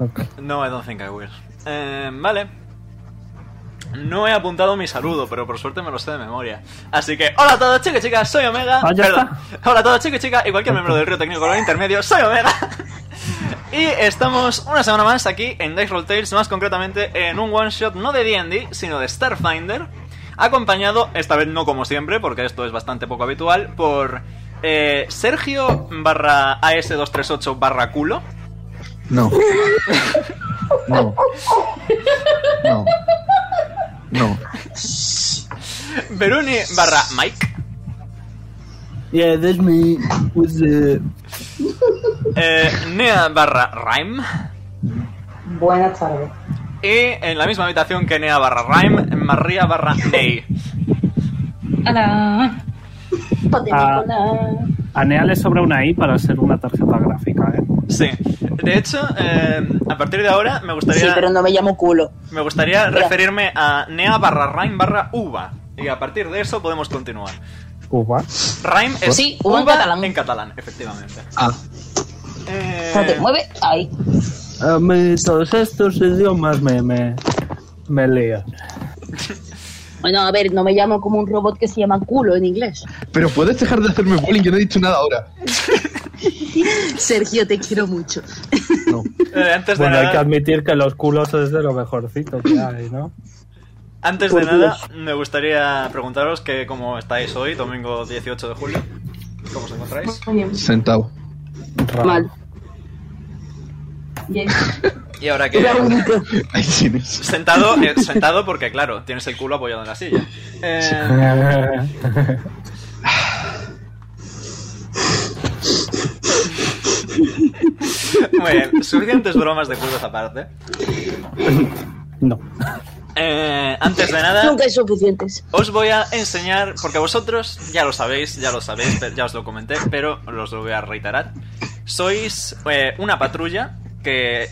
Okay. No, I don't think I will. Eh, vale. No he apuntado mi saludo, pero por suerte me lo sé de memoria. Así que, hola a todos chicos y chicas, soy Omega. Ah, ya Perdón. Hola a todos chicos y chicas y cualquier miembro del Río Técnico Color Intermedio, soy Omega. y estamos una semana más aquí en Dice Roll Tales, más concretamente en un one shot no de D&D, sino de Starfinder, acompañado, esta vez no como siempre, porque esto es bastante poco habitual, por eh, Sergio barra AS238 barra culo. No. No. No. No. Beruni barra Mike. Yeah, that's me with the. Eh, Nea barra Rhyme. Buenas tardes. Y en la misma habitación que Nea barra Rhyme, María barra Ney. Hola. Podemos hablar. A Nea le sobra una I para ser una tarjeta gráfica, ¿eh? Sí. De hecho, eh, a partir de ahora me gustaría, Sí, pero no me llamo culo. me gustaría referirme a Nea barra Rhyme barra Uva. Y a partir de eso podemos continuar. Uva. Rhyme es Sí, uva en catalán. en catalán, efectivamente. Ah. Eh, No te mueve ahí. A mí Ah, todos estos idiomas me, me, me lían. Bueno, a ver, no me llamo como un robot que se llama culo en inglés. Pero puedes dejar de hacerme bullying, que no he dicho nada ahora. Sergio, te quiero mucho. No. eh, antes de Bueno, hay que nada, admitir que los culos es de lo mejorcito que hay, ¿no? antes de nada me gustaría preguntaros que cómo estáis hoy, domingo 18 de julio. ¿Cómo os encontráis? Muy bien. Sentado. Raro. Mal. Bien. Y ahora que... Ahí tienes. Sentado, eh, sentado porque, claro, tienes el culo apoyado en la silla. Eh, muy bien, suficientes bromas de culos aparte. No. Eh, antes de nada, Nunca hay suficientes. os voy a enseñar, porque vosotros ya lo sabéis, ya lo sabéis, pe- ya os lo comenté, pero os lo voy a reiterar. Sois eh, una patrulla que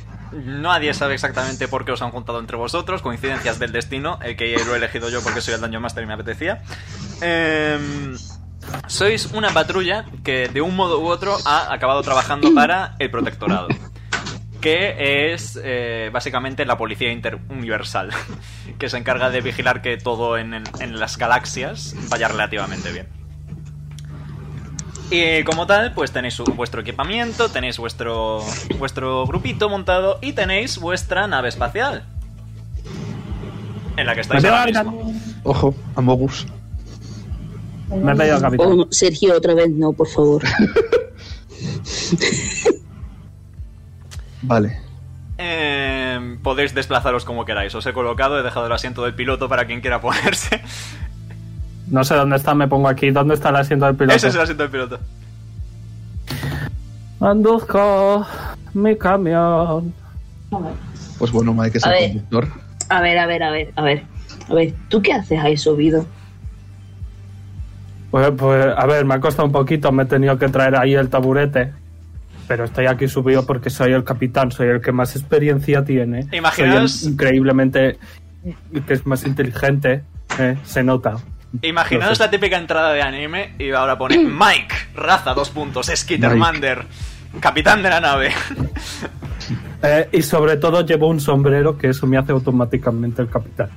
nadie sabe exactamente por qué os han juntado entre vosotros, coincidencias del destino, el que lo he elegido yo porque soy el daño master y me apetecía. Em, sois una patrulla que de un modo u otro ha acabado trabajando para el protectorado. Que es eh, básicamente la policía interuniversal, que se encarga de vigilar que todo en, en- en las galaxias vaya relativamente bien. Y como tal, pues tenéis su- vuestro equipamiento, tenéis vuestro, vuestro grupito montado y tenéis vuestra nave espacial. En la que estáis Me ahora pego al mismo. Ojo, Amogus. Me he pedido al Oh, capitán. no, Sergio, otra vez no, por favor. Vale. Eh, podéis desplazaros como queráis. Os he colocado, he dejado el asiento del piloto para quien quiera ponerse. No sé dónde está, me pongo aquí. ¿Dónde está el asiento del piloto? Ese es el asiento del piloto. Anduzco mi camión. A ver. Pues bueno, Mike que es A el ver. conductor. A ver, a ver, a ver, a ver. A ver, ¿tú qué haces ahí subido? Pues, pues, a ver, me ha costado un poquito, me he tenido que traer ahí el taburete. Pero estoy aquí subido porque soy el capitán, soy el que más experiencia tiene. Imaginaos- Soy el increíblemente que es más inteligente, ¿eh? se nota. Imaginaos No sé. la típica entrada de anime y ahora pone Mike, raza, dos puntos, Skittermander, capitán de la nave. Eh, y sobre todo llevo un sombrero que eso me hace automáticamente el capitán.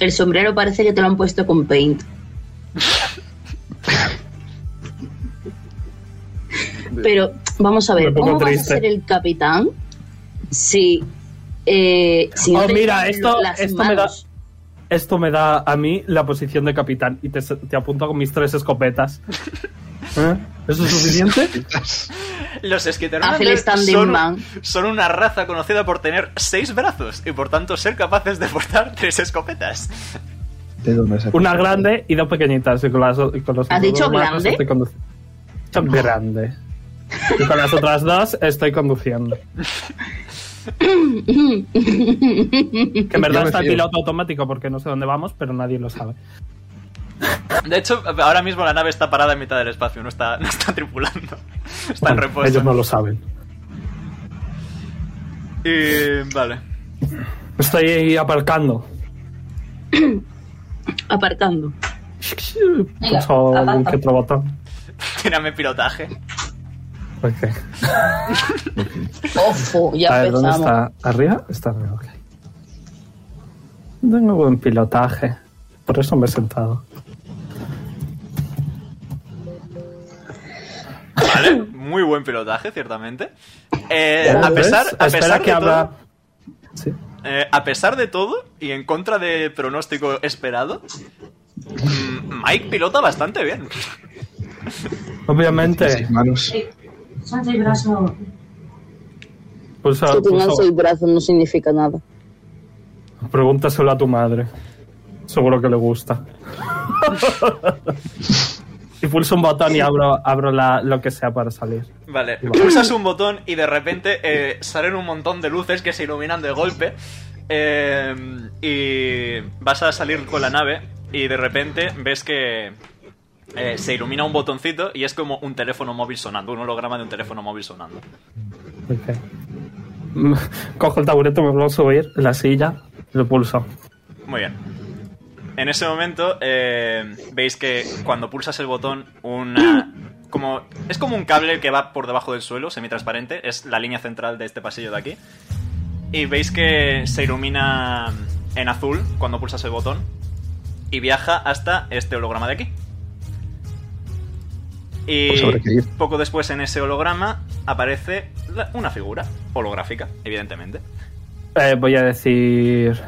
El sombrero parece que te lo han puesto con paint. Pero vamos a Me ver, pongo ¿cómo vas a triste. ser el capitán si, eh, si no Oh, te mira, llevas esto- las esto me da- manos? Esto me da a mí la posición de capitán y te, te apunto con mis tres escopetas. ¿Eh? ¿Eso es suficiente? Los Hace Skittermander el standing son, man. son una raza conocida por tener seis brazos y por tanto ser capaces de portar tres escopetas. ¿De dónde sacas? Una grande y dos pequeñitas. Y con las, y con los ¿Has otros dicho dos brazos grande? estoy conduci- He dicho grande. Y con las otras dos estoy conduciendo. que en Ya verdad me está el fío. piloto automático porque no sé dónde vamos, pero nadie lo sabe. De hecho, ahora mismo la nave está parada en mitad del espacio, no está, no está tripulando. Está en Bueno, reposo. Ellos no lo saben. Y, vale. Estoy aparcando. Aparcando. Pulso el aparca. que otro botón. Tírame pilotaje. Ok. Ofo, ya A ver, ¿dónde empezamos. está? ¿Arriba? Está arriba, ok. Tengo buen pilotaje. Por eso me he sentado. Vale, muy buen pilotaje, ciertamente. Eh, a ¿Ves? pesar, a Espera pesar que de abra. todo, Sí. eh, a pesar de todo, y en contra de pronóstico esperado, mm, Mike pilota bastante bien. Obviamente, Seis manos. Son seis brazos. pulsa, Que tengan pulsa- seis brazos no significa nada. pregúntaselo a tu madre. Seguro que le gusta. y pulso un botón y abro, abro la, lo que sea para salir. Vale, pulsas un botón y de repente eh, salen un montón de luces que se iluminan de golpe. eh, y vas a salir con la nave y de repente ves que eh, se ilumina un botoncito y es como un teléfono móvil sonando, un holograma de un teléfono móvil sonando. Ok. Mm, Cojo el taburete, me vuelvo a subir, la silla, lo pulso. Muy bien. En ese momento eh, veis que cuando pulsas el botón, una. Como, es como un cable que va por debajo del suelo, semitransparente. Es la línea central de este pasillo de aquí. Y veis que se ilumina en azul cuando pulsas el botón. Y viaja hasta este holograma de aquí. Y Pues habrá que ir. poco después en ese holograma aparece la- una figura holográfica, evidentemente. Eh, voy a decir.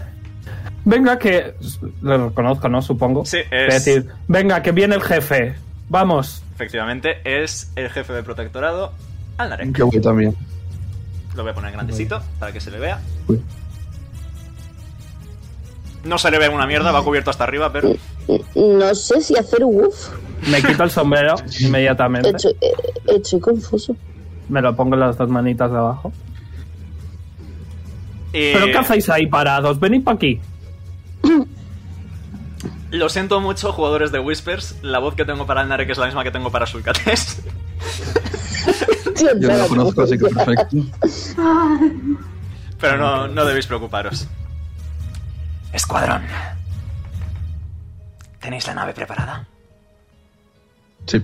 Venga, que. Lo reconozco, ¿no? Supongo. Sí, es- Voy a decir, venga, que viene el jefe. Vamos. Efectivamente, es el jefe del protectorado, Alnarek. Que voy también. Lo voy a poner grandecito para que se le vea. Uy. No se le ve una mierda, va cubierto hasta arriba, pero. No sé si hacer woof. Me quito el sombrero inmediatamente. Estoy, eh, estoy confuso. Me lo pongo en las dos manitas de abajo. Eh, ¿Pero qué hacéis ahí parados? Venid para aquí. Lo siento mucho, jugadores de Whispers. La voz que tengo para Alnarek es la misma que tengo para Sulcates. Yo no lo conozco, así que perfecto. Pero no, no debéis preocuparos. Escuadrón. ¿Tenéis la nave preparada? Sí.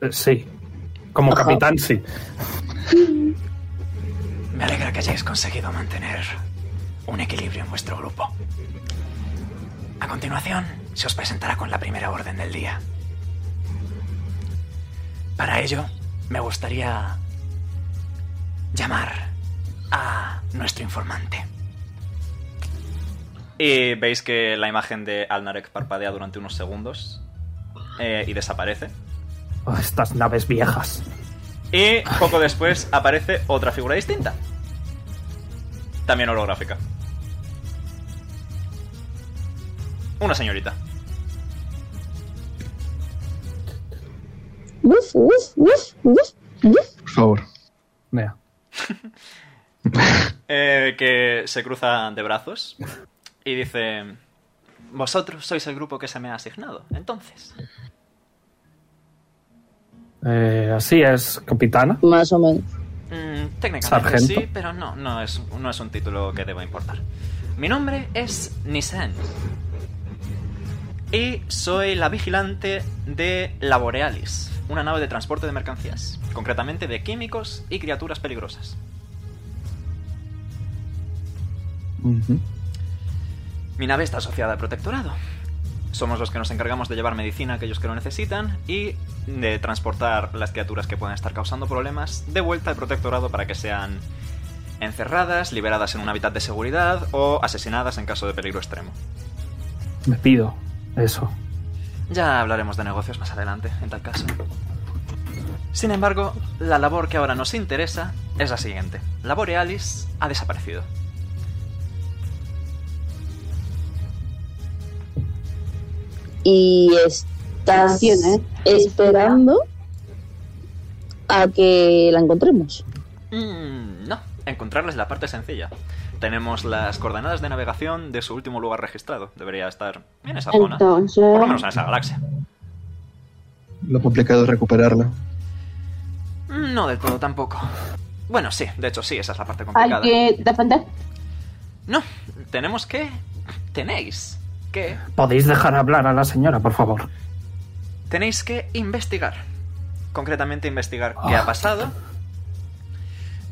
Eh, sí. Como Ajá. capitán, sí. Me alegra que hayáis conseguido mantener un equilibrio en vuestro grupo. A continuación, se os presentará con la primera orden del día. Para ello, me gustaría llamar a nuestro informante. Y veis que la imagen de Alnarek parpadea durante unos segundos eh, y desaparece. Oh, estas naves viejas. Y poco después aparece otra figura distinta. También holográfica. Una señorita. Woof, woof, woof, woof, woof. Por favor. Mira. eh, que se cruza de brazos y dice... Vosotros sois el grupo que se me ha asignado, entonces. Eh, así es, capitana. Más o menos. Mm, técnicamente Sargento. sí, pero no, no es, no es un título que deba importar. Mi nombre es Nissan. Y soy la vigilante de la Borealis, una nave de transporte de mercancías, concretamente de químicos y criaturas peligrosas. Ujú. Mi nave está asociada al protectorado. Somos los que nos encargamos de llevar medicina a aquellos que lo necesitan y de transportar las criaturas que pueden estar causando problemas de vuelta al protectorado para que sean encerradas, liberadas en un hábitat de seguridad o asesinadas en caso de peligro extremo. Me pido eso. Ya hablaremos de negocios más adelante, en tal caso. Sin embargo, la labor que ahora nos interesa es la siguiente. La Borealis ha desaparecido. y estás Canciones. esperando a que la encontremos. Mm, no, encontrarles la parte sencilla. Tenemos las coordenadas de navegación de su último lugar registrado. Debería estar en esa zona. Por Entonces. lo menos en esa galaxia. Lo complicado es recuperarla. Mm, No del todo tampoco. Bueno, sí, de hecho sí, esa es la parte complicada. Hay que defender. No, tenemos que... Tenéis que... ¿Podéis dejar hablar a la señora, por favor? Tenéis que investigar. Concretamente investigar qué ha pasado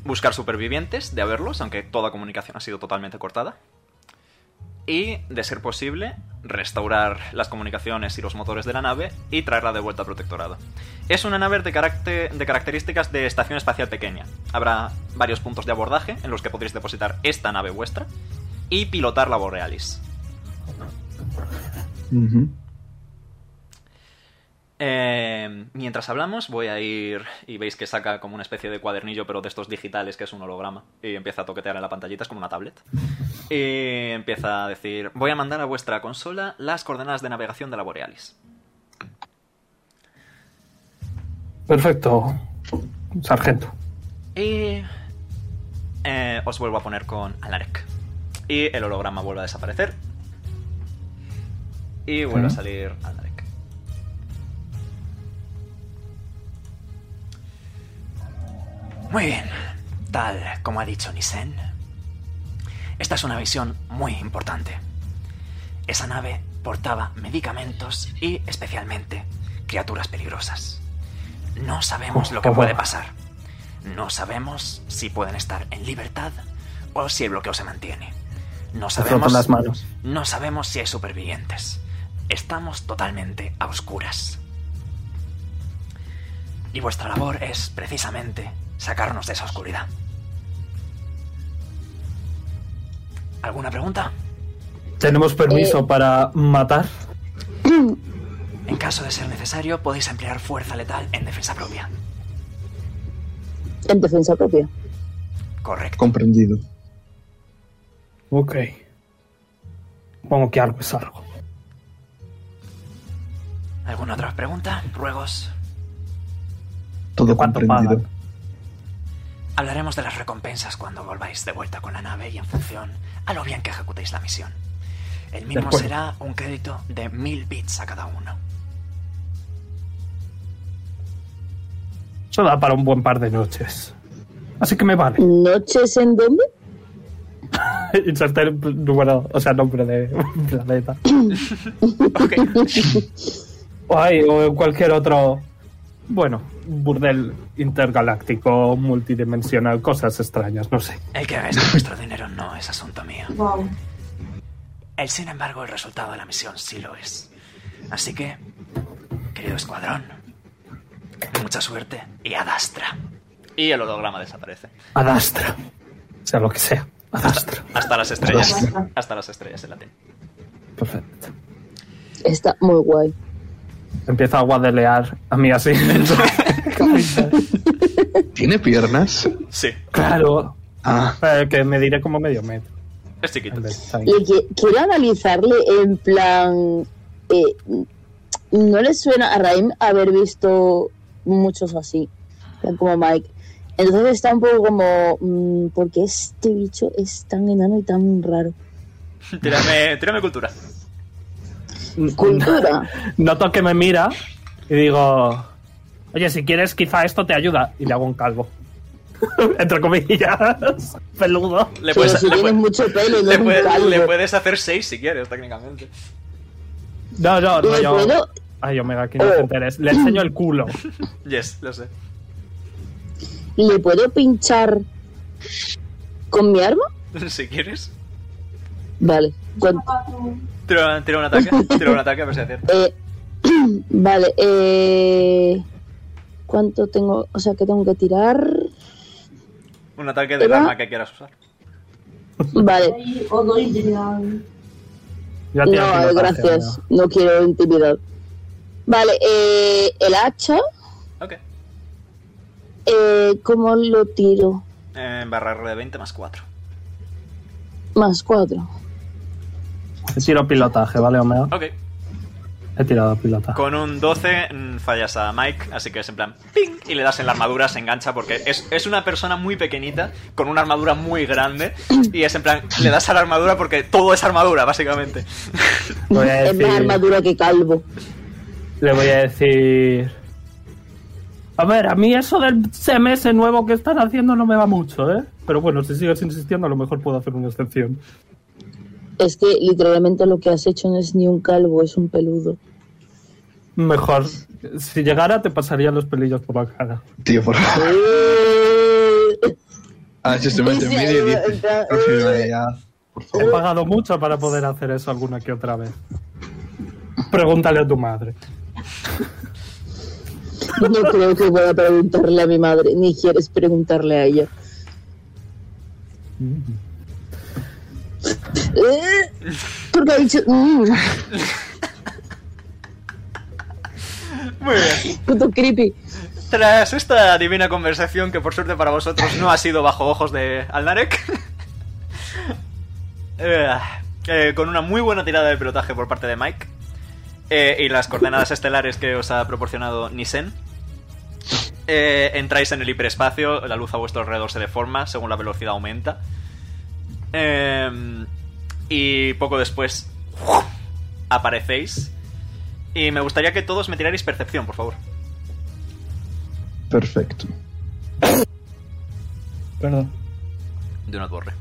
buscar supervivientes de haberlos, aunque toda comunicación ha sido totalmente cortada. Y, de ser posible, restaurar las comunicaciones y los motores de la nave y traerla de vuelta al protectorado. Es una nave de, caracte- de características de estación espacial pequeña. Habrá varios puntos de abordaje en los que podréis depositar esta nave vuestra y pilotar la Borealis. Ujú. Eh, mientras hablamos, voy a ir y veis que saca como una especie de cuadernillo, pero de estos digitales, que es un holograma, y empieza a toquetear en la pantallita, es como una tablet. Y empieza a decir, voy a mandar a vuestra consola las coordenadas de navegación de la Borealis. Perfecto, sargento. Y eh, os vuelvo a poner con Alarek. Y el holograma vuelve a desaparecer. Y vuelve a salir Alarek. Muy bien. Tal como ha dicho Nisen, esta es una visión muy importante. Esa nave portaba medicamentos y, especialmente, criaturas peligrosas. No sabemos lo que puede pasar. No sabemos si pueden estar en libertad o si el bloqueo se mantiene. No Se frotan sabemos, las manos. no sabemos si hay supervivientes. Estamos totalmente a oscuras. Y vuestra labor es precisamente sacarnos de esa oscuridad. ¿Alguna pregunta? ¿Tenemos permiso para matar? En caso de ser necesario, podéis emplear fuerza letal en defensa propia. En defensa propia. Correcto. Comprendido. Ok. Supongo que algo es algo. ¿Alguna otra pregunta? ¿Ruegos? Todo ¿Cuánto comprendido. pagan? Hablaremos de las recompensas cuando volváis de vuelta con la nave y en función a lo bien que ejecutéis la misión. El mínimo acuerdo. será un crédito de mil bits a cada uno. Eso da para un buen par de noches. Así que me vale. ¿Noches en dónde? Insertar el número, o sea, nombre de planeta. O hay- o en cualquier otro. Bueno, burdel intergaláctico, multidimensional, cosas extrañas, no sé. El que hagáis con vuestro dinero no es asunto mío. Wow. El, sin embargo, el resultado de la misión sí lo es. Así que, querido escuadrón, mucha suerte y adastra. Y el holograma desaparece. Adastra. Sea lo que sea. Adastra. Hasta las estrellas. Hasta las estrellas en la tele. Perfecto. Está muy guay. Empieza a guadelear a mí así. ¿Tiene piernas? Sí, claro. Ah, eh, que me diré como medio metro. es chiquito. En vez de estar ahí. Y que- quiero analizarle en plan. eh, no le suena a Raim haber visto muchos así, en plan como Mike. Entonces está un poco como. mm, ¿Por qué este bicho es tan enano y tan raro? Tírame, tírame cultura. Mm, Cultura. Noto que me mira y digo, oye, si quieres, quizá esto te ayuda. Y le hago un calvo. Entre comillas, peludo. Le pero puedes, si le tienes puedes- mucho pelo, no le es un puedes- calvo. le puedes hacer 6 si quieres, técnicamente. No, no, no, ¿Le yo. puedo? Ay, Omega, que no Oh. te enteres. Le enseño el culo. Yes, lo sé. ¿Le puedo pinchar con mi arma? Si quieres. Vale. ¿Cuánto? Tira, tira un ataque. Tira un ataque a ver si acierta. Eh, vale, eh, ¿cuánto tengo? O sea, que tengo que tirar. Un ataque del ¿Era? arma que quieras usar. Vale, Doy- O doy intimidad. Ya tiene no, pilotaje, gracias. No quiero intimidar. Vale, eh, el hacha, Ok. eh, ¿cómo lo tiro? Eh, barra R de 20 más 4. Más cuatro. Omega. He tirado pilotaje, ¿vale, Omega? Ok. He tirado pilotaje. Con un 12 mm, fallas a Mike, así que es en plan ¡ping! y le das en la armadura, se engancha porque es, es una persona muy pequeñita con una armadura muy grande y es en plan le das a la armadura porque todo es armadura, básicamente. Voy a Es más decir- armadura que calvo. Le voy a decir. A ver, a mí eso del CMS nuevo que están haciendo no me va mucho, ¿eh? Pero bueno, si sigues insistiendo, a lo mejor puedo hacer una excepción. Es que literalmente lo que has hecho no es ni un calvo, es un peludo. Mejor. Si llegara, te pasarían los pelillos por la cara. tío, por favor. Eh, Ah, si se mete en Sí, medio y sí, dice. está- "Profesionalidad". He pagado mucho para poder hacer eso alguna que otra vez. Pregúntale a tu madre. No creo que pueda preguntarle a mi madre, ni quieres preguntarle a ella. Eh, Porque ha dicho. mm, Muy bien. puto creepy. Tras esta divina conversación que por suerte para vosotros no ha sido bajo ojos de Alnarek, eh, eh, con una muy buena tirada de pilotaje por parte de Mike eh, y las coordenadas estelares que os ha proporcionado Nisen, eh, entráis en el hiperespacio, la luz a vuestro alrededor se deforma según la velocidad aumenta eh, y poco después aparecéis y me gustaría que todos me tirarais percepción, por favor. Perfecto. Perdón. de una torre.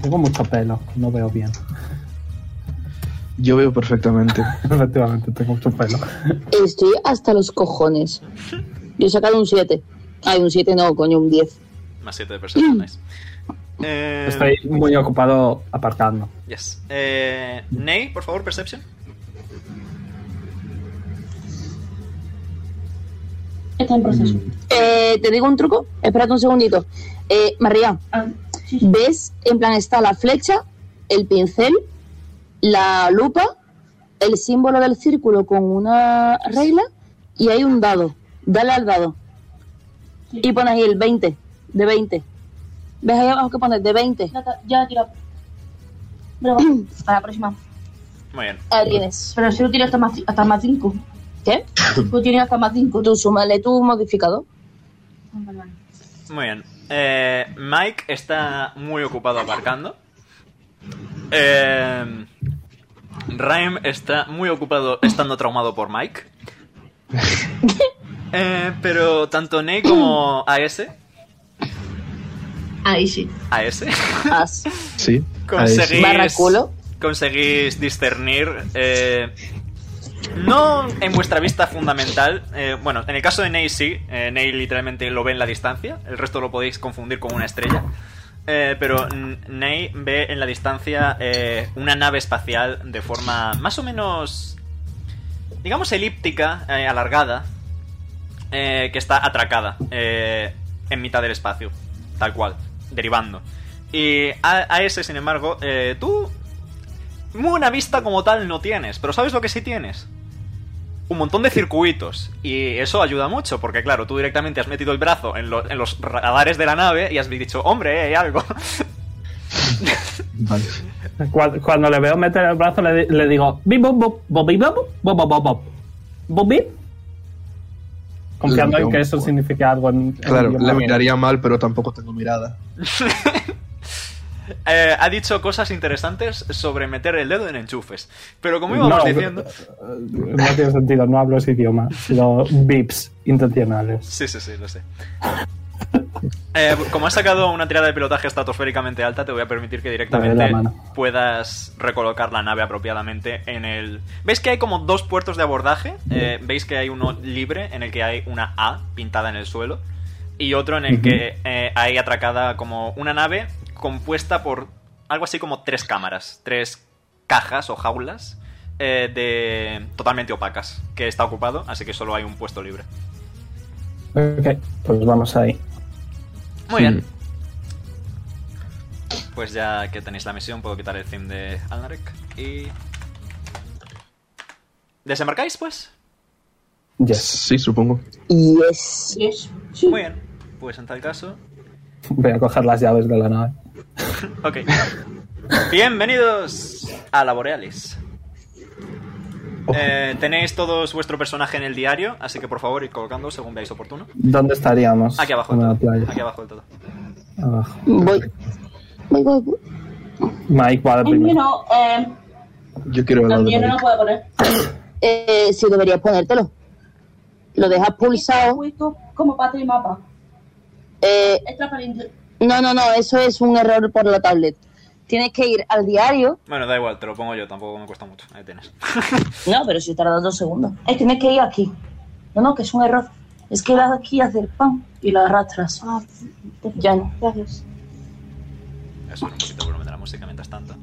Tengo mucho pelo, no veo bien. Yo veo perfectamente. Efectivamente, tengo mucho pelo. Eh, Estoy hasta los cojones. Yo he sacado un 7. Ay, un 7 no, coño, un 10. Más 7 de percepción, nice. Eh, Estoy muy ocupado aparcando. Yes. Eh, Ney, por favor, perception. Está en proceso. Eh, Te digo un truco. Espérate un segundito. Eh, María, Ah, sí, sí. ves, en plan está la flecha, el pincel, la lupa, el símbolo del círculo con una regla y hay un dado. Dale al dado. Sí. Y pones ahí el 20, de 20. ¿Ves ahí abajo que pones de 20? Ya ta- Ya he tirado. Bravo. Para la próxima. Muy bien. Ahí tienes. Pero si lo tiene hasta más, ci- hasta más 5. ¿Qué? Tú tienes hasta más 5. Tú súmale tu modificador. Muy bien. Eh, Mike está muy ocupado aparcando. Eh, Rhyme está muy ocupado estando traumado por Mike. Eh, pero tanto Ney como AS, Ahí sí. AS Haz. Sí. ahí sí. conseguís, Barra culo. conseguís discernir eh, no en vuestra vista fundamental eh, bueno en el caso de Ney sí eh, Ney literalmente lo ve en la distancia el resto lo podéis confundir con una estrella Eh, pero N- Ney ve en la distancia eh, una nave espacial de forma más o menos digamos elíptica eh, alargada eh, que está atracada eh, en mitad del espacio, tal cual, derivando. Y a, a ese, sin embargo, eh, tú muy una vista como tal no tienes, pero ¿sabes lo que sí tienes? Un montón de circuitos, y eso ayuda mucho, porque claro, tú directamente has metido el brazo en, lo- en los radares de la nave y has dicho, hombre, eh, hay algo. Vale. Cuando, cuando le veo meter el brazo, le, di- le digo: Bim, bom, bom, bom, bim, bom, bom, bom, bom, bom. Bom, bim. Confiando en que eso significa algo en. en Claro, idioma la de- miraría mal, pero tampoco tengo mirada. Eh, ha dicho cosas interesantes sobre meter el dedo en enchufes, pero como íbamos No, diciendo... Eh, No tiene sentido, no hablo ese idioma, sino bips intencionales. Sí, sí, sí, lo sé. Eh, como has sacado una tirada de pilotaje estratosféricamente alta, te voy a permitir que Dale directamente la mano. puedas recolocar la nave apropiadamente en el... ¿Veis que hay como dos puertos de abordaje? Eh, ¿Veis que hay uno libre en el que hay una A pintada en el suelo? Y otro en el que eh, hay atracada como una nave compuesta por algo así como tres cámaras, tres cajas o jaulas eh, de totalmente opacas, que está ocupado, así que solo hay un puesto libre. Ok, pues vamos ahí. Muy bien. Pues ya que tenéis la misión, puedo quitar el theme de Alnarek y... ¿Desembarcáis, pues? Yes. Sí, supongo. Yes. Yes. Sí. Muy bien. Pues en tal caso... Voy a coger las llaves de la nave. Ok. Bienvenidos a la Borealis. Eh, tenéis todos vuestro personaje en el diario, así que por favor ir colocando según veáis oportuno. ¿Dónde estaríamos? Aquí abajo En del la todo. Pues playa. Aquí abajo del todo. Abajo. Voy. Voy, voy, voy. Mike va de El mío primero. no, eh, Yo quiero hablar el de mío no lo Mike. puedo poner. Eh, sí, deberías ponértelo. Lo dejas pulsado. Puesto como parte del mapa. Eh, Es transparente. No, no, no, eso es un error por la tablet. Tienes que ir al diario. Bueno, da igual, te lo pongo yo, tampoco me cuesta mucho. Ahí tienes. No, pero si tardas dos segundos. Eh, tienes que ir aquí. No, no, que es un error. Es que la aquí hace el pan y la arrastras. Ah, te- Ya no. Gracias. Voy a subir un poquito el volumen de la música mientras tanto.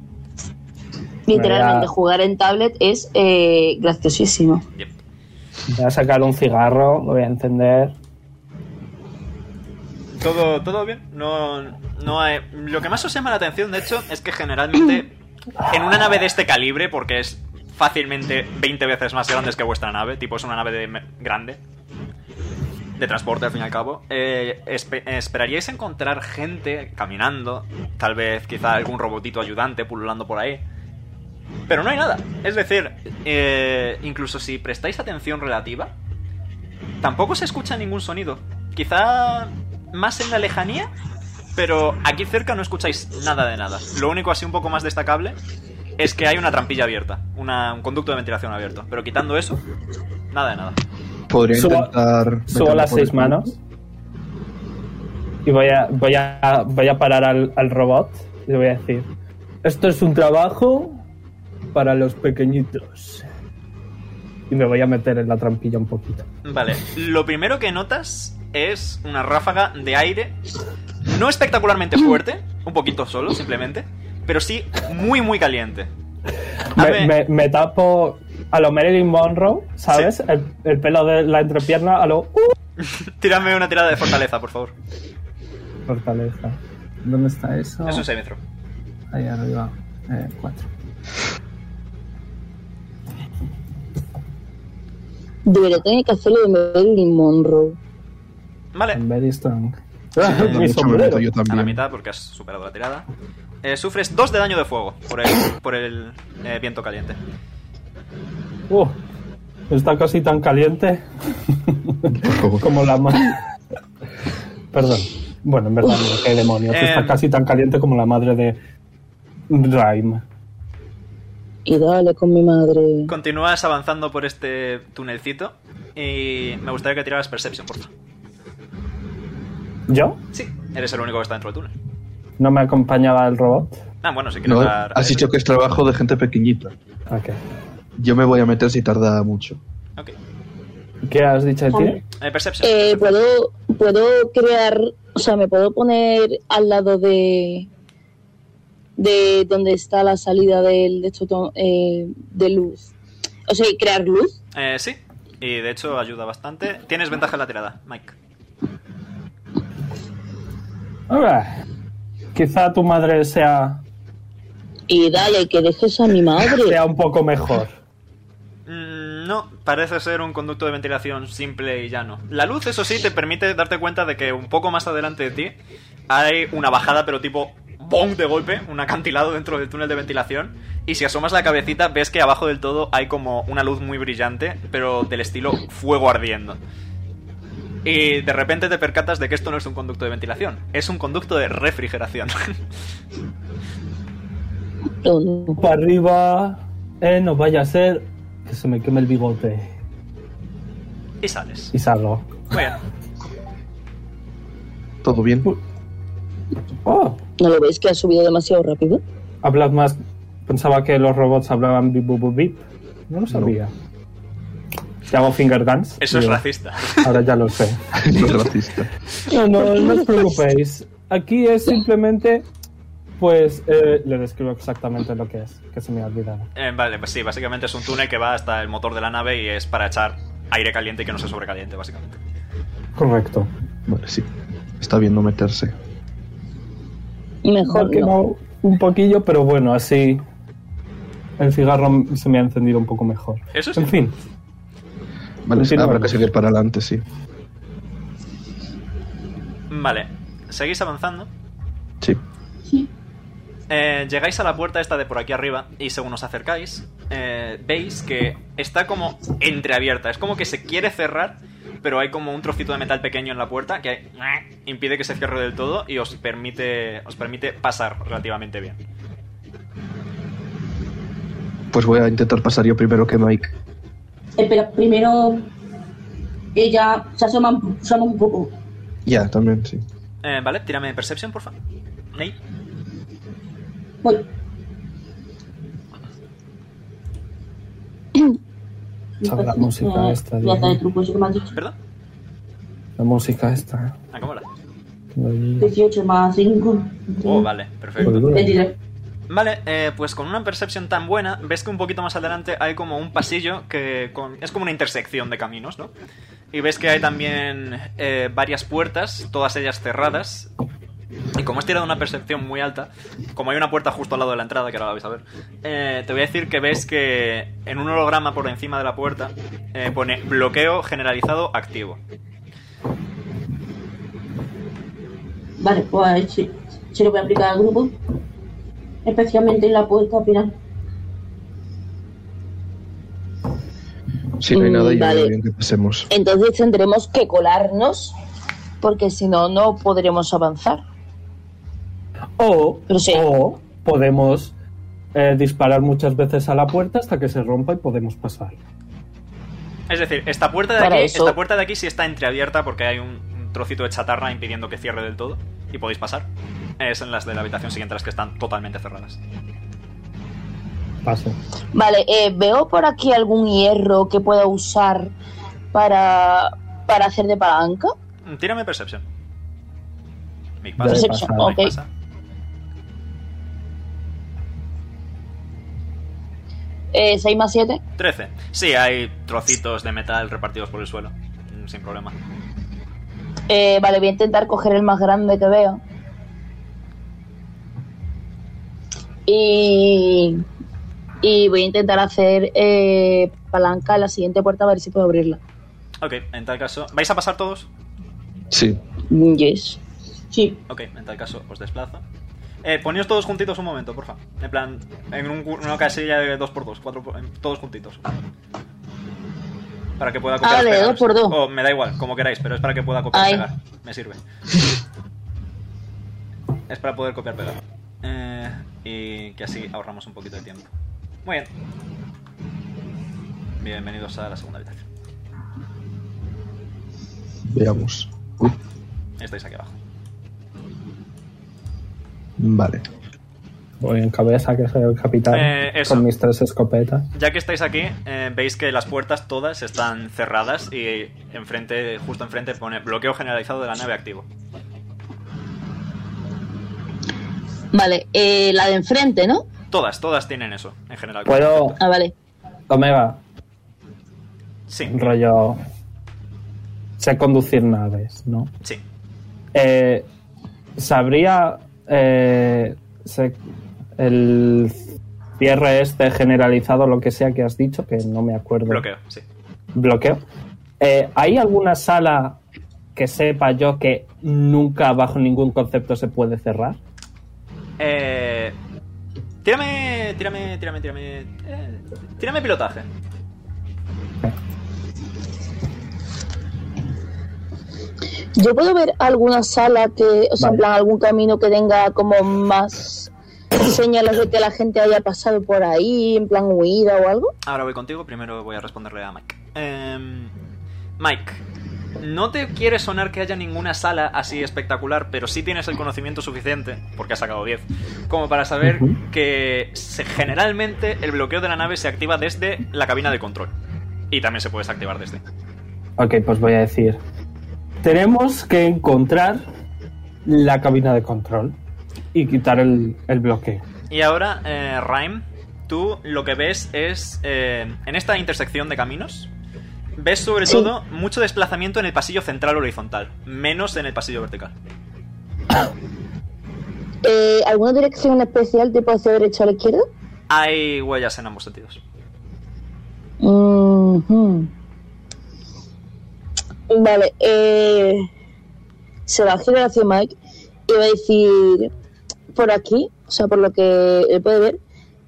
Literalmente, Vaya. jugar en tablet es eh, graciosísimo. Yep. Voy a sacar un cigarro, lo voy a encender. Todo, todo bien. No, no hay... Lo que más os llama la atención, de hecho, es que generalmente en una nave de este calibre, porque es fácilmente 20 veces más grande que vuestra nave, tipo es una nave de me- grande, de transporte al fin y al cabo, eh, espe- esperaríais encontrar gente caminando, tal vez quizá algún robotito ayudante pululando por ahí. Pero no hay nada. Es decir, eh, incluso si prestáis atención relativa, Tampoco se escucha ningún sonido. Quizá más en la lejanía, pero aquí cerca no escucháis nada de nada. Lo único así un poco más destacable es que hay una trampilla abierta, una- un conducto de ventilación abierto. Pero quitando eso, nada de nada. Podría Subo- intentar. Subo las seis manos. Y voy a, voy a, voy a parar al, al robot. Y le voy a decir: Esto es un trabajo para los pequeñitos. Y me voy a meter en la trampilla un poquito. Vale, lo primero que notas es una ráfaga de aire, no espectacularmente fuerte, un poquito solo simplemente, pero sí muy muy caliente. Me, Hazme- me- me tapo a lo Marilyn Monroe, ¿sabes? El, el pelo de la entrepierna a lo. ¡Uh! Tírame una tirada de fortaleza, por favor. Fortaleza. ¿Dónde está eso? Es un saving throw. Ahí arriba. Eh, cuatro. Debería tener que hacerlo de Marilyn Monroe. Vale, I'm very strong. Ah, Mi sombrero. yo a la también. mitad porque has superado la tirada. Eh, sufres 2 de daño de fuego por el, por el eh, viento caliente. ¡Uh! Está casi tan caliente Por favor. como la madre. Perdón. Bueno, en verdad, no, qué demonios. Em. Está casi tan caliente como la madre de Rhyme. Y dale con mi madre. Continúas avanzando por este tunelcito y me gustaría que tiraras Perception, por favor. ¿Yo? Sí, eres el único que está dentro del túnel. ¿No me acompañaba el robot? Ah, bueno, si quieres No, dar- has dicho que es trabajo de gente pequeñita. Ok. Yo me voy a meter si tarda mucho. Ok. ¿Qué has dicho de ti? Eh, perception. Eh, ¿puedo, puedo crear, o sea, me puedo poner al lado de de donde está la salida del de, esto to- eh, de luz. O sea, crear luz. Eh, sí, y de hecho ayuda bastante. Tienes ventaja en la tirada, Mike. Ahora, Quizá tu madre sea, Y dale, que dejes a mi madre. sea un poco mejor. Mm, No, parece ser un conducto de ventilación simple y llano. La luz, eso sí, te permite darte cuenta de que un poco más adelante de ti hay una bajada, pero tipo ¡bong! de golpe, un acantilado dentro del túnel de ventilación. Y si asomas la cabecita, ves que abajo del todo hay como una luz muy brillante, pero del estilo fuego ardiendo. Y de repente te percatas de que esto no es un conducto de ventilación, es un conducto de refrigeración. No, no. Para arriba. Eh, no vaya a ser que se me queme el bigote. y sales. Y salgo. Muy bien. ¿Todo bien? ¡Oh! ¿No lo veis que ha subido demasiado rápido? Hablas más. Pensaba que los robots hablaban bip, bip, bip, bip. No lo sabía. Te hago finger dance. Eso es Digo, racista. Ahora ya lo sé. No es racista. No, no, no os preocupéis. Aquí es simplemente. Pues eh, le describo exactamente lo que es, que se me ha olvidado. Eh, vale, pues sí, básicamente es un túnel que va hasta el motor de la nave y es para echar aire caliente y que no se sobrecaliente, básicamente. Correcto. Vale, sí. Está bien no meterse. Mejor Me ha no. quemado un poquillo, pero bueno, así. El cigarro se me ha encendido un poco mejor. Eso sí. En fin, Vale, sí, Continuamos. habrá que seguir para adelante, sí. Vale, seguís avanzando. Sí. Eh, llegáis a la puerta esta de por aquí arriba y según os acercáis, eh, veis que está como entreabierta. Es como que se quiere cerrar, pero hay como un trocito de metal pequeño en la puerta que impide que se cierre del todo y os permite, os permite pasar relativamente bien. Pues voy a intentar pasar yo primero que Mike. Espera, Eh, primero ella se asoma, un- se asoma un poco. Ya, también, sí. Eh, vale, tírame Perception, porfa. Nate. Voy. Sabe la música Ya está esta, Diana. el truco, eso que me has dicho. ¿Perdón? La música está. Ah, ¿cómo la? 18 más 5. Oh, vale, perfecto. Pues, 23. Vale, eh, pues con una percepción tan buena, ves que un poquito más adelante hay como un pasillo que con- es como una intersección de caminos, ¿no? Y ves que hay también eh, varias puertas, todas ellas cerradas. Y como has tirado una percepción muy alta, como hay una puerta justo al lado de la entrada, que ahora la vais a ver, eh, te voy a decir que ves que en un holograma por encima de la puerta eh, pone bloqueo generalizado activo. Vale, pues sí, se lo voy a aplicar al grupo. Especialmente en la puerta final. Si no hay Mm, nada, yo vale. veo bien que pasemos. Entonces tendremos que colarnos porque si no, no podremos avanzar. O, Pero sí. o podemos eh, disparar muchas veces a la puerta hasta que se rompa y podemos pasar. Es decir, esta puerta de Para aquí, eso- esta puerta de aquí sí está entreabierta porque hay un, un trocito de chatarra impidiendo que cierre del todo y podéis pasar. Es en las de la habitación siguiente las que están totalmente cerradas. Paso. Vale, eh, veo por aquí algún hierro que pueda usar para, para hacer de palanca. Mm, Tírame Perception. Mick Vale, pasa. Perception, pasado. Mick ok. pasa. Eh, 6 más 7. 13. Sí, hay trocitos de metal repartidos por el suelo. Mm, Sin problema. Eh, vale, voy a intentar coger el más grande que veo. Y, y voy a intentar hacer eh, palanca a la siguiente puerta a ver si puedo abrirla. Ok, en tal caso. ¿Vais a pasar todos? Sí, Mm, Yes. Sí, Ok, en tal caso os desplazo. Eh, poneos todos juntitos un momento, porfa. En plan, en un cu- una casilla de 2x2, cuatro por- en- todos juntitos. Para que pueda copiar. Ah, de pegar. dos por dos. O me da igual, como queráis, pero es para que pueda copiar Ay. pegar. Me sirve. es para poder copiar pegar. Eh, y que así ahorramos un poquito de tiempo. Muy bien. Bienvenidos a la segunda habitación. veamos. Uy, Estáis aquí abajo. vale. Voy en cabeza, que soy el capitán, Eh, eso. con mis tres escopetas. Ya que estáis aquí, eh, veis que las puertas todas están cerradas y enfrente, justo enfrente pone bloqueo generalizado de la nave activo. Vale, eh, la de enfrente, ¿no? Todas, todas tienen eso, en general. Puedo, Ah, vale. Omega, Sí, rollo. Sé conducir naves, ¿no? sí. Eh, ¿Sabría eh, se- el cierre este generalizado, lo que sea que has dicho, que no me acuerdo? Bloqueo, sí. Bloqueo. Eh, ¿Hay alguna sala que sepa yo que nunca bajo ningún concepto se puede cerrar? Eh, tírame, tírame, tírame, tírame. eh, tírame pilotaje. Yo puedo ver alguna sala que, o sea, en Vale. plan algún camino que tenga como más señales de que la gente haya pasado por ahí, en plan huida o algo. Ahora voy contigo, primero voy a responderle a Mike. Em, Mike, no te quiere sonar que haya ninguna sala así espectacular, pero sí tienes el conocimiento suficiente, porque has sacado 10, como para saber que se- generalmente el bloqueo de la nave se activa desde la cabina de control. Y también se puede desactivar desde. Ok, pues voy a decir. Tenemos que encontrar la cabina de control y quitar el, el bloqueo. Y ahora, eh, Rhyme, tú lo que ves es, eh, en esta intersección de caminos, ves sobre Sí. todo mucho desplazamiento en el pasillo central horizontal, menos en el pasillo vertical. Eh, ¿Alguna dirección en especial tipo hacia derecha o la izquierda? Hay huellas en ambos sentidos. Mhm. Vale, eh, se va a girar hacia Mike y va a decir por aquí, o sea, por lo que él puede ver,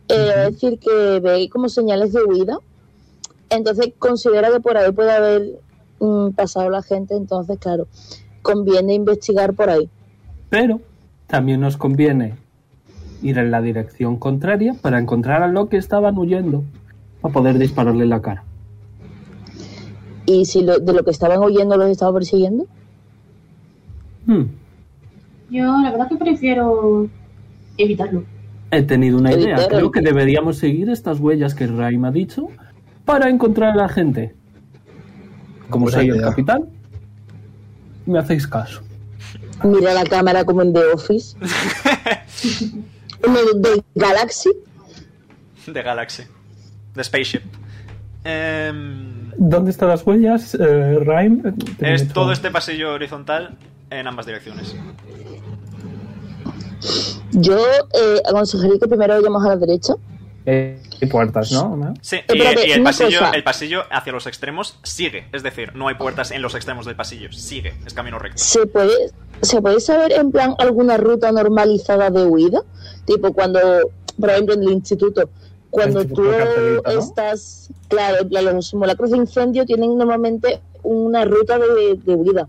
eh, va a decir que ve como señales de huida. Entonces considera que por ahí puede haber mm, pasado la gente, entonces claro, conviene investigar por ahí. Pero también nos conviene ir en la dirección contraria para encontrar a lo que estaban huyendo para poder dispararle en la cara. Y si lo- de lo que estaban huyendo los estaba persiguiendo, Hmm, yo la verdad que prefiero evitarlo. He tenido una idea. Evitar el- Creo que deberíamos seguir estas huellas que Raim ha dicho para encontrar a la gente. Como Buena soy el idea. capitán, me hacéis caso. Mira la cámara como en The Office. En el de Galaxy. De Galaxy. De Spaceship. Em, ¿Dónde están las huellas, eh, Rhyme? Te es meto- todo este pasillo horizontal en ambas direcciones. Yo eh, aconsejaría que primero vayamos a la derecha. Eh, y puertas, ¿no? ¿No? Sí, y, espérate, y el, una pasillo, cosa. el pasillo hacia los extremos sigue. Es decir, no hay puertas en los extremos del pasillo. Sigue. Es camino recto. ¿Se puede, ¿Se puede saber en plan alguna ruta normalizada de huida? Tipo cuando, por ejemplo, en el instituto, cuando El tipo tú de cartelita, ¿no? estás, claro, en plan, los simulacros de incendio tienen normalmente una ruta de, de huida.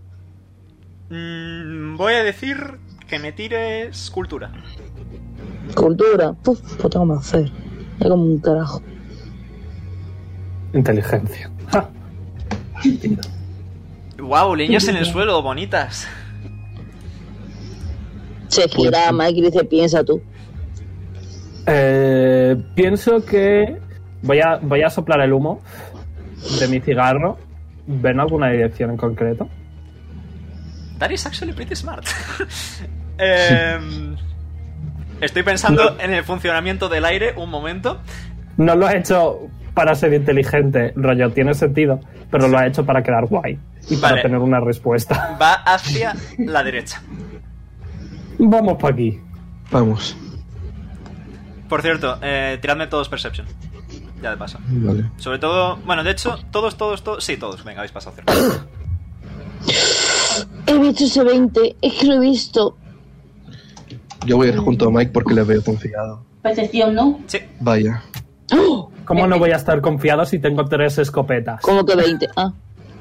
Mm, voy a decir que me tires cultura. Cultura, puf, pues tengo más fe. Ya como un carajo. Inteligencia. Ja. Wow, líneas en el suelo, bonitas. Se Pues gira Mike y dice, piensa tú. Eh, pienso que voy a, voy a soplar el humo de mi cigarro. ¿Ven alguna dirección en concreto? That is actually pretty smart. Em, estoy pensando en el funcionamiento del aire un momento. No lo has hecho para ser inteligente, rollo, tiene sentido, pero lo has hecho para quedar guay y para Vale. tener una respuesta. Va hacia la derecha. Vamos para aquí. Vamos. Por cierto, eh, tiradme todos Perception. Ya de paso. Vale. Sobre todo, bueno, de hecho, todos, todos, todos. Sí, todos. Venga, habéis pasado cerca. He visto ese 20, es que lo he visto. Yo voy a ir junto a Mike porque le veo confiado. Percepción, ¿no? Sí, Vaya. ¿Cómo no voy a estar confiado si tengo tres escopetas? Como que 20. Ah,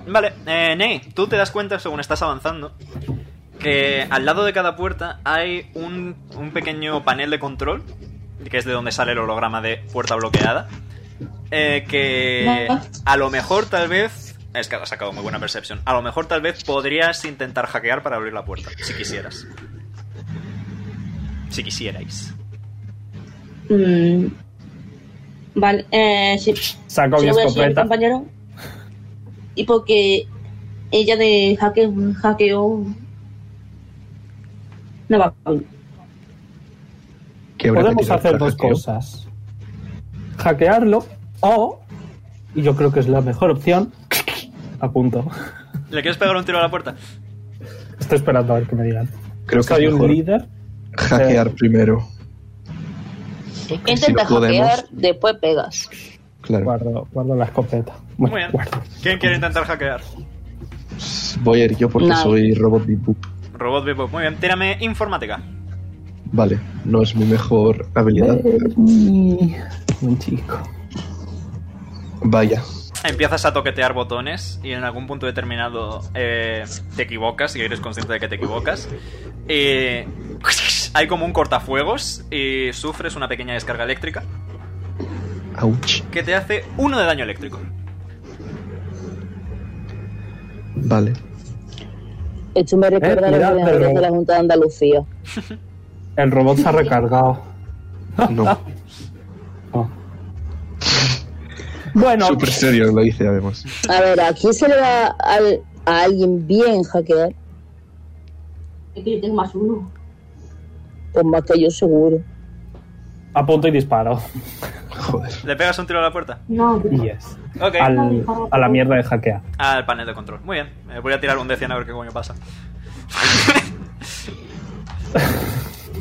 Vale, eh, Ney, tú te das cuenta según estás avanzando que al lado de cada puerta hay un, un pequeño panel de control, que es de donde sale el holograma de puerta bloqueada, eh, que a lo mejor tal vez... Es que has sacado muy buena percepción. A lo mejor tal vez podrías intentar hackear para abrir la puerta, si quisieras. Si quisierais. Mm, Vale, eh, sí. Se Saco mi lo voy a enseñar a mi escopeta. compañero. Y porque ella de hackeo, hackeo no va bien. Que habría que Podemos tirar hacer para dos hackeo. cosas. Hackearlo o, y yo creo que es la mejor opción, apunto. ¿Le quieres pegar un tiro a la puerta? Estoy esperando a ver qué me digan. Creo que Soy es un mejor líder. eh, hackear primero. intenta Si no podemos. hackear, después pegas. Claro. Guardo, guardo la escopeta. Muy Bueno, bien. guardo. ¿Quién quiere intentar hackear? Voy a ir yo porque No. soy robot de boop. Robot Bebop. Muy bien, tírame informática. Vale, no es mi mejor habilidad. Eh, Buen chico. Vaya. Empiezas a toquetear botones y en algún punto determinado eh, te equivocas y eres consciente de que te equivocas. Y hay como un cortafuegos y sufres una pequeña descarga eléctrica Ouch. que te hace uno de daño eléctrico. Vale. Esto me recuerda a Eh, los mira, ordenadores pero- de la Junta de Andalucía. El robot se ha recargado. No. Oh. Bueno, Super serio lo hice además. A ver, aquí se le va al- a alguien bien hackear, Es que yo tengo más uno. pues más que yo seguro. Eh, apunto y disparo. Joder. ¿Le pegas un tiro a la puerta? No, Yes. Ok, al, Al- a la mierda de Eh, hackear. panel de control. Muy bien, eh, voy a tirar un de 100 a ver qué coño pasa.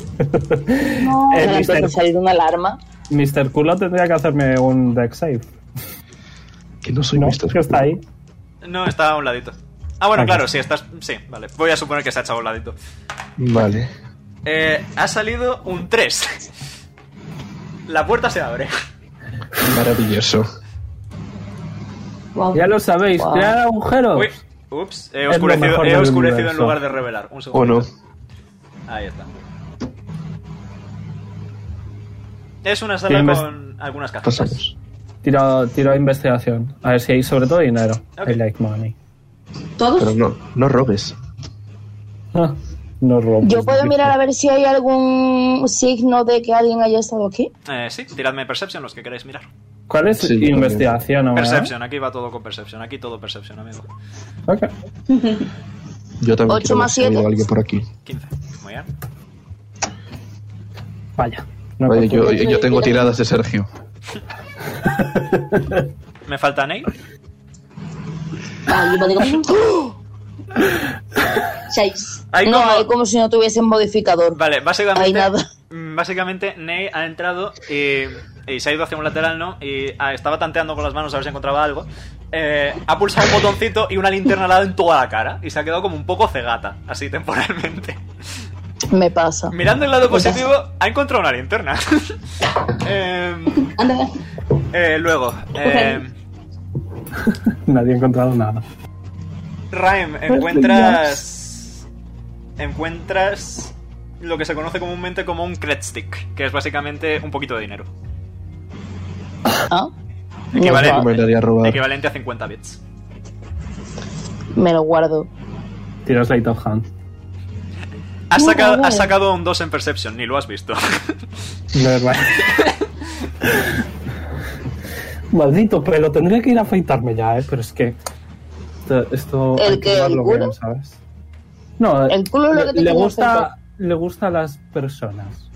O sea, Eh, le empieza a Mr. salir una alarma. Mr. Culo tendría que hacerme un deck save. Que no soy ¿No? Mr. Que está ahí. No, está a un ladito. Ah, bueno, Ok. claro, sí, estás. Sí, vale. Voy a suponer que se ha echado a un ladito. Vale. Eh, ha salido un 3. La puerta se abre. Maravilloso. wow. Ya lo sabéis, Wow. crear agujeros. Uy, ups, he Es lo oscurecido, mejor he del oscurecido en universo. lugar de revelar. Un O segundo. no. Ahí está. Es una Sí, sala me- con algunas cajas. Pasamos. Tiro, tiro investigación. A ver si hay sobre todo dinero. Ok. I like money. Pero ¿Todos? no, no robes. Ah, no robo. Yo puedo mirar a ver si hay algún signo de que alguien haya estado aquí. Eh, sí, tiradme Perception los que queráis mirar. ¿Cuál es Sí, yo también. investigación? ahora? Perception, aquí va todo con Perception, aquí todo Perception, amigo. Ok. Yo también Ocho quiero ver más si ha siete. habido alguien por aquí. 15. Muy bien. Vaya. No Vaya, consigo. yo, yo tengo tiradas de Sergio. ¿Me falta Ney? Vale, yo me digo. Seis. Hay no, como- hay como si no tuviese modificador. Vale, básicamente. Hay nada. mm, Básicamente, Ney ha entrado y, y se ha ido hacia un lateral, ¿no? Y ah, estaba tanteando con las manos a ver si encontraba algo. Eh, ha pulsado un botoncito y una linterna le ha dado en toda la cara. Y se ha quedado como un poco cegata, así temporalmente. Me pasa. Pues Mirando el lado positivo, ha encontrado una linterna. Em, Anda, eh, luego, em, Nadie ha encontrado nada. Raem, encuentras. Encuentras lo que se conoce comúnmente como un cred stick, que es básicamente un poquito de dinero. Ah, Yo Equivalente, recomendaría robar. equivalente a 50 bits. me lo guardo. Tiras Light of Hand. Has Mira, sacado, vale. has sacado un 2 en Perception, ni lo has visto. No es verdad. Maldito pelo, tendría que ir a afeitarme ya, ¿eh? Pero es que. Esto. esto ¿El hay que- el llevarlo culo? ¿sabes? No, El culo es lo le, que te le quería gusta, afeitar. le gusta a las personas.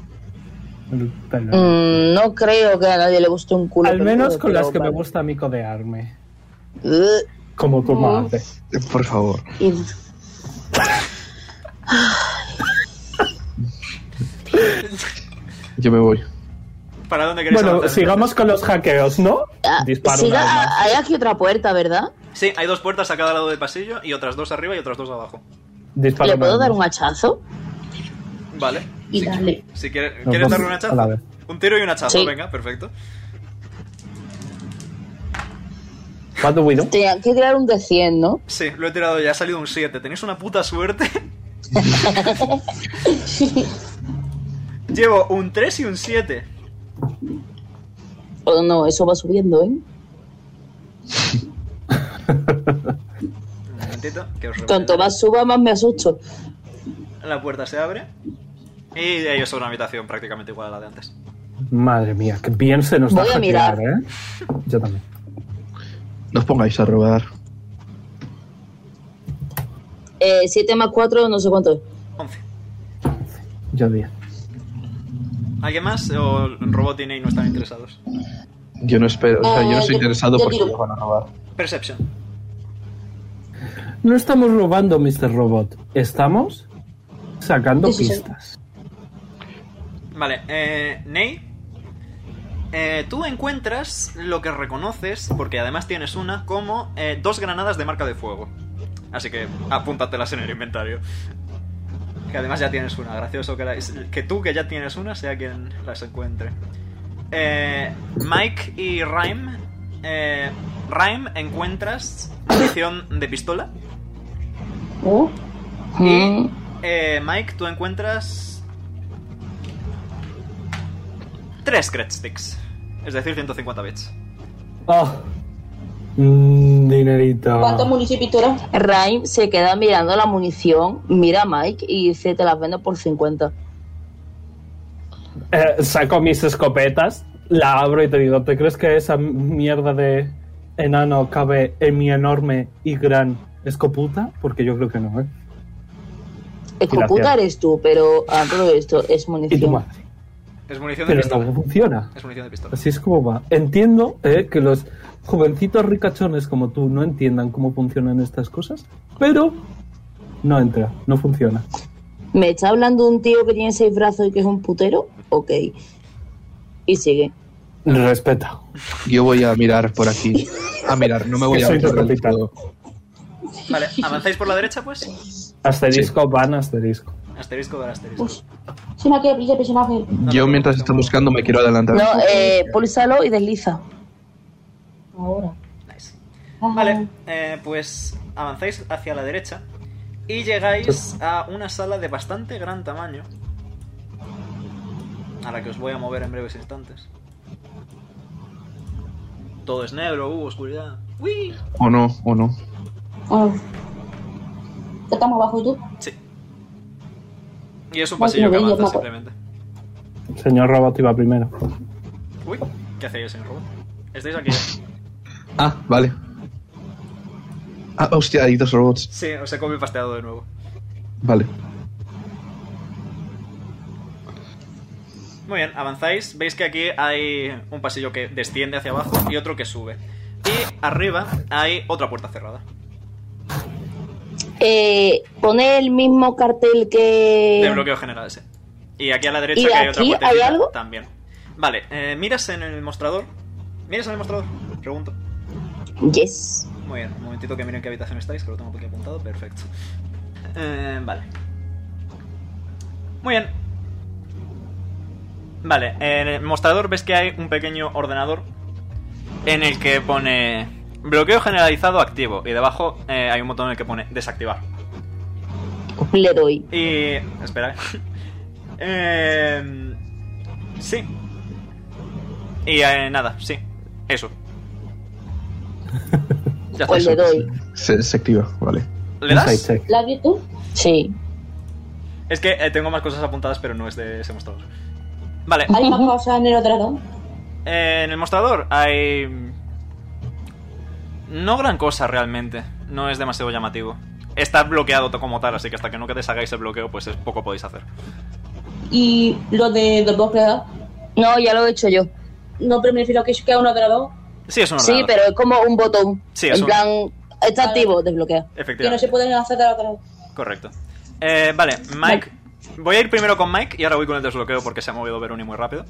El pelo. Mm, no creo que a nadie le guste un culo. Al peludo, menos con pero las que me vale. gusta a mí codearme. Ugh, Como tu madre. Por favor. y- Yo me voy. ¿Para dónde queréis Bueno, avanzar? sigamos con los hackeos, ¿no? Ah, Disparo siga- una vez más. hay aquí otra puerta, ¿verdad? Sí, hay dos puertas a cada lado del pasillo y otras dos arriba y otras dos abajo. Disparo ¿Le una puedo vez dar un más. hachazo? Vale. y dale. Si quieres, Los ¿quieres dos darle un a la vez. hachazo? Un tiro y un hachazo, Sí. venga, perfecto. What do we do? Tenía que tirar un de 100, ¿no? Sí, lo he tirado ya, ha salido un 7. Tenéis una puta suerte. Llevo un 3 y un 7. Oh, no, eso va subiendo, ¿eh? Un momentito, que os Cuanto revelaré. más suba, más me asusto. La puerta se abre. Y ellos son una habitación prácticamente igual a la de antes. Madre mía, que bien se nos Voy da a hackear, mirar. ¿eh? Yo también. No os pongáis a robar. Eh, 7 más 4, no sé cuánto es. 11. Yo diría. ¿Alguien más? ¿O Robot y Ney no están interesados? Yo no espero. O sea, yo no Eh, estoy yo- interesado yo porque tiro. nos van a robar. Perception. No estamos robando, Mr. Robot. Estamos sacando Sí, sí, sí. pistas. Vale, eh, Ney. eh, tú encuentras lo que reconoces, porque además tienes una, como eh, dos granadas de marca de fuego. Así que apúntatelas en el inventario. Que además ya tienes una, gracioso que, la- que tú que ya tienes una sea quien las encuentre. Eh, Mike y Rhyme. eh, Rhyme encuentras munición de pistola. Oh, Mm, Eh, Mike, tú encuentras. Tres cred sticks. Es decir, 150 bits. Oh. Mm, dinerito. Ah. ¿Cuántos municipios tú eras? Raim se queda mirando la munición, mira a Mike y dice, te las vendo por 50. Eh, saco mis escopetas, la abro y te digo, ¿te crees que esa mierda de enano cabe en mi enorme y gran escoputa? Porque yo creo que no, ¿eh? Escoputa Gracias. eres tú, pero ah, todo esto es Y tu munición. madre. Es munición de Pero pistola. no funciona. Es munición de pistola. Así es como va. Entiendo eh, que los jovencitos ricachones como tú no entiendan cómo funcionan estas cosas, pero no entra, no funciona. ¿Me está hablando un tío que tiene seis brazos y que es un putero? Ok. Y sigue. Respeta. Yo voy a mirar por aquí. A mirar, no me voy Que a soy meter del trompetita. todo. Vale, ¿avanzáis por la derecha, pues? Asterisco, van asterisco. Asterisco del asterisco. Pues, si no, que brilla el personaje. Yo mientras está buscando me quiero adelantar. No, eh, pulsalo y desliza. Ahora. Nice. Ajá. Vale, eh, pues avanzáis hacia la derecha y llegáis a una sala de bastante gran tamaño. A la que os voy a mover en breves instantes. Todo es negro, uh, oscuridad. ¡Uy! O no, o no. Ah. Estamos abajo y tú. Sí. Y es un Pues pasillo lo que veis, avanza mapa. simplemente. Señor Robot iba primero. Uy, ¿qué hacéis, señor robot? ¿Estáis aquí? ya? Ah, vale. Ah, hostia, hay dos robots. Sí, os he copiado y pasteado de nuevo. Vale. Muy bien, avanzáis. Veis que aquí hay un pasillo que desciende hacia abajo y otro que sube. Y arriba hay otra puerta cerrada. Eh, pone el mismo cartel De que. bloqueo general ese. Y aquí a la derecha ¿Y de que hay otra aquí puerta hay algo? también. Vale, eh, miras en el mostrador. ¿Miras en el mostrador? Pregunto. Yes. Muy bien, un momentito que miren qué habitación estáis, que lo tengo aquí apuntado. Perfecto. Eh, vale. Muy bien. Vale, en el mostrador ves que hay un pequeño ordenador en el que pone bloqueo generalizado activo y debajo eh, hay un botón en el que pone desactivar. Le doy. Y... Espera. eh, sí. Y eh, nada, sí. Eso. Ya está. Pues le doy. Se, se activa, vale. ¿Le das? Insight check. ¿La has visto? Sí. Es que eh, tengo más cosas apuntadas, pero no es de ese mostrador. Vale, Ah. ¿Hay más cosas en el otro lado? eh, en el mostrador hay... No gran cosa realmente, no es demasiado llamativo. Está bloqueado to- como tal, así que hasta que no deshagáis el bloqueo, pues es poco podéis hacer. Y lo de los dos creados. No, ya lo he hecho yo. No, pero me refiero a que es que uno de los dos Sí, es un Sí, ordenador, pero es como un botón. Sí, es en un- plan, está activo, desbloquea. que no efectivamente. se pueden hacer del otro lado. Correcto. Eh, vale, Mike. Voy a ir primero con Mike y ahora voy con el desbloqueo porque se ha movido Veroni muy rápido.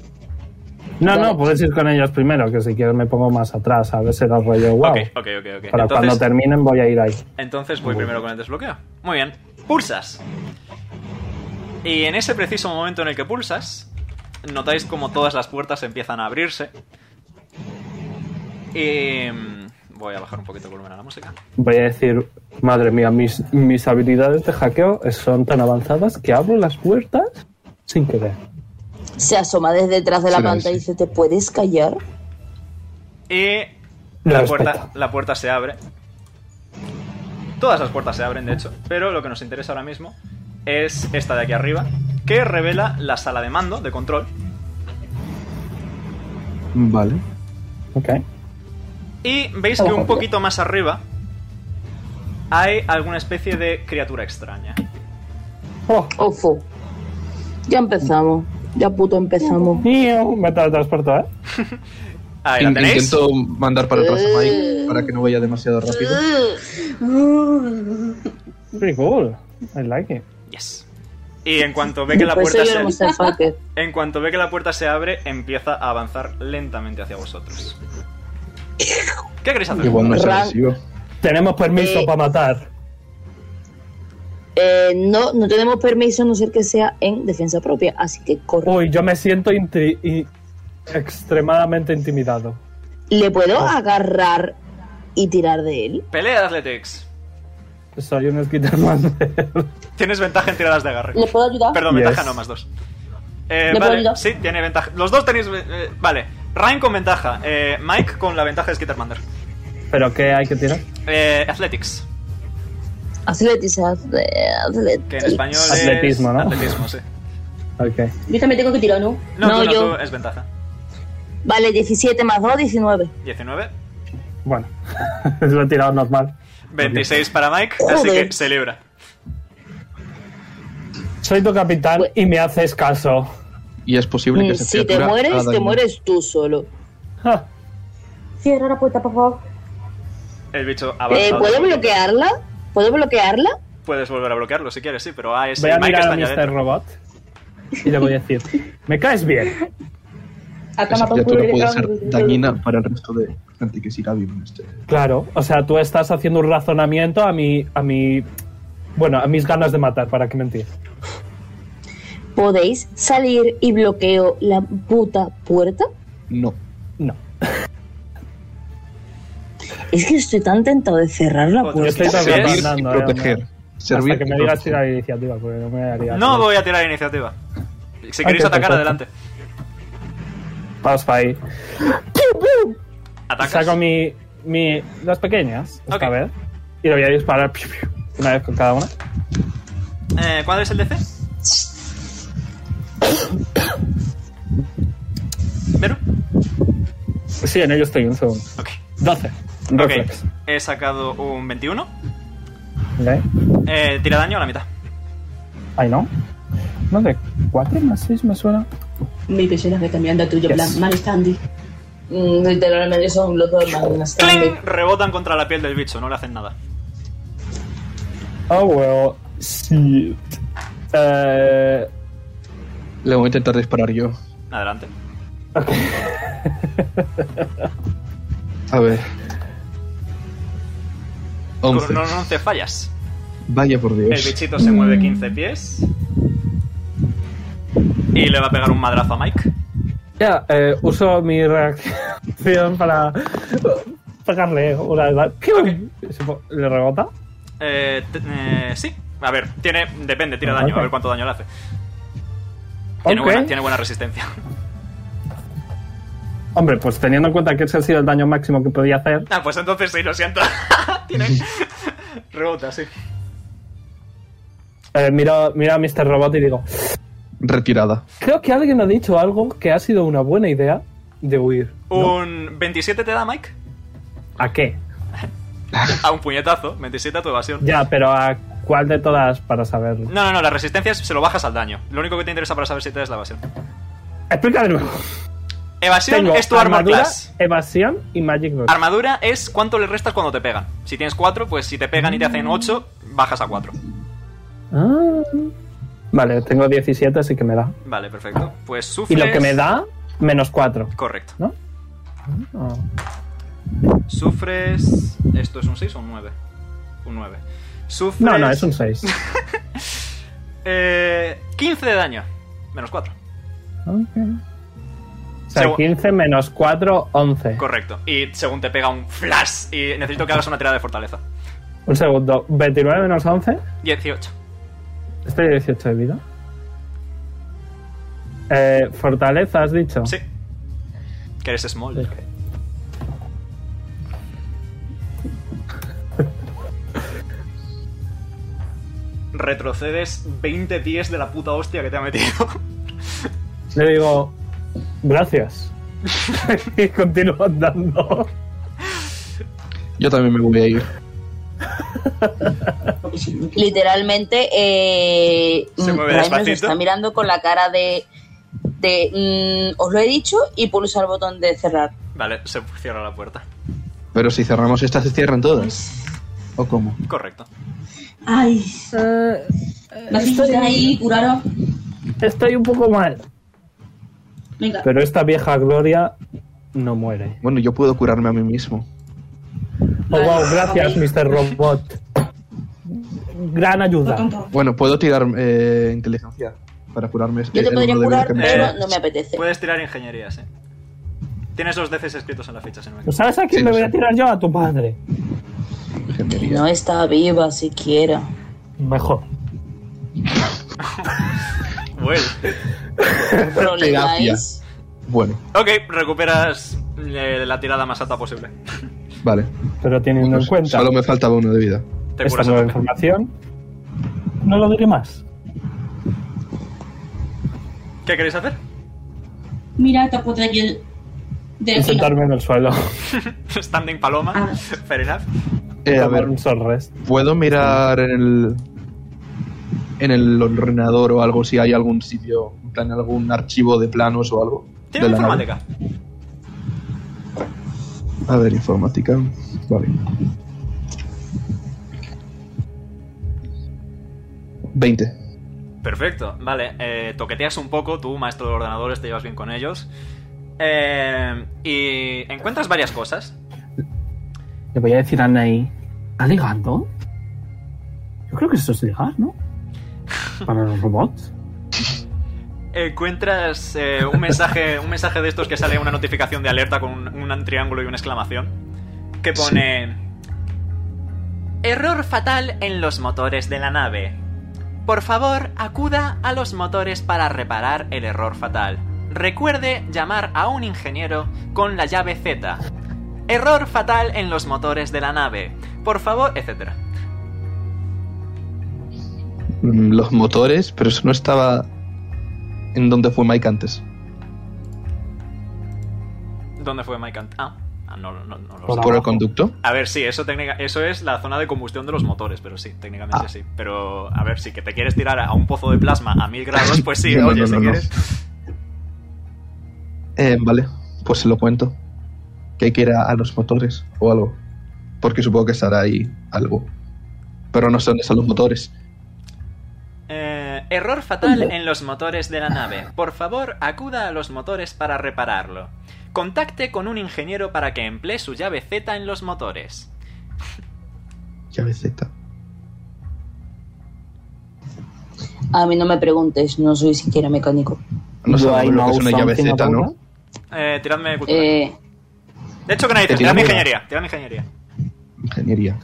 No, Vale. no, puedes ir con ellos primero, que si quieres me pongo más atrás, a ver si era rollo wow. Ok, ok, ok. ok. Para cuando Entonces, terminen voy a ir ahí. entonces voy primero con el desbloqueo. Muy bien. Pulsas. Y en ese preciso momento en el que pulsas, notáis como todas las puertas empiezan a abrirse. Y... mm, Voy a bajar un poquito el volumen a la música. Voy a decir, madre mía, mis, mis habilidades de hackeo son tan avanzadas que abro las puertas sin querer. Se asoma desde detrás de la Será pantalla y ese. dice, ¿te puedes callar? Y Lo la respeto. puerta, la puerta se abre. Todas las puertas se abren, de hecho. Pero lo que nos interesa ahora mismo es esta de aquí arriba, que revela la sala de mando, de control. Vale. Ok. Y veis que un poquito más arriba hay alguna especie de criatura extraña. Oh, Ofo. Ya empezamos. Ya puto empezamos. mío, me teletransporto, ¿eh? Ahí la In- tenéis. intento mandar para atrás a Mike para que no vaya demasiado rápido. Pretty cool. I like it. Yes. Y en cuanto ve que la Pues puerta soy el se, motherfucker. en cuanto ve que la puerta se abre, empieza a avanzar lentamente hacia vosotros. ¿Qué queréis hacer? Igual no es Ran- agresivo. Tenemos permiso Eh, para matar. Eh, no, no tenemos permiso a no ser que sea en defensa propia, así que corre. Uy, yo me siento intri- i- extremadamente intimidado. ¿Le puedo Ah. agarrar y tirar de él? Pelea de Athletics. Soy un esquitermander. Tienes ventaja en tiradas de agarre. ¿Le puedo ayudar? Perdón, Yes. ventaja no, más dos. Eh, ¿Le puedo vale, ayudar? sí, tiene ventaja. Los dos tenéis. ve- eh, vale, Ryan con ventaja, eh, Mike con la ventaja de Skittermander. ¿Pero qué hay que tirar? Eh, athletics, Athleticism. eh, athletic- que en español es. Atletismo, ¿no? Atletismo, sí. Ok. Yo también tengo que tirar, ¿no? No, No, tú no, yo. tú es ventaja. Vale, 17 más 2, 19. 19, Bueno, lo he tirado normal. 26 para Mike, así Joder. que se libra. Soy tu capitán Pues- y me haces caso. Y es posible que Mm, esa Si te criatura haga mueres, te daño. mueres tú solo. Ja, Cierra la puerta, por favor. El bicho Eh, avanza. ¿Puedo otro poquito. bloquearla? ¿Puedo bloquearla? Puedes volver a bloquearlo si quieres, sí, pero ah, es Voy a Mike mirar está a ya Mr. dentro. Robot y le voy a decir: Me caes bien. Acá Esa mató un criatura culo y puede eh, le ser cago- dañina para el resto de gente que siga vivo en este. Claro, o sea, tú estás haciendo un razonamiento a mi. A mi bueno, a mis ganas de matar, para qué mentir. ¿Podéis salir y bloqueo la puta puerta? No. No. Es que estoy tan tentado de cerrar la Joder, Yo puerta. estoy Sí, también es Pues y andando, eh, proteger. hombre. Servir Hasta que y me digas proteger. tirar iniciativa, porque no me daría. No voy a tirar iniciativa. Si queréis atacar, Ok, perfecto. adelante. Paso para ahí. Atacas. Saco mi, mi. Las pequeñas, esta Ok. vez. Y le voy a disparar piu, piu, una vez con cada una. Eh, ¿Cuál es el DC? ¿Pero? Pues Sí, en ello estoy, un segundo. Ok. 12. Ok, Reflex. he sacado un 21. Ok. Eh, tira daño a la mitad. Ay, no. No, de 4 más 6 me suena. Mi personaje también anda tuyo, Yes. plan, mal standing. Mm, literalmente son los dos más ¡Cling! Rebotan contra la piel del bicho, no le hacen nada. Oh, well. Shit. Eh, Le voy a intentar disparar yo. Adelante. A ver. Con 11. 11 fallas. Vaya por El Dios. bichito se mueve 15 pies. Y le va a pegar un madrazo a Mike. ya, eh, uso mi reacción para pegarle una ¡Piu! Se po- ¿Le rebota? Eh, te- eh, sí. A ver, tiene. Depende, tira daño, Ok. a ver cuánto daño le hace. Tiene, Ok. buena, tiene buena resistencia. Hombre, pues teniendo en cuenta que ese ha sido el daño máximo que podía hacer, Ah, pues entonces sí, lo siento. tiene. Rebota, sí. eh, miro, miro a Mr. Robot y digo: Retirada. Creo que alguien ha dicho algo que ha sido una buena idea de huir. Oh. Un 27 te da, Mike. ¿A qué? A un puñetazo. 27 a tu evasión. Ya, pero ¿a cuál de todas para saberlo? No, no, no, la resistencia es- se lo bajas al daño. Lo único que te interesa para saber si te es la evasión. Explica de nuevo. Evasión Tengo es tu arma armadura, class. evasión y magic bullet. Armadura es cuánto le restas cuando te pegan. Si tienes 4, pues si te pegan y te hacen 8, bajas a 4. Ah. Vale, tengo 17, así que me da. Vale, perfecto. Pues Y sufres. lo que me da, menos 4. Correcto. Ah. Sufres. ¿Esto es un 6 o un 9? Un 9. Sufres. No, no, es un 6. Eh, 15 de daño. Menos 4. O sea, Segu- 15 menos 4, 11. Correcto. Y según te pega un flash. Y necesito que hagas una tirada de fortaleza. Un segundo, 29 menos 11. 18. Estoy 18 de vida. Eh, fortaleza, has dicho. Sí. Que eres small. Ok. Retrocedes 20 pies de la puta hostia que te ha metido. Le digo, gracias. y continúo andando. Yo también me voy a ir. Literalmente, eh, Se mm, mueve Ryan despacito. nos está mirando con la cara de, de mm, os lo he dicho y pulsa el botón de cerrar. Vale, se cierra la puerta. Pero si cerramos estas, se cierran todas. ¿O cómo? Correcto. Ay, Eh, no estoy, estáis ahí, curaros. estoy un poco mal. Venga, Pero esta vieja gloria no muere. Bueno, yo puedo curarme a mí mismo. Oh, wow, gracias, Ok. Mr. Robot. Gran lo ayuda. tonto. Bueno, puedo tirar eh, inteligencia para curarme. Yo te eh, podría el uno de vida curar, que me pero queda. no, no me apetece. Puedes tirar ingenierías, eh. Tienes los DCs escritos en la ficha, si no me equivoco. ¿Sabes a quién Sí, me lo voy sé. a tirar yo? A tu padre. Ingeniería. No está viva siquiera. Mejor. Well. El problema Terapia. es Bueno, Ok, recuperas eh, la tirada más alta posible. vale. Pero teniendo en Pues cuenta Solo me faltaba uno de vida. Te esta curas a nueva tope. información, no lo diré más. ¿Qué queréis hacer? Mira esta puta aquí el- de Y sentarme en el suelo. Standing paloma. Ah. Fair enough. Eh, a tomar ver, un short rest. ¿puedo mirar en el. en el ordenador o algo si hay algún sitio, en plan, algún archivo de planos o algo? Tiene de la nave? informática. A ver, informática. Vale. 20. Perfecto. Vale, eh, toqueteas un poco, tú, maestro de ordenadores, te llevas bien con ellos. Eh, y encuentras varias cosas. Le voy a decir a Nay. ¿Está ligando? Yo creo que eso es ligar, ¿no? Para los robots. Encuentras eh, un mensaje un mensaje de estos que sale una notificación de alerta con un, un triángulo y una exclamación que pone Error fatal en los motores de la nave. Por favor, acuda a los motores para reparar el error fatal. Recuerde llamar a un ingeniero con la llave Z. Error fatal en los motores de la nave. Por favor, etcétera. Mm, Los motores, pero eso no estaba en donde fue Mike antes. ¿Dónde fue Mike Ant? Ah, Ah, no, no, no lo Por sé. ¿Por el conducto? A ver, sí, eso, técnica, eso es la zona de combustión de los motores, pero sí, técnicamente Ah. sí. Pero, a ver, si que te quieres tirar a un pozo de plasma a mil grados, pues sí, No, oye, no, si no, no. quieres. Eh, vale, pues se lo cuento. Que hay que ir a, a los motores o algo. Porque supongo que estará ahí algo. Pero no sé dónde están los motores. Eh, error fatal en los motores de la nave. Por favor, acuda a los motores para repararlo. Contacte con un ingeniero para que emplee su llave Z en los motores. Llave Z. A mí no me preguntes, no soy siquiera mecánico. Do No I sabemos lo know que es una llave something Z, about ¿no? Eh, tiradme cultura. Eh, de hecho, que nadie te dice, tiradme tiro. ingeniería. Tiradme ingeniería. Ingeniería.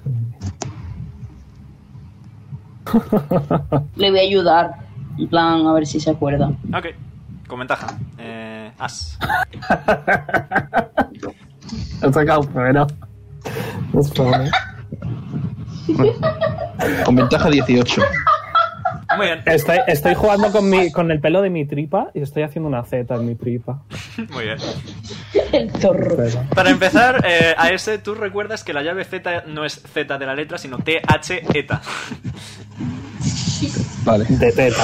le voy a ayudar. En plan, a ver si se acuerda. Ok, con ventaja. Eh, as. He sacado primero. No es problema. Con ventaja 18. Muy bien, Estoy, estoy jugando con, mi, con el pelo de mi tripa y estoy haciendo una Z en mi tripa. muy bien. El zorro. Para empezar, eh, a ese tú recuerdas que la llave Z no es Z de la letra, sino E TH ETA. Vale. De teta.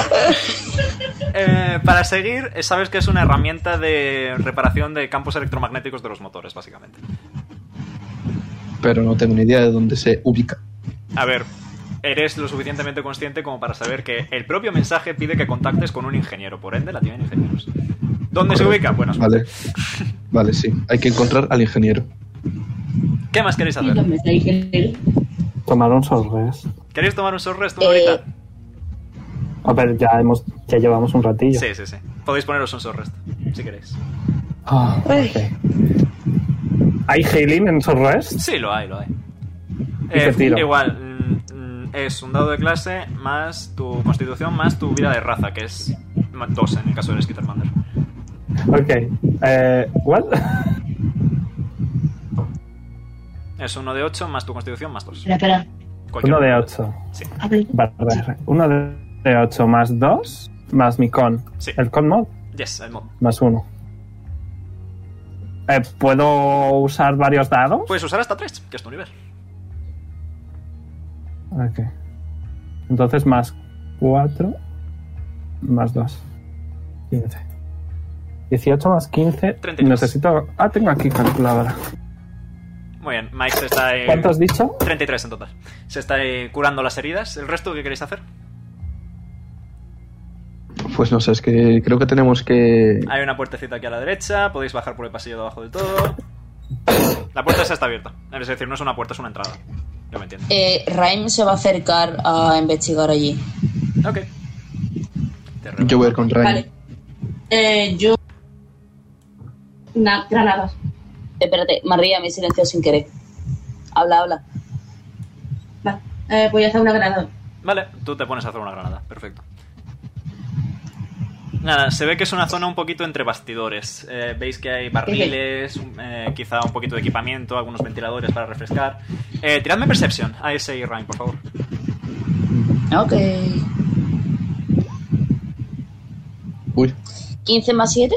Eh, para seguir, eh, sabes que es una herramienta de reparación de campos electromagnéticos de los motores, básicamente. Pero no tengo ni idea de dónde se ubica. A ver, eres lo suficientemente consciente como para saber que el propio mensaje pide que contactes con un ingeniero, por ende la tienen ingenieros. ¿Dónde se ubica? Bueno, Vale. Vale, sí. Hay que encontrar al ingeniero. ¿qué más queréis hacer? ¿Dónde está el ingeniero? Tomar un sorres. ¿Queréis tomar un short rest una Eh, horita? A ver, ya, hemos, ya llevamos un ratillo. Sí, sí, sí. Podéis poneros un short rest, si queréis. Ah, ¿Hay healing en Sorrest? Sí, lo hay, lo hay. Eh, ¿Y qué tiro? igual, mm, mm, es un dado de clase más tu constitución más tu vida de raza, que es ma- dos en el caso del Skittermander. Ok. Eh, ¿What? Es uno de ocho más tu constitución más dos. Espera, espera. Cualquier- Uno de ocho. Sí. Hable. Vale, vale. Uno de ocho más dos más mi con. Sí. El con mod Yes, el mod. más uno. Eh, ¿Puedo usar varios dados? Puedes usar hasta tres, que es tu nivel. Ok. Entonces más 4 más 2. 15. 18 más 15. 33. Necesito. Ah, tengo aquí calculadora. Muy bien, Mike se está ahí... ¿Cuánto has dicho? 33 en total. Se está ahí curando las heridas. ¿El resto qué queréis hacer? Pues no sé, es que creo que tenemos que. Hay una puertecita aquí a la derecha, podéis bajar por el pasillo debajo del todo. La puerta esa está abierta. Es decir, no es una puerta, es una entrada. Yo me entiendo. eh, Raim se va a acercar a investigar allí. Ok. Te rebo- Yo voy a ir con Ryan. Vale. Eh, yo. Na- granadas. Espérate, María me silenció sin querer. Habla, habla. Va. Eh, voy a hacer una granada. Vale, tú te pones a hacer una granada. Perfecto. Nada, se ve que es una zona un poquito entre bastidores. Eh, Veis que hay barriles, un- eh, quizá un poquito de equipamiento, algunos ventiladores para refrescar. Eh, tiradme Perception a ese y Ryan, por favor. Ok. Uy, 15 más 7.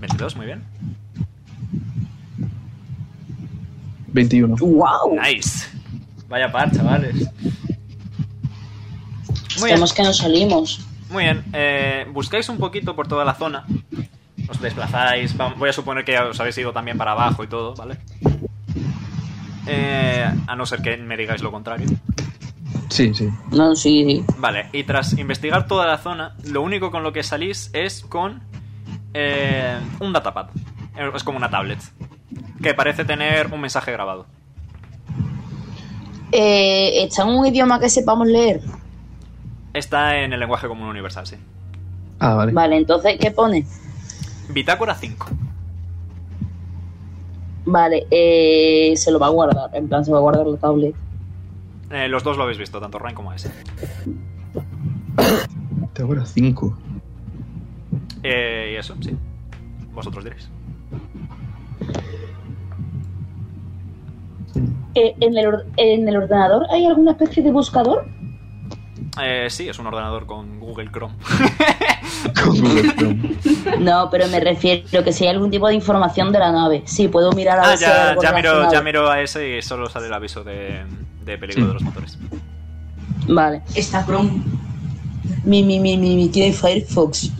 22, muy bien. 21. ¡Wow! Nice. Vaya par, chavales. Muy bien. Vemos que nos salimos. Muy bien, eh, buscáis un poquito por toda la zona. Os desplazáis, va- voy a suponer que os habéis ido también para abajo y todo, ¿vale? Eh, a no ser que me digáis lo contrario. Sí, sí. No, sí, sí. Vale, y tras investigar toda la zona, lo único con lo que salís es con eh, un datapad. Eh, Es como una tablet. Que parece tener un mensaje grabado. Eh, ¿Está en un idioma que sepamos leer? Está en el lenguaje común universal, sí. Ah, vale. Vale, entonces, ¿qué pone? Bitácora 5. Vale, eh, se lo va a guardar. En plan, se va a guardar la tablet. Eh, los dos lo habéis visto, tanto Ryan como ese. Te ahora 5. Eh, y eso, sí. Vosotros diréis. Eh, ¿en, el or- ¿En el ordenador hay alguna especie de buscador? Eh, sí, es un ordenador con Google Chrome. Con Google Chrome. No, pero me refiero que si hay algún tipo de información de la nave. Sí, pues puedo mirar a Ah, ver si hay ya, algo ya, miro, ya relacionado. miro a ese y solo sale el aviso de, de peligro de los motores. Vale. Está pronto. Mi, mi, mi, mi, mi, tiene Firefox.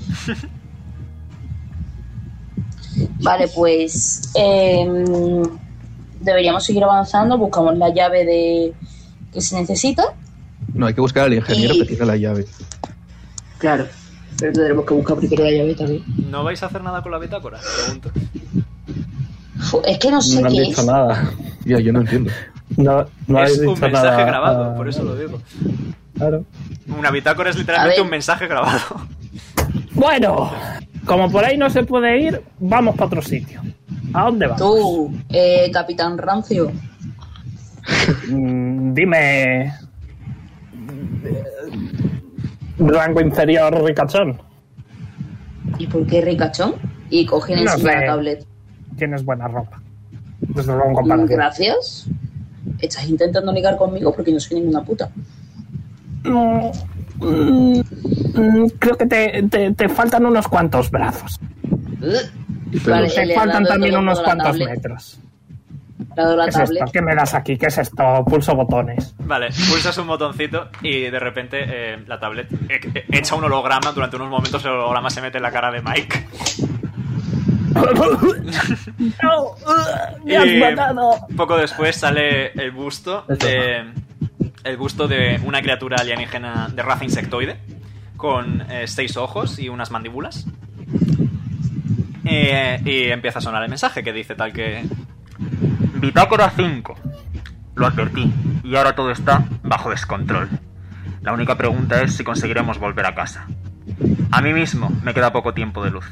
vale, pues. em, deberíamos seguir avanzando. Buscamos la llave de que se necesita. No, hay que buscar al ingeniero Y- que tiene la llave. Claro. Pero tendremos que buscar primero la llave también. ¿No vais a hacer nada con la bitácora? Pregunto. Fu- Es que no sé No han qué dicho es. nada. Ya, yo no entiendo. No, no es habéis un dicho mensaje nada. grabado, Ah, por eso lo digo. Claro. Una bitácora es literalmente A ver. un mensaje grabado. Bueno, como por ahí no se puede ir, vamos para otro sitio. ¿A dónde vamos? Tú, eh, Capitán Rancio. Mm, dime. eh, Rango inferior ricachón. ¿Y por qué ricachón? Y cogen No encima sé. la tablet. Tienes buena ropa. Desde luego en Mm, comparación. Gracias. Estás intentando ligar conmigo porque no soy ninguna puta. Mm, mm, mm, Creo que te, te- te faltan unos cuantos brazos. Y pero- Vale. le Te ha faltan dado también todo unos por la cuantos tablet. metros. Le ha dado la ¿Qué es tablet. esto? ¿Qué me das aquí? ¿Qué es esto? Pulso botones. Vale, pulsas un botoncito y de repente eh, la tablet e- e- echa un holograma. Durante unos momentos el holograma se mete en la cara de Mike. ¡No! ¡Ugh! ¡Me Y has matado! Poco después sale el busto de. El busto de una criatura alienígena de raza insectoide. Con eh, seis ojos y unas mandíbulas. Eh, y empieza a sonar el mensaje que dice tal que. Bitácora 5. Lo advertí. Y ahora todo está bajo descontrol. La única pregunta es si conseguiremos volver a casa. A mí mismo me queda poco tiempo de luz.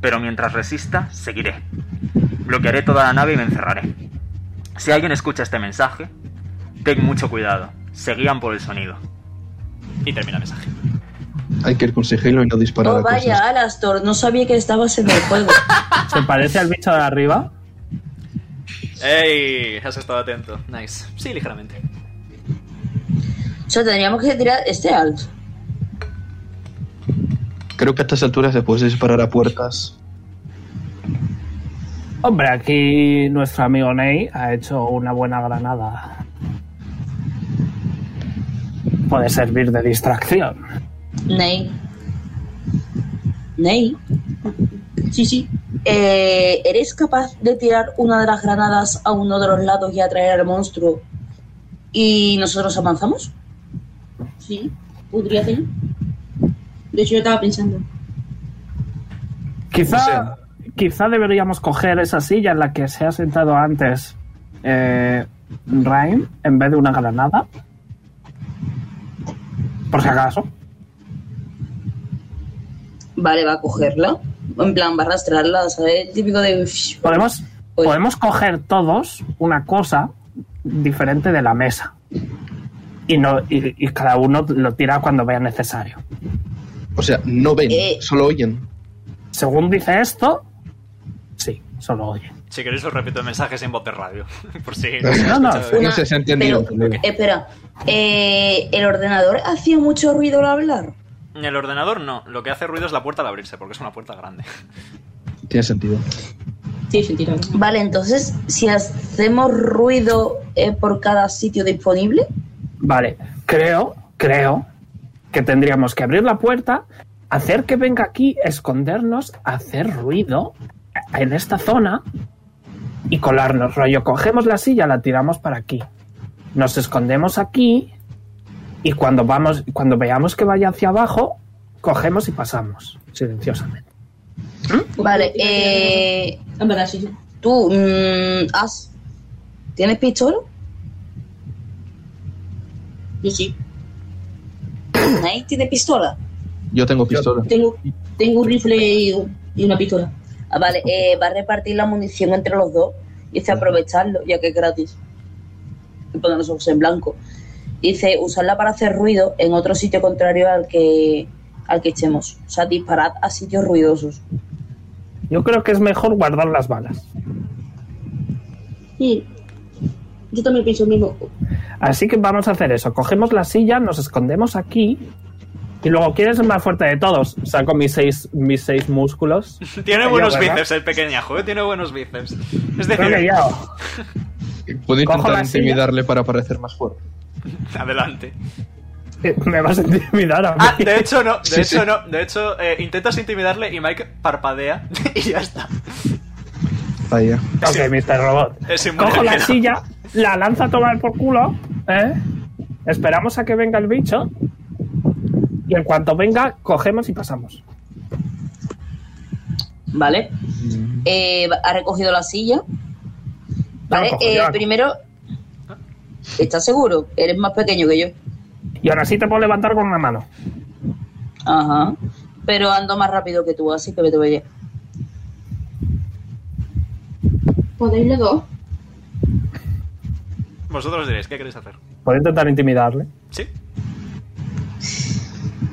Pero mientras resista, seguiré. Bloquearé toda la nave y me encerraré. Si alguien escucha este mensaje, ten mucho cuidado. Se guían por el sonido. Y termina el mensaje. Hay que ir con sigilo y no disparar Oh, a cosas. vaya, Alastor, no sabía que estabas en el juego. ¿Se parece al bicho de arriba? ¡Ey! Has estado atento. Nice. Sí, ligeramente. o sea, tendríamos que tirar este alt. Creo que a estas alturas después de disparar a puertas... Hombre, aquí nuestro amigo Ney ha hecho una buena granada. Puede servir de distracción. Ney. Ney, Sí, sí. eh, ¿eres capaz de tirar una de las granadas a uno de los lados y atraer al monstruo? ¿Y nosotros avanzamos? Sí. Podría hacer. De hecho, yo estaba pensando. Quizá, O sea- quizá deberíamos coger esa silla en la que se ha sentado antes eh, Rain en vez de una granada. Por si acaso. Vale, va a cogerla. En plan, va a arrastrarla, ¿sabes? Típico de... Podemos, Oye. podemos coger todos una cosa diferente de la mesa. Y, no, y, y cada uno lo tira cuando vea necesario. O sea, no ven, Eh. solo oyen. Según dice esto, sí, solo oye. Si queréis os repito el mensaje sin voz de radio. Por si... No, no, No sé si ha entendido. Pero, espera, eh, ¿el ordenador hacía mucho ruido al hablar? En el ordenador no. Lo que hace ruido es la puerta al abrirse, porque es una puerta grande. Tiene sentido. Sí, sentido. Vale, entonces, si hacemos ruido eh, por cada sitio disponible, Vale, creo, creo que tendríamos que abrir la puerta, hacer que venga aquí, escondernos, hacer ruido en esta zona y colarnos. Rollo, cogemos la silla, la tiramos para aquí. Nos escondemos aquí y cuando vamos, cuando veamos que vaya hacia abajo, cogemos y pasamos silenciosamente. vale, eh, En verdad, sí, sí. tú, mm, has- ¿tienes pistola? Yo sí. ¿Nadie tiene pistola? Yo tengo pistola. Tengo, tengo un rifle y, y una pistola. Ah, vale, eh, va a repartir la munición entre los dos y dice aprovecharlo, ya que es gratis. Y poner los ojos en blanco. Dice usarla para hacer ruido en otro sitio contrario al que al que echemos. O sea, disparad a sitios ruidosos. Yo creo que es mejor guardar las balas. Sí. Yo también pienso lo mismo. Así que vamos a hacer eso. Cogemos la silla, nos escondemos aquí. Y luego, ¿quién es el más fuerte de todos? Saco mis seis, mis seis músculos. Tiene Yo, buenos ¿verdad? bíceps el pequeñajo, ¿eh? tiene buenos bíceps. Es Creo que decir, ya. Puedo Cojo intentar la silla. intimidarle para parecer más fuerte. adelante. Eh, Me vas a intimidar a mí. Ah, de hecho no, de Sí, hecho sí. no, de hecho eh, intentas intimidarle y Mike parpadea y ya está. Vaya. Ok, Mr. Robot. Es inmune. Cojo la silla, la lanza a tomar por culo, ¿eh? Esperamos a que venga el bicho. Y en cuanto venga, cogemos y pasamos. ¿Vale? Eh, ha recogido la silla. ¿Vale? cojo, Eh, ya. primero. ¿Estás seguro? Eres más pequeño que yo. Y ahora sí te puedo levantar con una mano. Ajá. Pero ando más rápido que tú, así que vete vaya. ¿Podéis los dos? Vosotros diréis, ¿qué queréis hacer? Puedo intentar intimidarle. ¿Sí?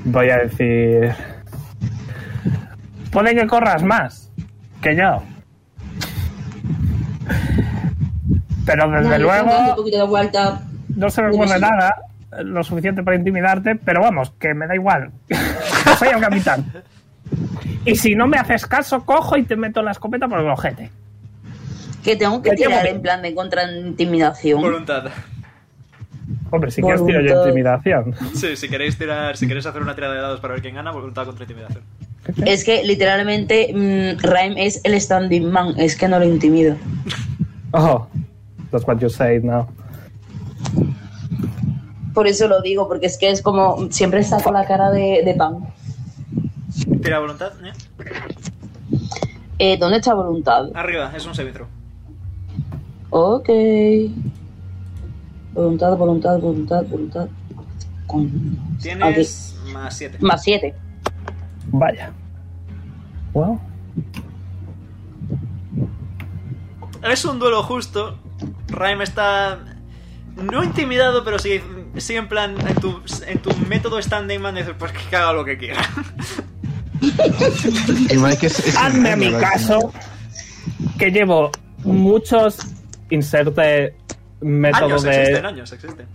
Voy a decir. Puede que corras más que yo. Pero desde Nada, yo estaba dando Un luego poquito de vuelta. no se me Dime ocurre si- nada eh, lo suficiente para intimidarte, pero vamos, que me da igual. Yo soy el capitán. Y si no me haces caso, cojo y te meto la escopeta por el ojete. Que tengo que Te llevo tirar bien. en plan de contraintimidación. Voluntad. Hombre, si quieres tiro yo Voluntad. intimidación. Sí, si queréis tirar, si queréis hacer una tirada de dados para ver quién gana, voluntad contra intimidación. Es que literalmente mm, Raim es el standing man, es que no lo intimido. Oh, that's what you say now. Por eso lo digo, porque es que es como siempre está con la cara de, de pan. Tira voluntad, ¿eh? Eh, ¿Dónde está voluntad? Arriba, es un sevitro. Ok. Voluntad, voluntad, voluntad, voluntad. Con... Tienes más 7. Más 7. Vaya. Wow. Es un duelo justo. Raim está. No intimidado, pero sí, sí en plan. En tu, en tu método standing man, dices, pues que haga lo que quiera. Y Mike es- es Hazme a enano, mi ¿verdad? caso, que llevo muchos inserte métodos Años, de existen, años, existen.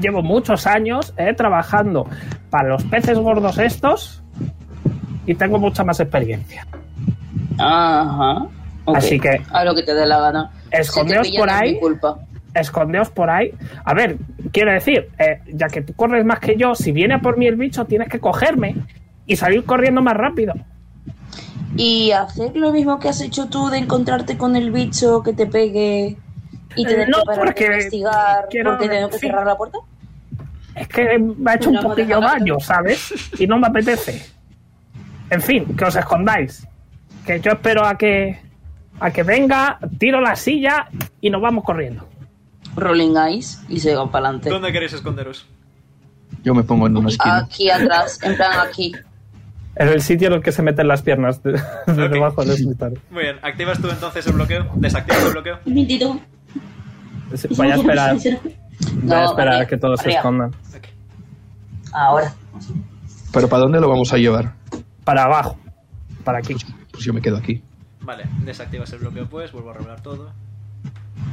llevo muchos años eh, trabajando para los peces gordos estos y tengo mucha más experiencia. Ajá. Ok. Así que- A lo que te dé la gana. Escondeos Si te pillan, por no es ahí. mi culpa. Escondeos por ahí. A ver, quiero decir, eh, ya que tú corres más que yo, si viene a por mí el bicho, tienes que cogerme y salir corriendo más rápido. Y hacer lo mismo que has hecho tú de encontrarte con el bicho que te pegue y tener Eh, No, que parar porque de investigar quiero- porque tengo que sí. cerrar la puerta. Es que me ha hecho Bueno, un poquillo vamos a dejarlo. daño, ¿sabes? Y no me apetece. En fin, que os escondáis. Que yo espero a que a que venga, tiro la silla y nos vamos corriendo. Rolling eyes y se van para adelante. ¿Dónde queréis esconderos? Yo me pongo en una esquina. Aquí atrás, en plan aquí. En el sitio en el que se meten las piernas de, Ok. debajo del escritorio. Muy bien, activas tú entonces el bloqueo, desactivas el bloqueo. Un momentito. Voy a esperar, voy No, a esperar a arriba, que todos se arriba. escondan. Ok. Ahora. Pero ¿para dónde lo vamos a llevar? Para abajo, para aquí. Pues yo me quedo aquí. Vale, desactivas el bloqueo pues, vuelvo a revelar todo.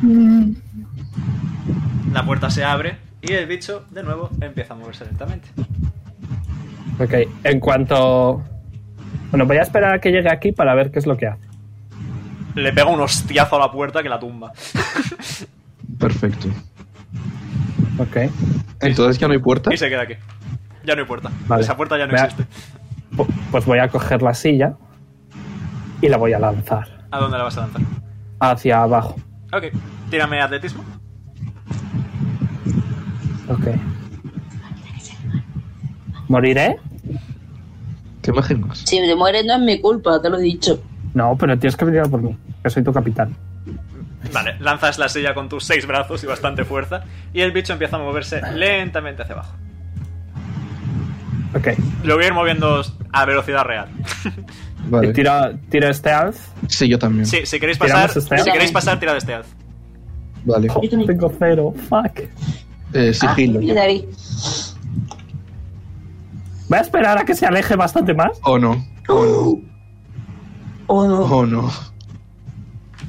Mm. La puerta se abre y el bicho de nuevo empieza a moverse lentamente. Ok, en cuanto... Bueno, voy a esperar a que llegue aquí para ver qué es lo que hace. Le pega un hostiazo a la puerta que la tumba. Perfecto. Ok. Entonces ya no hay puerta. Y se queda aquí. Ya no hay puerta. Vale. Esa puerta ya no Vea. existe. Pu- Pues voy a coger la silla y la voy a lanzar ¿A dónde la vas a lanzar? hacia abajo. Ok, tírame atletismo. Ok. ¿Moriré? ¿Te imaginas? Si te mueres no es mi culpa, te lo he dicho. No, pero tienes que venir a por mí, que soy tu capitán. Vale, lanzas la silla con tus seis brazos y bastante fuerza. Y el bicho empieza a moverse lentamente hacia abajo. Ok. Lo voy a ir moviendo a velocidad real. Vale. Tira, tira este stealth. Sí, yo también. Sí, si queréis pasar, ¿Tiramos stealth? si queréis pasar, tirad stealth. Vale. Jo, Oh, tengo cero. Fuck. Ah, Eh, sigilo. Y David, Voy a esperar a que se aleje bastante más. O no. Oh, Oh, no. O no. Oh, Oh.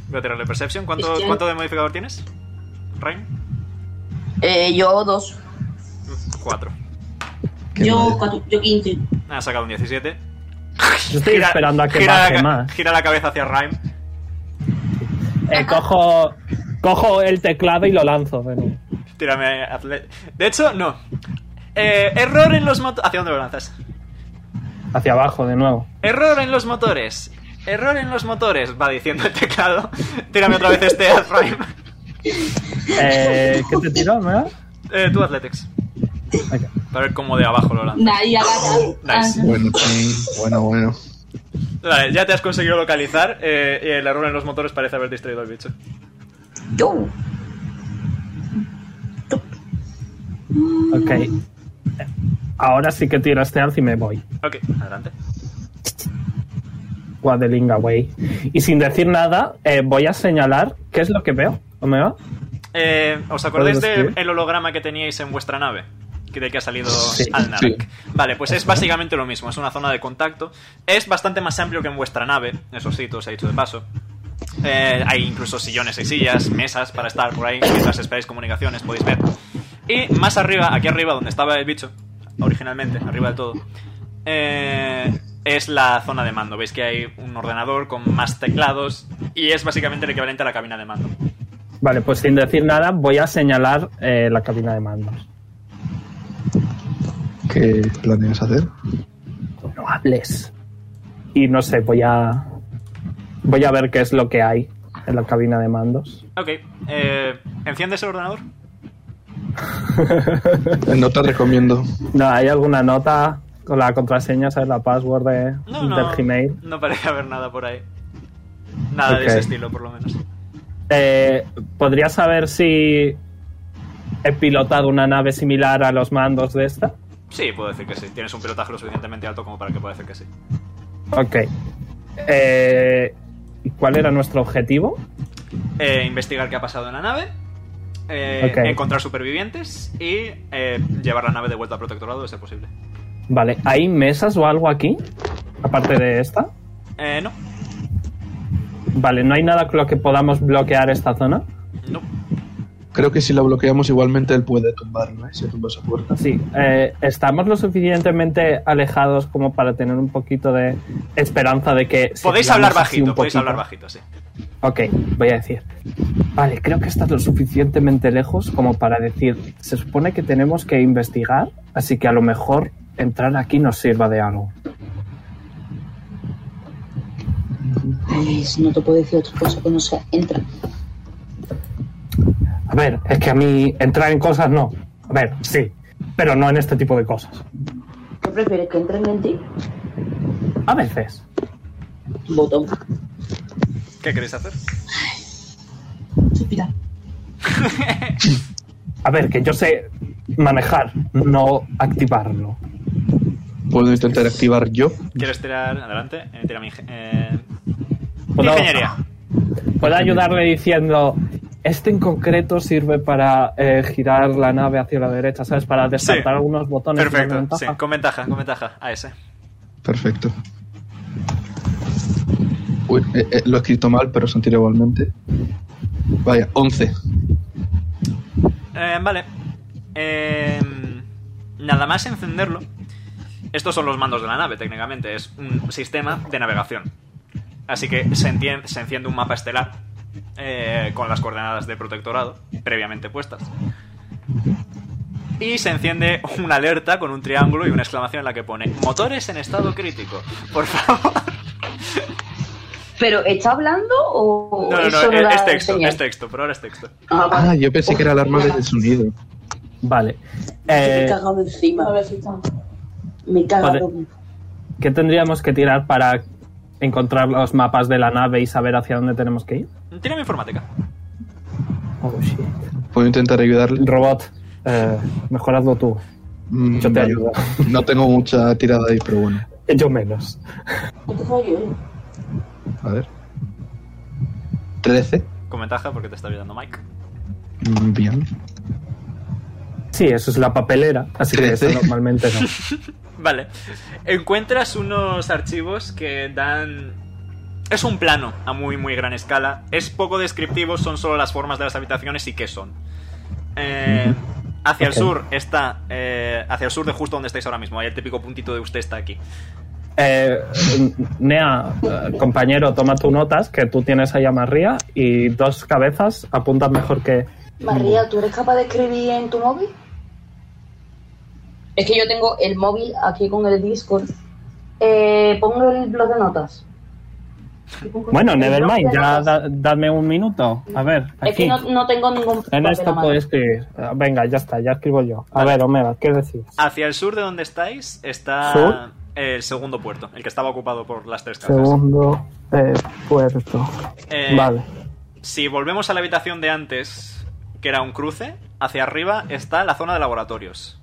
Voy a tirarle Perception. ¿Cuánto, Hostia. ¿cuánto de modificador tienes? Rain, Eh, yo dos. 4. Qué Yo, mal. cuatro- yo 15. Ha sacado un 17. Yo estoy Gira- esperando a que gira la baje ca- más. Gira la cabeza hacia Rain. Eh, cojo, cojo el teclado y lo lanzo. Bueno, Tírame atle- De hecho, no. Eh, error en los motores. ¿Hacia dónde lo lanzas? hacia abajo de nuevo. Error en los motores. Error en los motores, va diciendo el teclado. Tírame otra vez este Rain. Eh, ¿Qué te tiró, no? Eh, tú Athletics. Ok. Para ver cómo de abajo lo lanzas. Nadie agarra. Nice. Bueno, sí, bueno, bueno. Vale, ya te has conseguido localizar eh, y el error en los motores parece haber distraído al bicho. Yo. Ok. Eh, Ahora sí que tiro este alza y me voy. Ok, adelante. Guadelinga, güey. Y sin decir nada, eh, voy a señalar qué es lo que veo. ¿Omega? Eh, ¿Os acordáis ¿Puedo del escribir? holograma que teníais en vuestra nave? Que De que ha salido Sí. Alnarak. Sí. Vale, pues es básicamente lo mismo. Es una zona de contacto. Es bastante más amplio que en vuestra nave. Eso sí, todo se ha dicho de paso. Eh, hay incluso sillones y sillas, mesas para estar por ahí mientras esperáis comunicaciones, podéis ver. Y más arriba, aquí arriba donde estaba el bicho, originalmente, arriba de todo, eh, es la zona de mando. Veis que hay un ordenador con más teclados y es básicamente el equivalente a la cabina de mando. Vale, pues sin decir nada, voy a señalar eh, la cabina de mandos. ¿Qué planeas hacer? No hables. Y no sé, voy a. Voy a ver qué es lo que hay en la cabina de mandos. Ok, eh, ¿enciendes el ordenador? Eh, No te recomiendo. No, ¿hay alguna nota con la contraseña, sabes, la password de, No, no. del Gmail? No parece haber nada por ahí. Nada de Ok. ese estilo, por lo menos. Eh, ¿Podría saber si he pilotado una nave similar a los mandos de esta? Sí, puedo decir que sí. Tienes un pilotaje lo suficientemente alto como para que pueda decir que sí. Ok. Eh, ¿y ¿Cuál era nuestro objetivo? Eh, investigar qué ha pasado en la nave. eh, Ok. Encontrar supervivientes y eh, llevar la nave de vuelta al protectorado de ser posible. Vale, ¿hay mesas o algo aquí? Aparte de esta. Eh, no, Vale, ¿no hay nada con lo que podamos bloquear esta zona? no. Creo que si la bloqueamos igualmente él puede tumbarla, ¿eh? Si tumba esa puerta. Sí, eh, estamos lo suficientemente alejados como para tener un poquito de esperanza de que... si podéis tiramos hablar así bajito, un podéis poquito- hablar bajito, sí. Ok, voy a decir. Vale, creo que estás lo suficientemente lejos como para decir, se supone que tenemos que investigar, así que a lo mejor entrar aquí nos sirva de algo. Ay, si no te puedo decir otra cosa que no sea, entra. A ver, es que a mí entrar en cosas no. A ver, sí, pero no en este tipo de cosas. ¿Qué prefieres que entren en ti? A veces. Botón. ¿Qué queréis hacer? Suspira. A ver, que yo sé manejar, no activarlo. Puedo intentar activar yo. ¿Quieres tirar adelante? Eh, tira mi inge- eh, Hola. ingeniería. Puedo ayudarle diciendo, este en concreto sirve para eh, girar la nave hacia la derecha, ¿sabes? Para descartar Sí. algunos botones. de Perfecto, sí, ventaja". con ventaja, con ventaja. A ese. Perfecto. Uy, eh, eh, lo he escrito mal, pero se han tirado igualmente. Vaya, 11. Eh, vale. Eh, nada más encenderlo. Estos son los mandos de la nave, técnicamente. Es un sistema de navegación. Así que se, entien- se enciende un mapa estelar eh, con las coordenadas del protectorado previamente puestas. Y se enciende una alerta con un triángulo y una exclamación en la que pone motores en estado crítico. Por favor. ¿Pero está hablando o.? No, no, eso no, es, era es texto, señal? es texto, por ahora es texto. Ah, vale. Ah, yo pensé que era alarma del sonido. Vale. Me he Eh, cagado A encima. ver si está. Me he cagado. Vale. ¿Qué tendríamos que tirar para encontrar los mapas de la nave y saber hacia dónde tenemos que ir? Tírame informática. Oh, shit. Puedo intentar ayudarle. Robot, eh, mejorado tú. Mm, Yo te vaya. ayudo. No tengo mucha tirada ahí, pero bueno. Yo menos. Esto soy yo. ¿eh? A ver. 13. Con ventaja porque te está ayudando Mike. Mm, Bien. Sí, eso es la papelera, así que eso Trece. normalmente no. Vale. Encuentras unos archivos que dan Es un plano a muy muy gran escala. Es poco descriptivo, son solo las formas de las habitaciones y qué son. Eh, hacia el Ok. sur está. eh, hacia el sur de justo donde estáis ahora mismo. Hay el típico puntito de usted está aquí. Eh, Nea, eh, compañero, toma tus notas, que tú tienes ahí a María y dos cabezas apuntan mejor que... María, ¿tú eres capaz de escribir en tu móvil? Es que yo tengo el móvil aquí con el Discord. Eh, pongo el blog de notas. Bueno, El nevermind, blog de ya notas. da- dame un minuto. A ver, Pues, Es que aquí. no, no tengo ningún En papel a esto mano. puedo escribir. Ah, Venga, ya está, ya escribo yo. A ver, Omega, ¿qué decís? Ah, Hacia el sur de donde estáis está ¿Sur? el segundo puerto, el que estaba ocupado por las tres casas. Segundo eh, puerto. Eh, Vale. Si volvemos a la habitación de antes, que era un cruce, hacia arriba está la zona de laboratorios.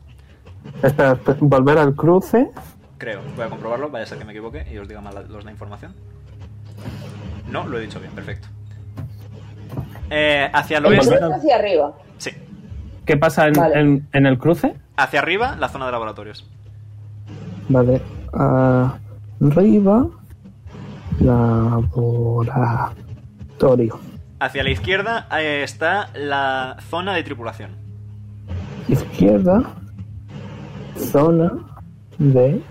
Espera, esp- volver al cruce. Creo. Voy a comprobarlo, vaya a ser que me equivoque y os diga mal la, los- la información. No, lo he dicho bien, perfecto. Eh, hacia el El oeste. cruce hacia arriba. Sí. ¿Qué pasa en, Vale. en- en el cruce? Hacia arriba, la zona de laboratorios. Vale. Ah, arriba. Laboratorio. Hacia la izquierda eh, está la zona de tripulación. Izquierda. Zona de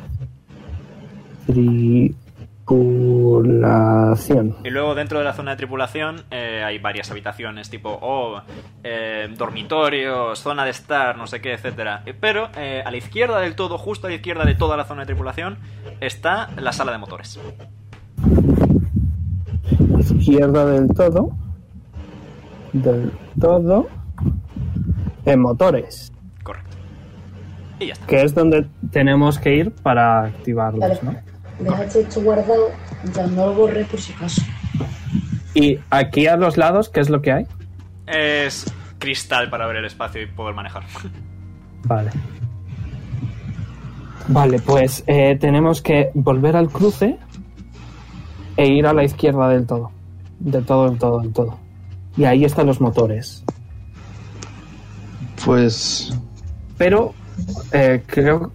tripulación. Y luego dentro de la zona de tripulación eh, hay varias habitaciones, tipo oh, eh, dormitorio, zona de estar, no sé qué, etcétera. Eh, Pero eh, a la izquierda del todo, justo a la izquierda de toda la zona de tripulación, está la sala de motores. izquierda del todo. Del todo. En motores. Correcto. Y ya está. Que es donde tenemos que ir para activarlos, Vale. ¿no? Dejaste esto guardado, ya no lo borré por si acaso. Y aquí a los lados, ¿qué es lo que hay? Es cristal para ver el espacio y poder manejar. Vale. Vale, pues eh, tenemos que volver al cruce e ir a la izquierda del todo. Del todo, del todo, del todo. Y ahí están los motores. Pues Pero eh, creo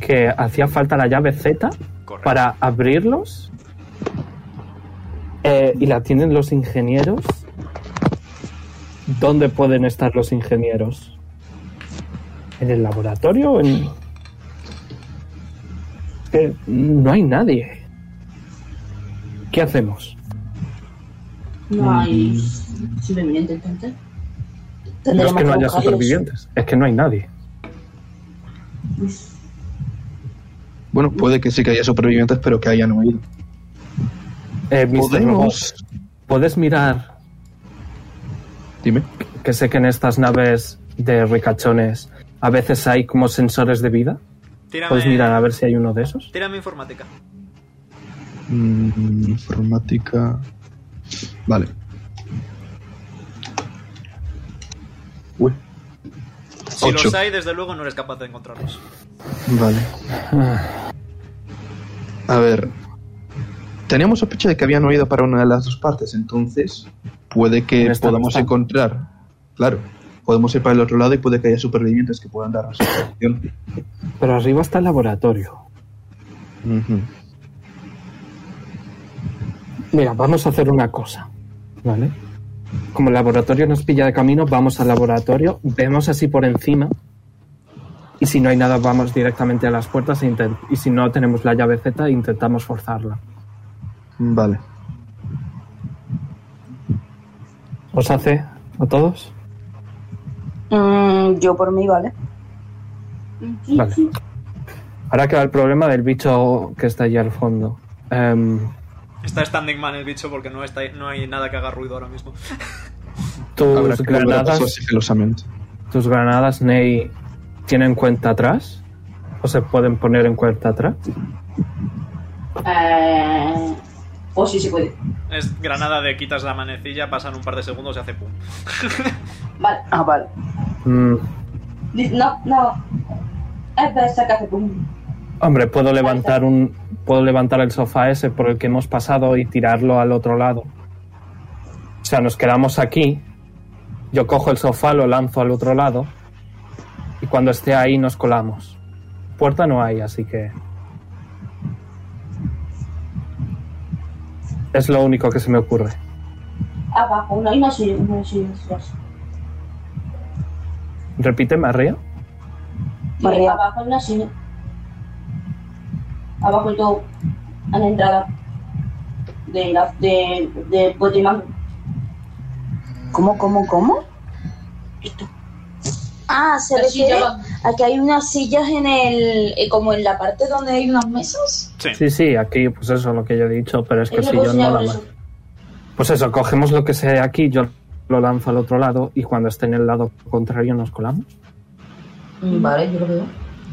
que hacía falta la llave Z Correcto. para abrirlos. Eh, y la tienen los ingenieros. ¿Dónde pueden estar los ingenieros? ¿En el laboratorio? o en- Eh, no hay nadie. ¿Qué hacemos? No hay superviviente, entonces. No Mm. es Tendremos que no haya buscarlos. supervivientes, es que no hay nadie. Bueno, puede que sí que haya supervivientes, pero que hayan huido. Eh, Mr. Robot, Podemos. ¿Puedes mirar Dime. que sé que en estas naves de ricachones a veces hay como sensores de vida. Tírame, Puedes mirar pues a ver si hay uno de esos. tírame informática. Mm, informática. Vale. Uy. Si Ocho. los hay, desde luego no eres capaz de encontrarlos. Vale. A ver. Teníamos sospecha de que habían oído para una de las dos partes, entonces puede que En esta podamos no están. encontrar. Claro, podemos ir para el otro lado y puede que haya supervivientes que puedan darnos información. Pero arriba está el laboratorio. Ujú. Mira, vamos a hacer una cosa. ¿Vale? Como el laboratorio nos pilla de camino, vamos al laboratorio, vemos así por encima. Y si no hay nada, vamos directamente a las puertas. e intent- y si no tenemos la llave Z, intentamos forzarla. Vale. ¿Os hace a todos? Mm, yo por mí, ¿vale? Vale. Ahora queda el problema del bicho que está allí al fondo. Em, Está standing man el bicho porque no, está, no hay nada que haga ruido ahora mismo. Habrá tus que volver a pasar granadas, sigilosamente. tus granadas, Ney, tienen cuenta atrás o se pueden poner en cuenta atrás. Eh, oh, sí, se puede. Es granada de quitas la manecilla, pasan un par de segundos y hace pum. Vale. Ah, vale. Mm, Dice, No, no. Es de esa que hace pum. hombre, puedo levantar un, puedo levantar el sofá ese por el que hemos pasado y tirarlo al otro lado. O sea, nos quedamos aquí. Yo cojo el sofá, lo lanzo al otro lado y cuando esté ahí nos colamos. Puerta no hay, así que Es lo único que se me ocurre. Ah, Abajo, no, y no soy no soy silencioso. Repite, María. Vale, abajo en la silla. Abajo y todo. A la entrada. De la de, de Potimán. ¿Cómo, cómo, cómo? Esto. Ah, se La refiere silla a que hay unas sillas en el. eh, como en la parte donde hay unas mesas. Sí. Sí, sí, aquí, pues eso es lo que yo he dicho, pero es que Eso si pues yo ya no la por ma- eso. Pues eso, cogemos lo que sea aquí, yo lo lanzo al otro lado y cuando esté en el lado contrario nos colamos. Mm, Vale, yo lo veo.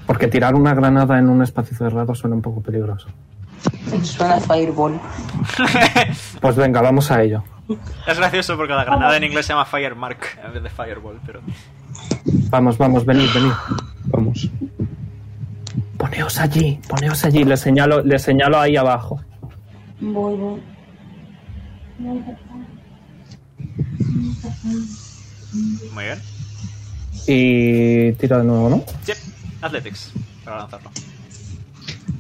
Porque tirar una granada en un espacio cerrado suena un poco peligroso. Suena Fireball. Pues venga, vamos a ello. Es gracioso porque la granada en inglés se llama Firemark en vez de Fireball, pero. Vamos, vamos, venid, venid. Vamos. Poneos allí, poneos allí. Le señalo, le señalo ahí abajo. Voy, voy. Muy bien. Y tiro de nuevo, ¿no? Yep. Athletics. Para lanzarlo.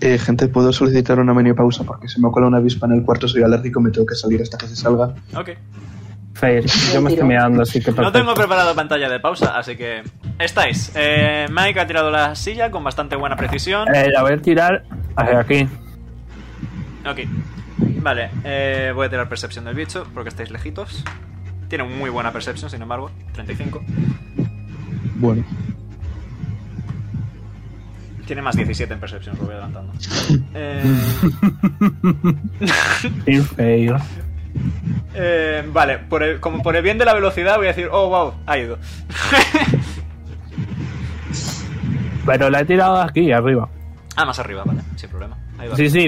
Eh, gente, ¿puedo solicitar una menú pausa? Porque se me cola una avispa en el cuarto, soy alérgico, me tengo que salir hasta que se salga. Ok. Fail. Yo me estoy meando, así que No perfecto. tengo preparado pantalla de pausa, así que. Estáis. Eh, Mike ha tirado la silla con bastante buena precisión. Eh, la voy a tirar hacia aquí. Ok. Vale, eh, voy a tirar percepción del bicho porque estáis lejitos. Tiene muy buena percepción, sin embargo. 35. Bueno, Tiene más 17 en percepción, os lo voy adelantando. Eh, Sí, fail. eh, vale, por el- como por el bien de la velocidad voy a decir, oh wow, ha ido. Pero la he tirado aquí, arriba. ah, más arriba, vale, sin problema. Ahí va. Sí, sí.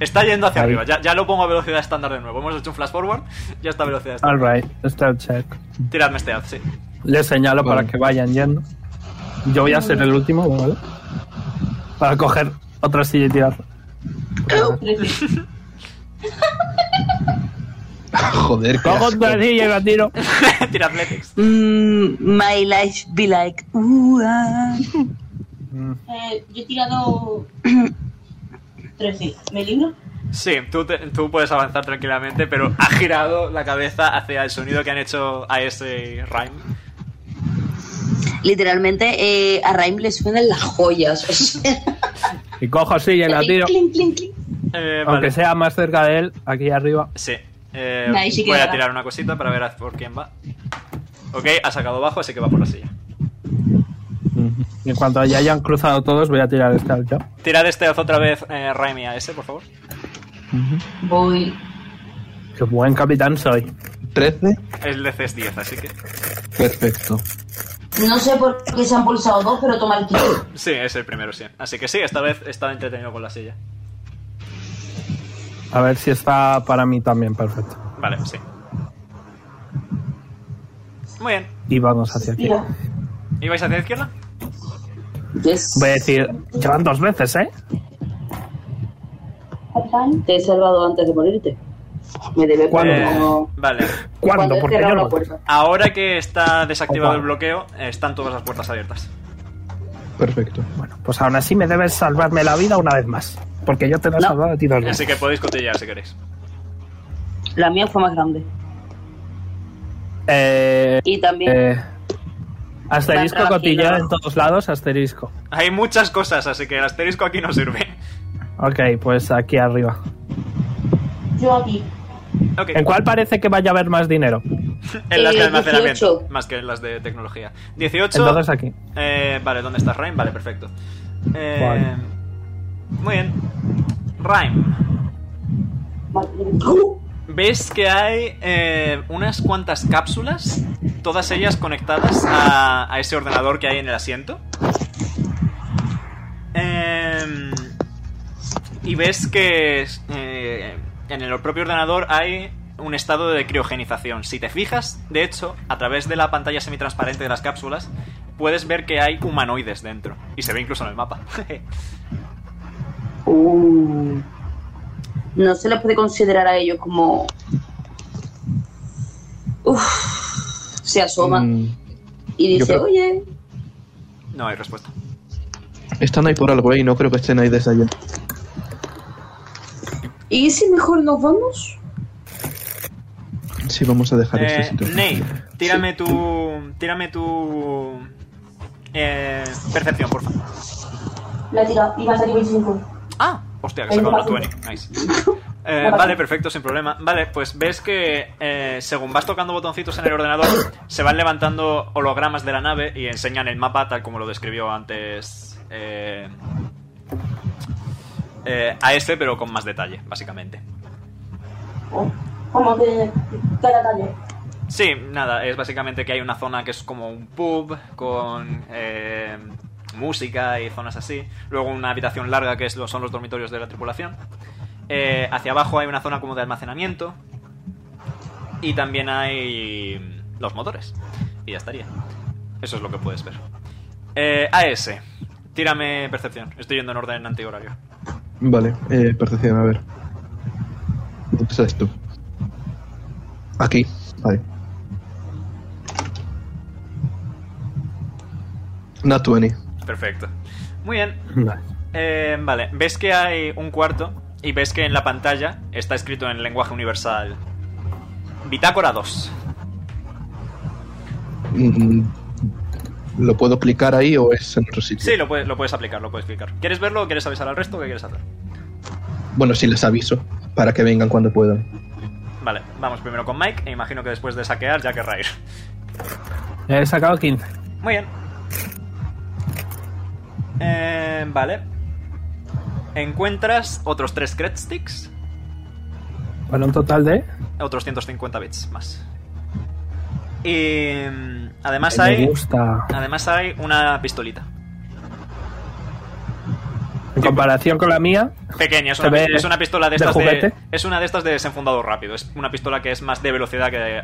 Está yendo hacia Ahí. arriba, ya, ya lo pongo a velocidad estándar de nuevo. Hemos hecho un flash forward, ya está a velocidad estándar. Alright, está el check. Tiradme este ad, sí. Le señalo Vale. para que vayan yendo. Yo voy a ser el último, ¿vale? Para coger otra silla y tirarla. joder, qué Cojo asco. otra silla y la tiro. Tira athletics. Mm, my life be like. uh, ah. Eh, yo he tirado 13. ¿Me libro? Sí, tú, te- tú puedes avanzar tranquilamente, pero ha girado la cabeza hacia el sonido que han hecho a ese rhyme. Literalmente eh, a Raim le suenan las joyas. o sea, Y cojo silla y la tiro. Clink, clink, clink. Eh, Aunque vale. sea más cerca de él, aquí arriba. Sí. Eh, Ahí sí que voy a era. tirar una cosita para ver a- por quién va. Ok, ha sacado bajo, así que va por la silla. Y en cuanto ya hayan cruzado todos, voy a tirar este al yo. Tirad este haz otra vez, eh, Raimi a ese, por favor. Voy. Qué buen capitán soy. 13. El DC es 10, así que. Perfecto. No sé por qué se han pulsado dos, pero toma el tiro. Sí, es el primero, sí. Así que sí, esta vez está entretenido con la silla. A ver si está para mí también, perfecto. Vale, sí. Muy bien. Y vamos hacia aquí. Mira, ¿Y vais hacia la izquierda? Yes. Voy a decir, llevan dos veces, ¿eh? Catán. Te he salvado antes de morirte. Me debe ¿Cuándo? Eh, como- Vale. ¿Cuándo? he Porque cerrado yo la no. puerta. Ahora que está desactivado Opa. el bloqueo, están todas las puertas abiertas. Perfecto. Bueno, pues aún así me debes salvarme la vida una vez más. Porque yo te la he No. salvado a ti dos Así veces. que podéis cotillar si queréis. La mía fue más grande. Eh, Y también. eh, asterisco Van cotilleo en tranquilo. todos lados, asterisco. Hay muchas cosas, así que el asterisco aquí no sirve. Ok, pues aquí arriba. Yo aquí. Ok. ¿En cuál parece que vaya a haber más dinero? En las de Eh, almacenamiento, 18. más que en las de tecnología. 18. Entonces aquí. eh, vale, ¿dónde está Rhyme? Vale, perfecto. Eh, Vale. Muy bien. Rhyme. Ves que hay eh, unas cuantas cápsulas, todas ellas conectadas a, a ese ordenador que hay en el asiento. Em, y ves que eh, en el propio ordenador hay un estado de criogenización. Si te fijas, de hecho, a través de la pantalla semitransparente de las cápsulas, puedes ver que hay humanoides dentro. Y se ve incluso en el mapa. Uh. no se les puede considerar a ellos como. Uf. se asoman Mm, y yo dice, creo- oye, no hay respuesta. están ahí por algo, ¿eh? Y no creo que estén ahí desde ayer. ¿Y si mejor nos vamos? Sí, vamos a dejar este Eh, sitio. Nate, tírame tu. Tírame tu. eh, percepción, por favor. La he tirado y me ha salido 25. Ah, hostia, que Ahí se va. una 20. Nice. Eh, vale, perfecto, sin problema. Vale, pues ves que eh, según vas tocando botoncitos en el ordenador, se van levantando hologramas de la nave y enseñan el mapa tal como lo describió antes eh, eh, a este, pero con más detalle, básicamente. Oh, ¿Cómo que cada taller? Sí, nada, es básicamente que hay una zona que es como un pub con eh, música y zonas así. Luego una habitación larga que es lo- son los dormitorios de la tripulación. Eh, hacia abajo hay una zona como de almacenamiento. Y también hay los motores. Y ya estaría. Eso es lo que puedes ver. Eh, AS, tírame percepción. Estoy yendo en orden antihorario. Vale, eh, percepción, a ver. ¿Dónde estás tú? Aquí, vale. Not 20. Perfecto. Muy bien, Vale. Eh, vale, ves que hay un cuarto y ves que en la pantalla está escrito en lenguaje universal. Bitácora 2. Mm, ¿Lo puedo aplicar ahí o es en otro sitio? Sí, lo puedes, lo puedes aplicar, lo puedes explicar. ¿Quieres verlo o quieres avisar al resto? ¿Qué quieres hacer? Bueno, sí, les aviso para que vengan cuando puedan. Vale, vamos primero con Mike e imagino que después de saquear ya querrá ir. He sacado 15. Muy bien. Eh, vale. Encuentras otros 3 cred sticks, Para un total de. otros 150 bits más. Y mm, además Me hay, gusta. además hay una pistolita. En comparación con la mía, Pequeña, es Se una, ve es una pistola de de estas de, juguete. es una de estas de desenfundado rápido. Es una pistola que es más de velocidad que de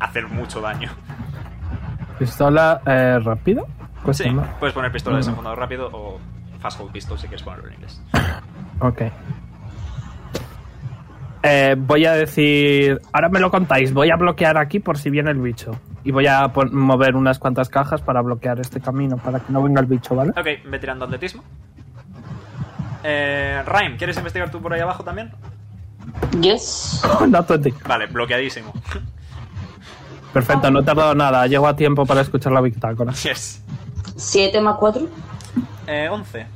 hacer mucho daño. pistola eh, rápida. Cuesta sí, más. puedes poner pistola de desenfundado rápido o fast hold pistol si quieres ponerlo en inglés. Ok. Eh, voy a decir. Ahora me lo contáis. Voy a bloquear aquí por si viene el bicho. Y voy a pon- mover unas cuantas cajas para bloquear este camino, para que no venga el bicho, ¿vale? Ok, ve tirando atletismo. Eh, Rhyme, ¿quieres investigar tú por ahí abajo también? Yes. No, 20. Vale, bloqueadísimo. Perfecto, no he tardado nada. Llego a tiempo para escuchar la bitácora. Yes. 7 más 4. Eh, 11.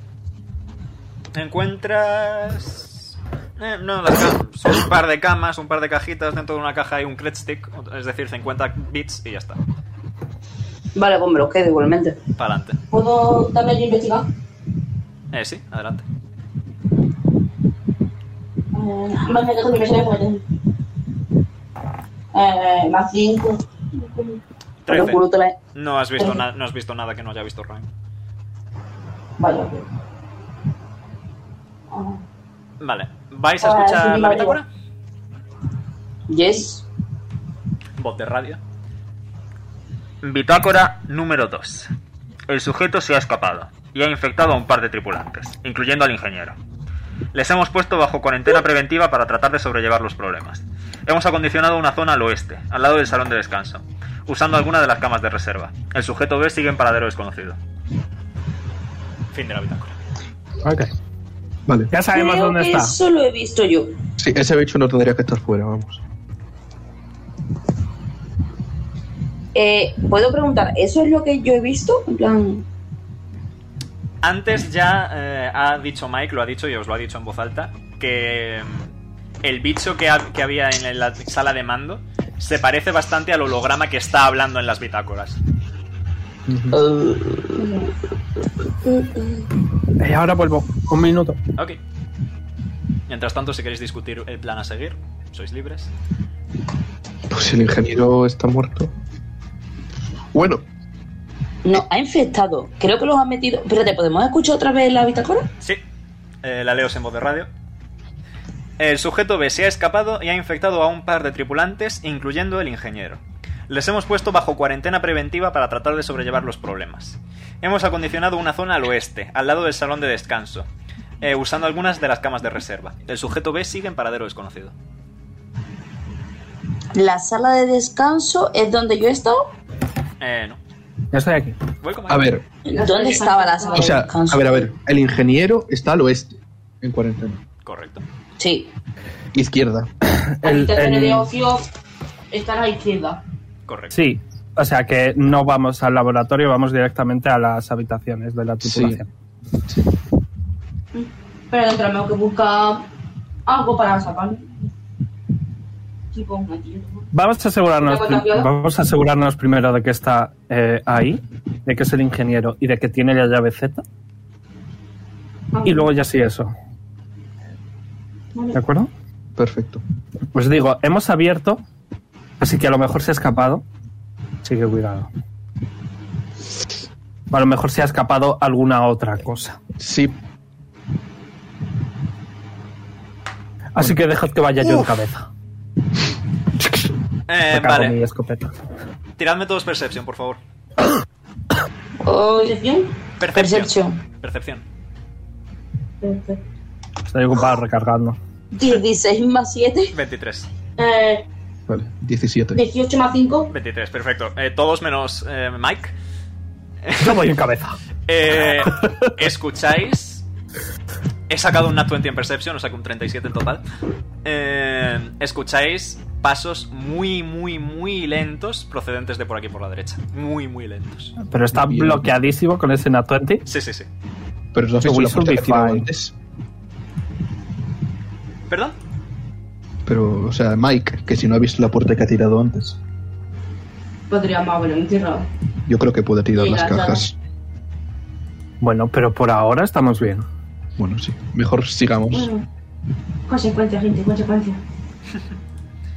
Encuentras. eh, no, las ca- son un par de camas, un par de cajitas. Dentro de una caja hay un cred stick, es decir, 50 bits y ya está. Vale, pues me los quedo igualmente. Para adelante. ¿Puedo también yo investigar? Eh, sí, adelante. Eh, más me dejo que me sale porque tengo- Eh, más 5. Pero 13. culo te la... No has visto, na- no has visto nada que no haya visto Ryan. Vaya. ok. Ah, Vale. ¿Vais a Ah, escuchar sí, la lo bitácora? Yes. Voz de radio. Bitácora número 2. El sujeto se ha escapado y ha infectado a un par de tripulantes, incluyendo al ingeniero. Les hemos puesto bajo cuarentena preventiva para tratar de sobrellevar los problemas. Hemos acondicionado una zona al oeste, al lado del salón de descanso, usando alguna de las camas de reserva. El sujeto B sigue en paradero desconocido. Fin de la bitácora. Ok. Vale. Ya sabemos Creo dónde que está. Eso lo he visto yo. Sí, ese bicho no tendría que estar fuera, vamos. Eh, Puedo preguntar, ¿eso es lo que yo he visto? En plan, Antes ya eh, ha dicho Mike, lo ha dicho y os lo ha dicho en voz alta, que mm, el bicho que, ha- que había en la sala de mando se parece bastante al holograma que está hablando en las bitácoras. Y Eh, ahora vuelvo. Un minuto. Ok. Mientras tanto, si queréis discutir el plan a seguir, sois libres. Pues el ingeniero está muerto. Bueno, no, ha infectado. Creo que los ha metido. Espérate, ¿podemos escuchar otra vez la bitácora? Sí, eh, la leo en voz de radio. El sujeto B se ha escapado y ha infectado a un par de tripulantes, incluyendo el ingeniero. Les hemos puesto bajo cuarentena preventiva para tratar de sobrellevar los problemas. Hemos acondicionado una zona al oeste, al lado del salón de descanso, eh, usando algunas de las camas de reserva. El sujeto B sigue en paradero desconocido. La sala de descanso es donde yo he estado. Eh, no. Ya estoy aquí. Voy con a ver, ¿Dónde estaba la sala o sea, de descanso? a ver, a ver. El ingeniero está al oeste, en cuarentena. Correcto. Sí. Izquierda. El- El, el- el... negocio está a la izquierda. Correcto. Sí, o sea que no vamos al laboratorio, vamos directamente a las habitaciones de la tripulación. Pero entramos que busca algo para sacar. Tipo una tierra. Vamos a asegurarnos, ¿Una cuenta pri- fiada? vamos a asegurarnos primero de que está eh, ahí, de que es el ingeniero y de que tiene la llave Z. Ah. Y luego ya sí eso. ¿De acuerdo? Perfecto. Pues digo, hemos abierto, así que a lo mejor se ha escapado. Así que cuidado. O A lo mejor se ha escapado alguna otra cosa. Sí, Así que dejad que vaya yo en cabeza. Eh, Me cago en mi vale, escopeta. tiradme todos Perception, por favor. ¿Dirección? Percepción. Percepción. Percepción. Estoy ocupado recargando. 16 más 7. 23. Eh, vale. 17. 18 más 5. 23, perfecto. Eh, todos menos eh, Mike. Yo voy en cabeza. Eh, Escucháis. He sacado un Nat 20 en Perception, o sea que un 37 en total. Eh, escucháis pasos muy, muy, muy lentos procedentes de por aquí por la derecha. Muy, muy lentos. Pero está Bien. bloqueadísimo con ese Nat 20. Sí, sí, sí. Pero no fue Yo voy la puerta que survival. tiraba antes. ¿Perdón? Pero, o sea, Mike, que si no ha visto la puerta que ha tirado antes, Podríamos haberlo enterrado. yo creo que puede tirar Sí, las la llave. cajas. Bueno, pero por ahora estamos bien. Bueno, sí. Mejor sigamos. Bueno, consecuencia, gente, consecuencia.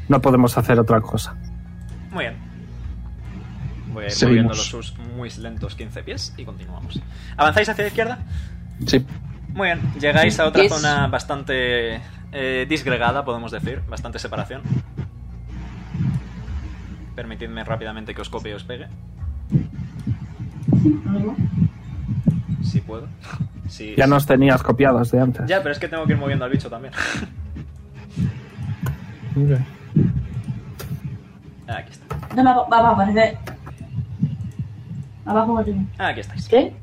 No podemos hacer otra cosa. Muy bien. Voy a ir Seguimos. moviendo los sus muy lentos 15 pies y continuamos. ¿Avanzáis hacia la izquierda? Sí. Muy bien, llegáis a otra Yes. zona bastante eh, disgregada, podemos decir, bastante separación. Permitidme rápidamente que os copie y os pegue. Si puedo. Si- Ya nos tenías copiados de antes. Ya, pero es que tengo que ir moviendo al bicho también. Ah, Aquí está. No me va, va, va a aparecer. Abajo arriba. Ah, Aquí estáis. ¿Qué?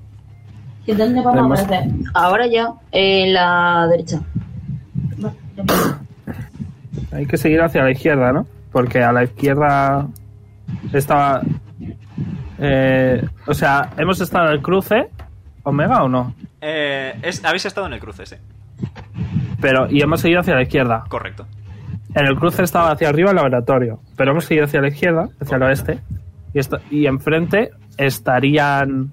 ¿Que dónde vamos Vemos. a aparecer? Ahora ya, en la derecha. Va, ya va. Hay que seguir hacia la izquierda, ¿no? Porque a la izquierda estaba... eh, o sea, ¿hemos estado en el cruce Omega o no? Eh, es- habéis estado en el cruce, sí. Pero, y hemos seguido hacia la izquierda. Correcto. En el cruce estaba hacia arriba el laboratorio, pero hemos seguido hacia la izquierda, hacia el oeste, y, esta- y enfrente estarían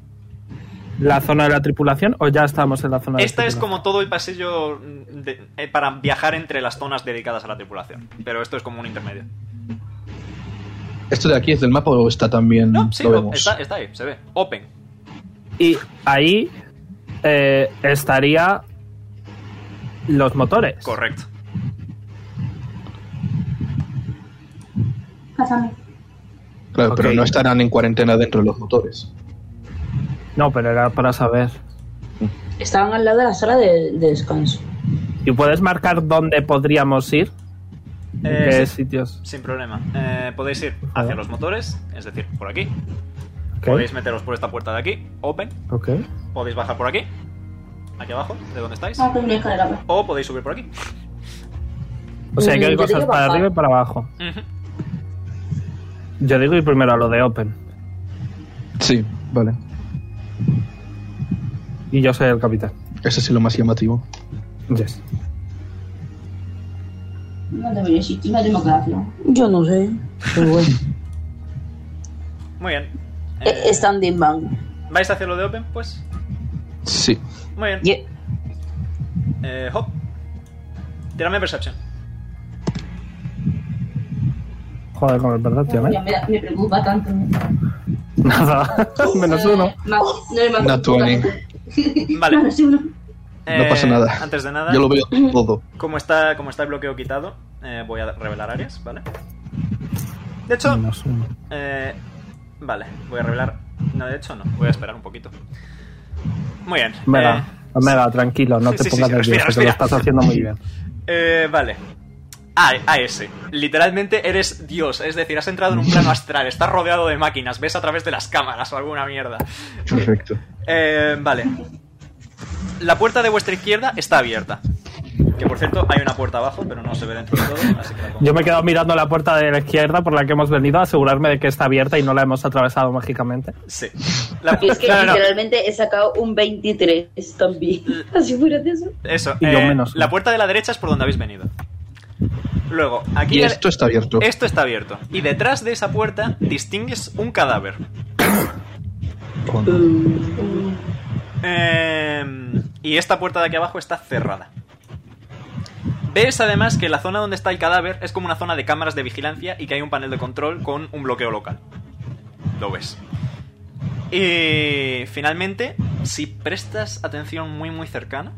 la zona de la tripulación o ya estamos en la zona Esta de la es como todo el pasillo mm, de- eh, para viajar entre las zonas dedicadas a la tripulación. Pero esto es como un intermedio. ¿Esto de aquí es del mapa o está también? No, sí, Mm, lo lo- vemos? está, está ahí, se ve. Open. Y ahí eh, estaría los motores. Correcto. Cázame. Claro, Ok. pero no estarán en cuarentena dentro de los motores. No, pero era para saber. Estaban al lado de la sala de, de descanso. ¿Y puedes marcar dónde podríamos ir? Eh, ¿Qué sí, sitios? sin problema. Eh, podéis ir hacia Joder. los motores, es decir, por aquí. Ok, Podéis meteros por esta puerta de aquí, open. ok. Podéis bajar por aquí, aquí abajo, de donde estáis. Vamos por una escalera. pues? va. O podéis subir por aquí. O sea, que hay Mm, yo cosas diría para bajar. arriba y para abajo. Ujú. Yo digo ir primero a lo de Open. Sí, vale. Y yo soy el capitán. Ese es lo más llamativo. Yes. No debería existir una democracia. Yo no sé. Pero bueno. Muy bien. Eh, Eh, Standing Bank. ¿Vais hacia lo de open? Pues. Sí. Muy bien. Ye- Eh, hop. Tiradme Perception. Joder, con el verdad, tío. ¿eh? Ya me, da- me preocupa tanto. Nada. Menos uno. Eh, más- no es más Nat 20. Vale. Menos uno. eh, pasa nada. Antes de nada, Yo lo veo todo. como, está, como está el bloqueo quitado, eh, voy a revelar áreas, ¿vale? De hecho, Menos uno. Eh, vale, voy a revelar. No, de hecho no, voy a esperar un poquito. Muy bien. Omega, eh, Omega, tranquilo, no Sí, te sí, pongas sí, respira, nervioso, que lo respira. estás haciendo muy bien. eh, vale. A- AS. Literalmente eres Dios, es decir, has entrado en un plano astral, estás rodeado de máquinas, ves a través de las cámaras o alguna mierda. Perfecto. Eh, vale. La puerta de vuestra izquierda está abierta. Que por cierto, hay una puerta abajo, pero no se ve dentro de todo, así que la pongo. Yo me he quedado mirando la puerta de la izquierda por la que hemos venido a asegurarme de que está abierta y no la hemos atravesado mágicamente. Sí. La- Y es que no, no, no. literalmente he sacado un 23 también. Así fuera de eso. Eso. Y yo eh, menos. La puerta de la derecha es por donde habéis venido. Luego, aquí Y al- esto está abierto. esto está abierto. Y detrás de esa puerta distingues un cadáver. Eh, y esta puerta de aquí abajo está cerrada. Ves además que la zona donde está el cadáver es como una zona de cámaras de vigilancia y que hay un panel de control con un bloqueo local. Lo ves. Y finalmente, si prestas atención muy muy cercana,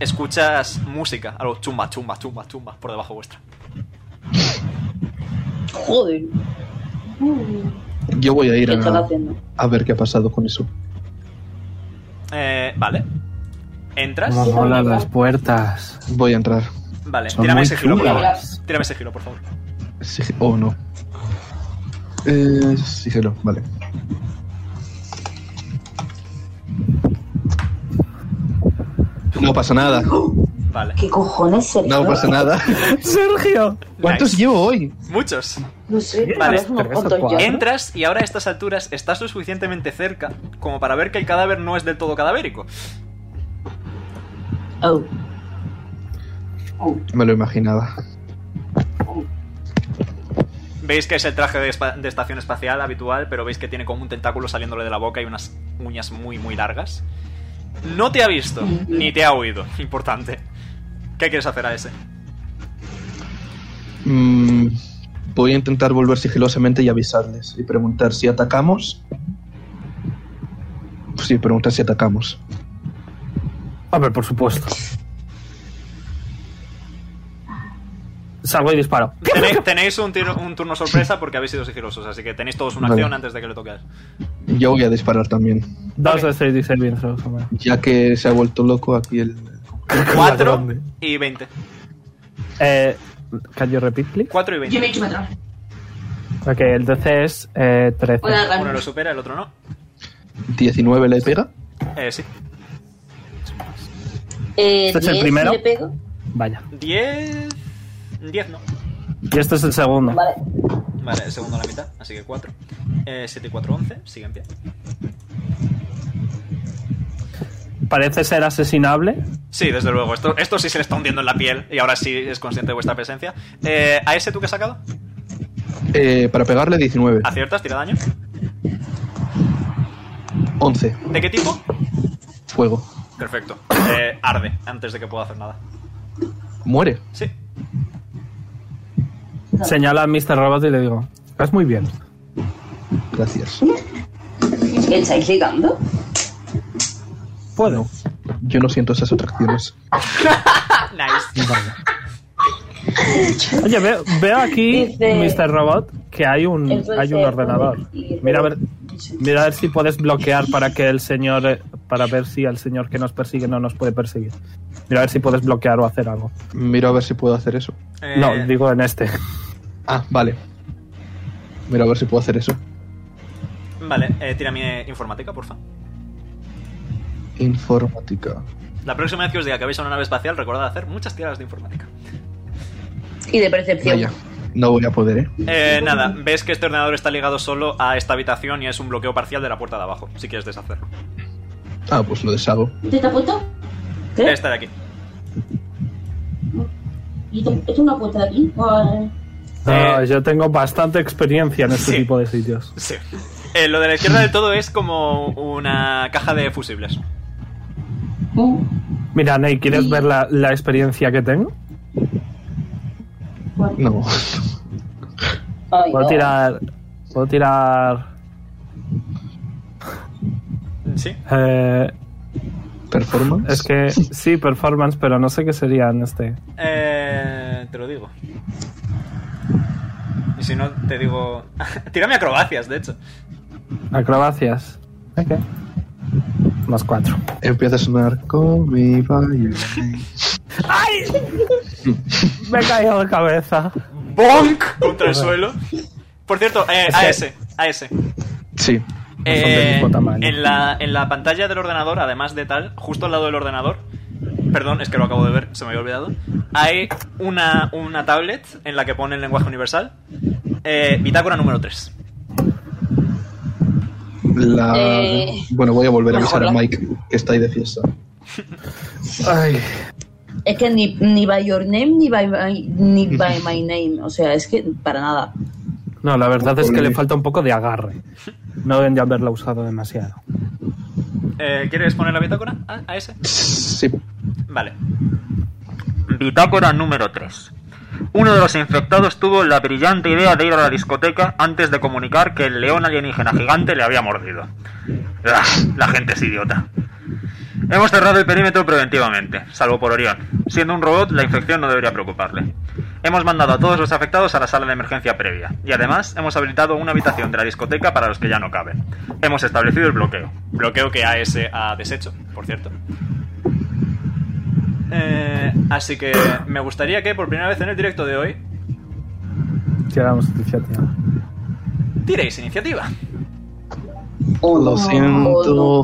escuchas música, algo chumba, chumba, chumba, chumba, por debajo vuestra. Joder, Yo voy a ir ¿qué estás a, haciendo? a ver qué ha pasado con eso. Eh, vale. ¿Entras? Como molan las puertas. Voy a entrar. Vale, Son tírame muy ese giro, por favor. chulas. Tírame ese giro, por favor. Sí, oh, no. Eh, sigilo, vale. No pasa nada. Vale. ¿Qué cojones sería? No pasa nada. ¡Sergio! ¿Cuántos Nice. llevo hoy? Muchos. No sé, Vale, parece unos tres o cuantos cuatro. ya. Entras y ahora a estas alturas estás lo suficientemente cerca como para ver que el cadáver no es del todo cadavérico. Oh. Me lo imaginaba. Veis que es el traje de, espa- de estación espacial habitual, pero veis que tiene como un tentáculo saliéndole de la boca y unas uñas muy, muy largas. No te ha visto, ni te ha oído. Importante. ¿Qué quieres hacer a ese? Mm, voy a intentar volver sigilosamente y avisarles y preguntar si atacamos. Sí, preguntar si atacamos. A ver, por supuesto. Salgo y disparo. Tenéis, tenéis un, tiro- un turno sorpresa porque habéis sido sigilosos, así que tenéis todos una Vale. acción antes de que le toques. Yo voy a disparar también, Dos de seis disabling throws, hombre. ya que se ha vuelto loco aquí el. 4 grande. y 20. Eh, can you repeat, please? 4 y 20. Yo me he hecho para atrás. Ok, el DC es eh, 13. Hola, Uno lo Rami. supera, el otro no. 19 le pega. Eh, sí. Eh, Este es el 10 primero. le pego. Vaya. 10. 10 no. Y este es el segundo. Vale. Vale, el segundo a la mitad, así que 4. Eh, 7 y 4, 11. Sigue en pie. Parece ser asesinable. Sí, desde luego. Esto, esto sí se le está hundiendo en la piel y ahora sí es consciente de vuestra presencia. Eh, ¿A ese tú que has sacado? Eh, para pegarle 19. ¿Aciertas? ¿Tira daño? 11. ¿De qué tipo? Fuego. Perfecto. Eh, arde antes de que pueda hacer nada. Muere. Sí. Señala a Mr. Robot y le digo, estás muy bien. Gracias. ¿Estáis ligando? Puedo. Yo no siento esas atracciones. Ah, nice. Oye, veo, veo aquí, Dice- Mr. Robot, que hay un, Entonces, hay un ordenador. y- Mira a, ver, mira a ver si puedes bloquear para que el señor, eh, para ver si el señor que nos persigue no nos puede perseguir. Mira a ver si puedes bloquear o hacer algo. Miro a ver si puedo hacer eso. Eh, No, digo en este. Ah, vale. Miro a ver si puedo hacer eso. Vale, eh, tira mi eh, informática, porfa. Informática. La próxima vez que os diga que vais a una nave espacial, recordad hacer muchas tiradas de informática. Y de percepción. Vaya. No voy a poder, ¿eh? Eh, nada, ves que este ordenador está ligado solo a esta habitación y es un bloqueo parcial de la puerta de abajo, si quieres deshacerlo. Ah, pues lo deshago. ¿Te está puesto? ¿Qué? Esta de aquí. ¿Y esto esto es una puerta de aquí? ¿O- Ah, yo tengo bastante experiencia en este eh, Sí. tipo de sitios. Sí. Eh, lo de la izquierda del todo es como una caja de fusibles. ¿Mm? Mira, Ney, ¿quieres Y- ver la, la experiencia que tengo? No. Ay, Puedo no. tirar... Puedo tirar... Sí. eh, Performance. es que sí, performance, pero no sé qué sería en este. Eh, te lo digo. Y si no, te digo. Tírame acrobacias, de hecho. Acrobacias. Ok. Más cuatro. Empieza a sonar con mi baile. Me he caído de cabeza. ¡Bonk! Contra el suelo. Por cierto, eh, AS. AS. Sí. del Eh, mismo tamaño. en, la, en la pantalla del ordenador, además de tal, justo al lado del ordenador, perdón, es que lo acabo de ver, se me había olvidado. Hay una, una tablet en la que pone el lenguaje universal. Eh, bitácora número 3. La... Eh, Bueno, voy a volver a mejor avisar a la- Mike que está ahí de fiesta. Ay, Es que ni, ni by your name ni by, my- ni by my name. O sea, es que para nada. No, la verdad es que Ole. le falta un poco de agarre. No deben de haberla usado demasiado. Eh, ¿Quieres poner la bitácora? ¿A, a ese? sí. Vale. Bitácora número 3. Uno de los infectados tuvo la brillante idea de ir a la discoteca antes de comunicar que el león alienígena gigante le había mordido. Ah, la gente es idiota. Hemos cerrado el perímetro preventivamente, salvo por Orión. Siendo un robot, la infección no debería preocuparle. Hemos mandado a todos los afectados a la sala de emergencia previa, y además hemos habilitado una habitación de la discoteca para los que ya no caben. Hemos establecido el bloqueo. Bloqueo que AS ha deshecho, por cierto. Eh, así que me gustaría que por primera vez en el directo de hoy Tiramos iniciativa. tiréis iniciativa. Lo siento.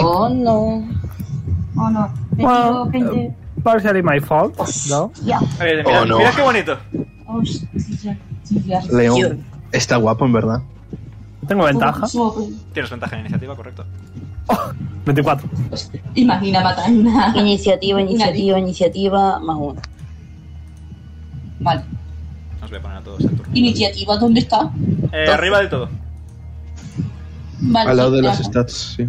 Oh, no. Oh no. Bueno, Vestido 20. eh, partially my fault, ¿no? Ya. Eh, mirad, Oh, no. mirad qué bonito. Hostia. Hostia. León está guapo, en verdad. Tengo ventaja. Pues, Tienes ventaja en iniciativa, correcto. 24. pues, Imagina matar una. Iniciativa, iniciativa, iniciativa, más uno. Vale. Os voy a poner a todos el turno. Iniciativa, ¿dónde está? Eh, arriba del todo. Vale. Al lado de ya. las stats, sí.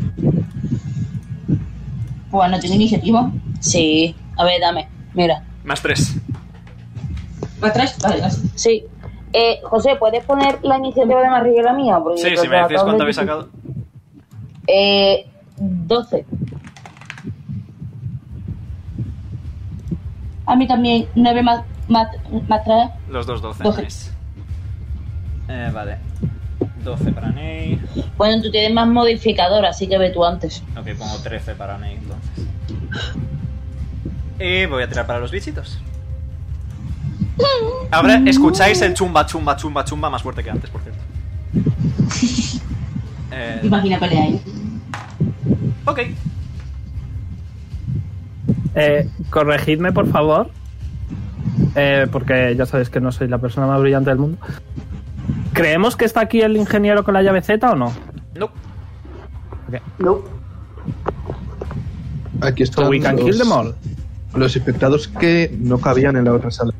Pues no tengo iniciativa. Sí. A ver, dame. Mira. Más tres. ¿Para atrás? Vale, gracias. Sí. Eh, José, ¿puedes poner la iniciativa de Marrillo y la mía? Porque Sí, los si me decís datos cuánto de- habéis sacado. Eh, 12. A mí también, 9 más, más, más 3. Los dos doce. Doce. nice. Eh, vale. 12 para Ney. Bueno, tú tienes más modificador, así que ve tú antes. Ok, pongo 13 para Ney entonces. Y voy a tirar para los bichitos. Ahora escucháis el chumba, chumba, chumba, chumba más fuerte que antes, por cierto. Eh, Imagina pelea ahí. ok. Eh, corregidme, por favor. Eh, porque ya sabéis que no soy la persona más brillante del mundo. ¿Creemos que está aquí el ingeniero con la llave Z o no? Nope. Aquí están So we can los, kill them all. los infectados que no cabían en la otra sala.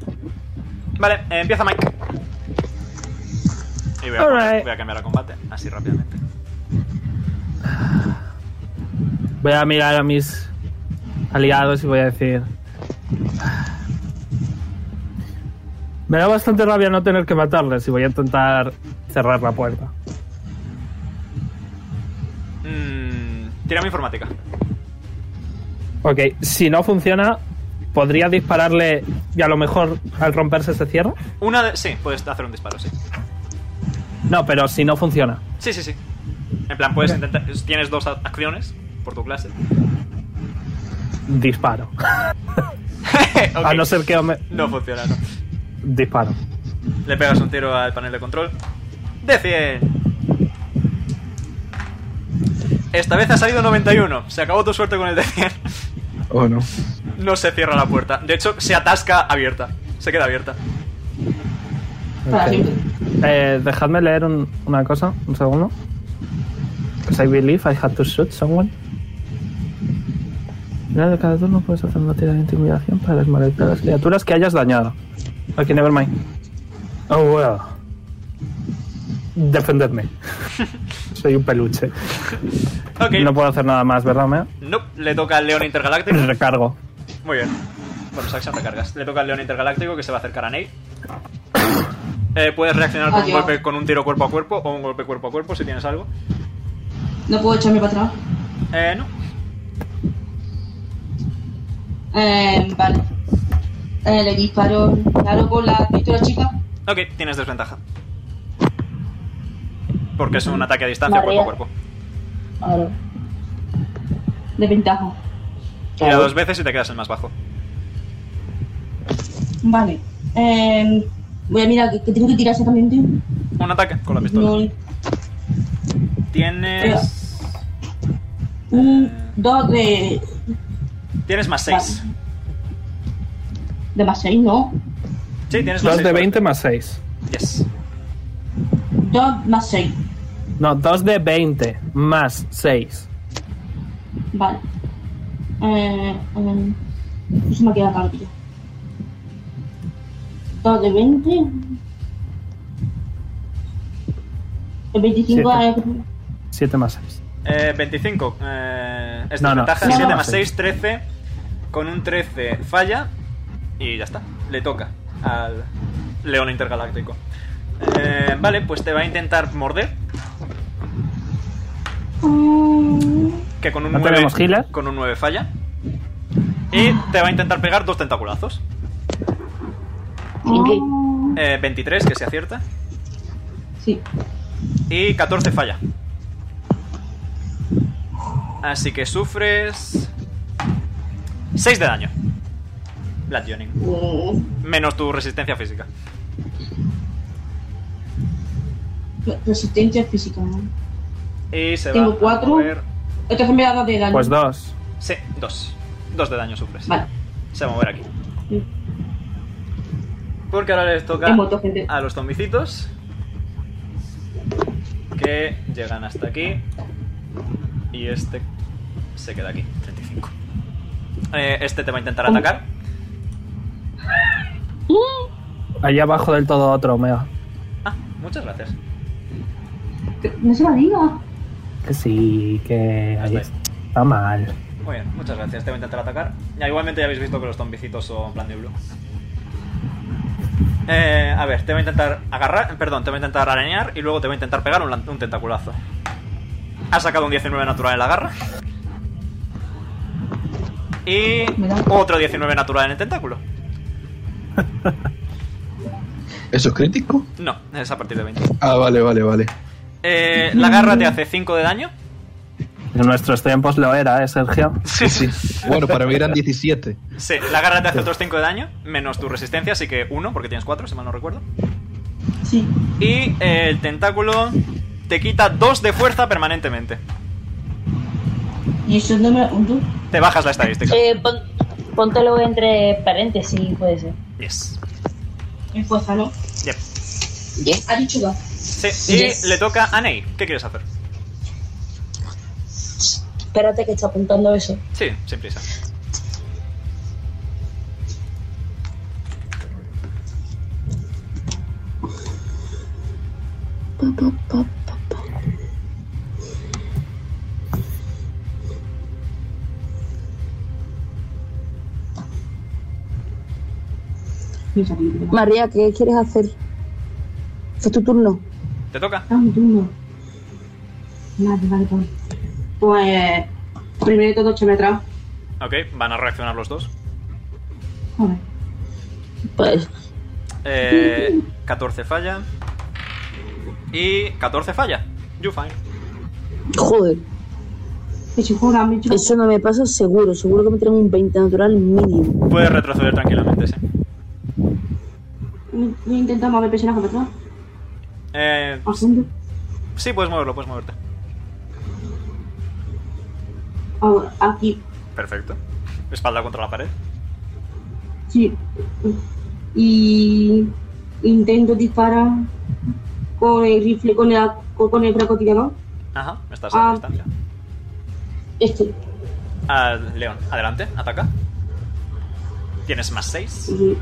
Vale, eh, empieza Mike. Y voy a, poner- Alright. voy a cambiar a combate, así rápidamente. Voy a mirar a mis aliados y voy a decir. "Ah, Me da bastante rabia no tener que matarles y voy a intentar cerrar la puerta. Mm, tira mi informática. Ok, si no funciona, ¿podría dispararle y a lo mejor al romperse se cierra? Una de. Sí, puedes hacer un disparo, sí. No, pero si no funciona. Sí, sí, sí. En plan, puedes intentar. Tienes dos a- acciones por tu clase. Disparo. Ok. A no ser que me... No funciona, no. Disparo. Le pegas un tiro al panel de control. ¡De 100! Esta vez ha salido 91. Se acabó tu suerte con el de 100. Oh, no. No se cierra la puerta. De hecho, se atasca abierta. Se queda abierta. Para siempre. Eh, dejadme leer un- una cosa, un segundo. Because I believe I had to shoot someone. Final de cada turno puedes hacer una tirada de intimidación para desmaletar las criaturas que hayas dañado. Ok, never mind. Oh, well. Defendedme. Soy un peluche. Ok. No puedo hacer nada más, ¿verdad, Mea? Nope. Le toca al león intergaláctico. Recargo. Muy bien. Bueno, Saxon, recargas. Le toca al león intergaláctico que se va a acercar a Ney. Eh, puedes reaccionar con un, Adiós. golpe, con un tiro cuerpo a cuerpo o un golpe cuerpo a cuerpo si tienes algo. No puedo echarme para atrás. Eh, no. Eh, vale. Eh, le disparo. Claro, con la pistola chica. Ok, tienes desventaja. Porque es un ataque a distancia, María. cuerpo a cuerpo. ahora, De ventaja. Tira dos veces y te quedas el más bajo. Vale. Eh, voy a mirar que, tengo que tirar exactamente. Un ataque con la pistola. No, Tienes. un, dos, tres. Tienes más 6. De más 6, no. Sí, tienes más 2 6. de 20 más 6. Yes. 2 más 6. No, 2 de 20 más 6. Vale. Eh, eh, se me queda calvo. 2 de 20. El 25 Siete. es. 7 más 6. Eh, 25. Eh, es No, no, desventaja. no, no, 7 no, más sí. 6, 13. Con un 13 falla. Y ya está. Le toca al león intergaláctico. Eh, vale, pues te va a intentar morder. Que con un No 9. tenemos healer. Con un 9 falla. Y te va a intentar pegar dos tentaculazos. ¿En qué? Eh, 23, que se acierta. Sí. Y 14 falla. Así que sufres. 6 de daño. Bludgeoning. Eh, Menos tu resistencia física. Re- Resistencia física, ¿no? Y se Tengo va a cuatro. mover. Entonces me ha dado de daño. Pues 2. Sí, 2. 2 de daño sufres. Vale. Mm. Se va a mover aquí. Sí. Porque ahora les toca He muerto, gente. a los zombicitos. Que llegan hasta aquí. Y este se queda aquí. 35. Eh, este te va a intentar atacar. Allá abajo del todo otro, Omega. Ah, muchas gracias. No se la diga. Que sí, que ahí Está está mal. Muy bien, muchas gracias. Te voy a intentar atacar. Ya, igualmente ya habéis visto que los zombicitos son plan de blue. Eh, a ver, te voy a intentar agarrar. Perdón, te voy a intentar arañar y luego te voy a intentar pegar un, lan- un tentaculazo. Ha sacado un 19 natural en la garra. Y otro 19 natural en el tentáculo. ¿Eso es crítico? No, es a partir de 20. Ah, vale, vale, vale. Eh, la garra te hace 5 de daño. En nuestros tiempos lo era, ¿eh, Sergio? Sí, sí. Bueno, para mí eran 17. Sí, la garra te hace otros 5 de daño, menos tu resistencia, así que 1, porque tienes 4, si mal no recuerdo. Sí. Y eh, el tentáculo te quita 2 de fuerza permanentemente. Y eso es número uno. Te bajas la estadística. Eh, pon- póntelo entre paréntesis, puede ser. Yes. Esfuérzalo. Yep. Ha dicho dos. Sí, y Yes. le toca a Ney. ¿Qué quieres hacer? Espérate que está apuntando eso. Sí, sin prisa. María, ¿qué quieres hacer? Es tu turno. ¿Te toca? Ah, un turno. Vale, vale, vale. Pues. Primero de todo, echarme atrás. Ok, van a reaccionar los dos. Joder. Pues. Eh, 14 falla. Y 14 falla. You fine. Joder. Eso no me pasa seguro. Seguro que me tengo un 20 natural mínimo. Puedes retroceder tranquilamente, sí. Voy a intentar mover el personaje para atrás. Eh, Al fondo. sí, puedes moverlo, puedes moverte. Ahora, aquí. Perfecto. Espalda contra la pared. Sí. Y. Intento disparar con el rifle, con el, con el francotirador. Ajá, estás Ah. a distancia. Este. Al león, adelante, ataca. Tienes más 6. Y-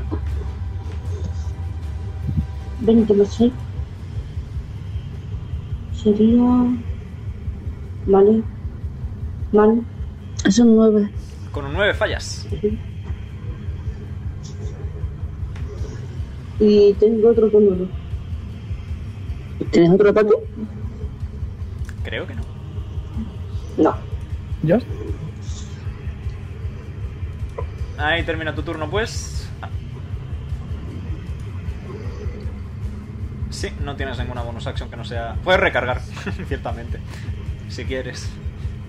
20 más 6. Sería. Vale. Vale. Eso es 9. Con un 9 fallas. Y tengo otro con uno. ¿Tienes otro ataque? Creo que no. No. ¿Ya? Ahí termina tu turno, pues. Ah. Sí, no tienes ninguna bonus action que no sea. Puedes recargar, ciertamente. Si quieres.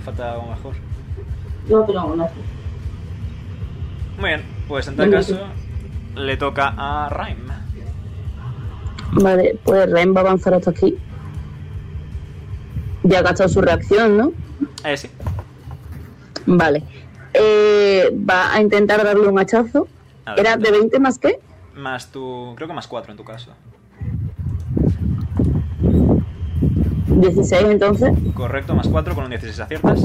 Falta algo mejor. No, pero no. Muy bien, pues en tal Vale. caso. Le toca a Rhyme. Vale, pues Ren va a avanzar hasta aquí. Ya ha gastado su reacción, ¿no? Eh, sí. Vale. eh, va a intentar darle un hachazo. A ver, ¿Era de 20 más qué? Más tu. Creo que más 4 en tu caso. 16 entonces. Correcto, más 4 con un 16 aciertas.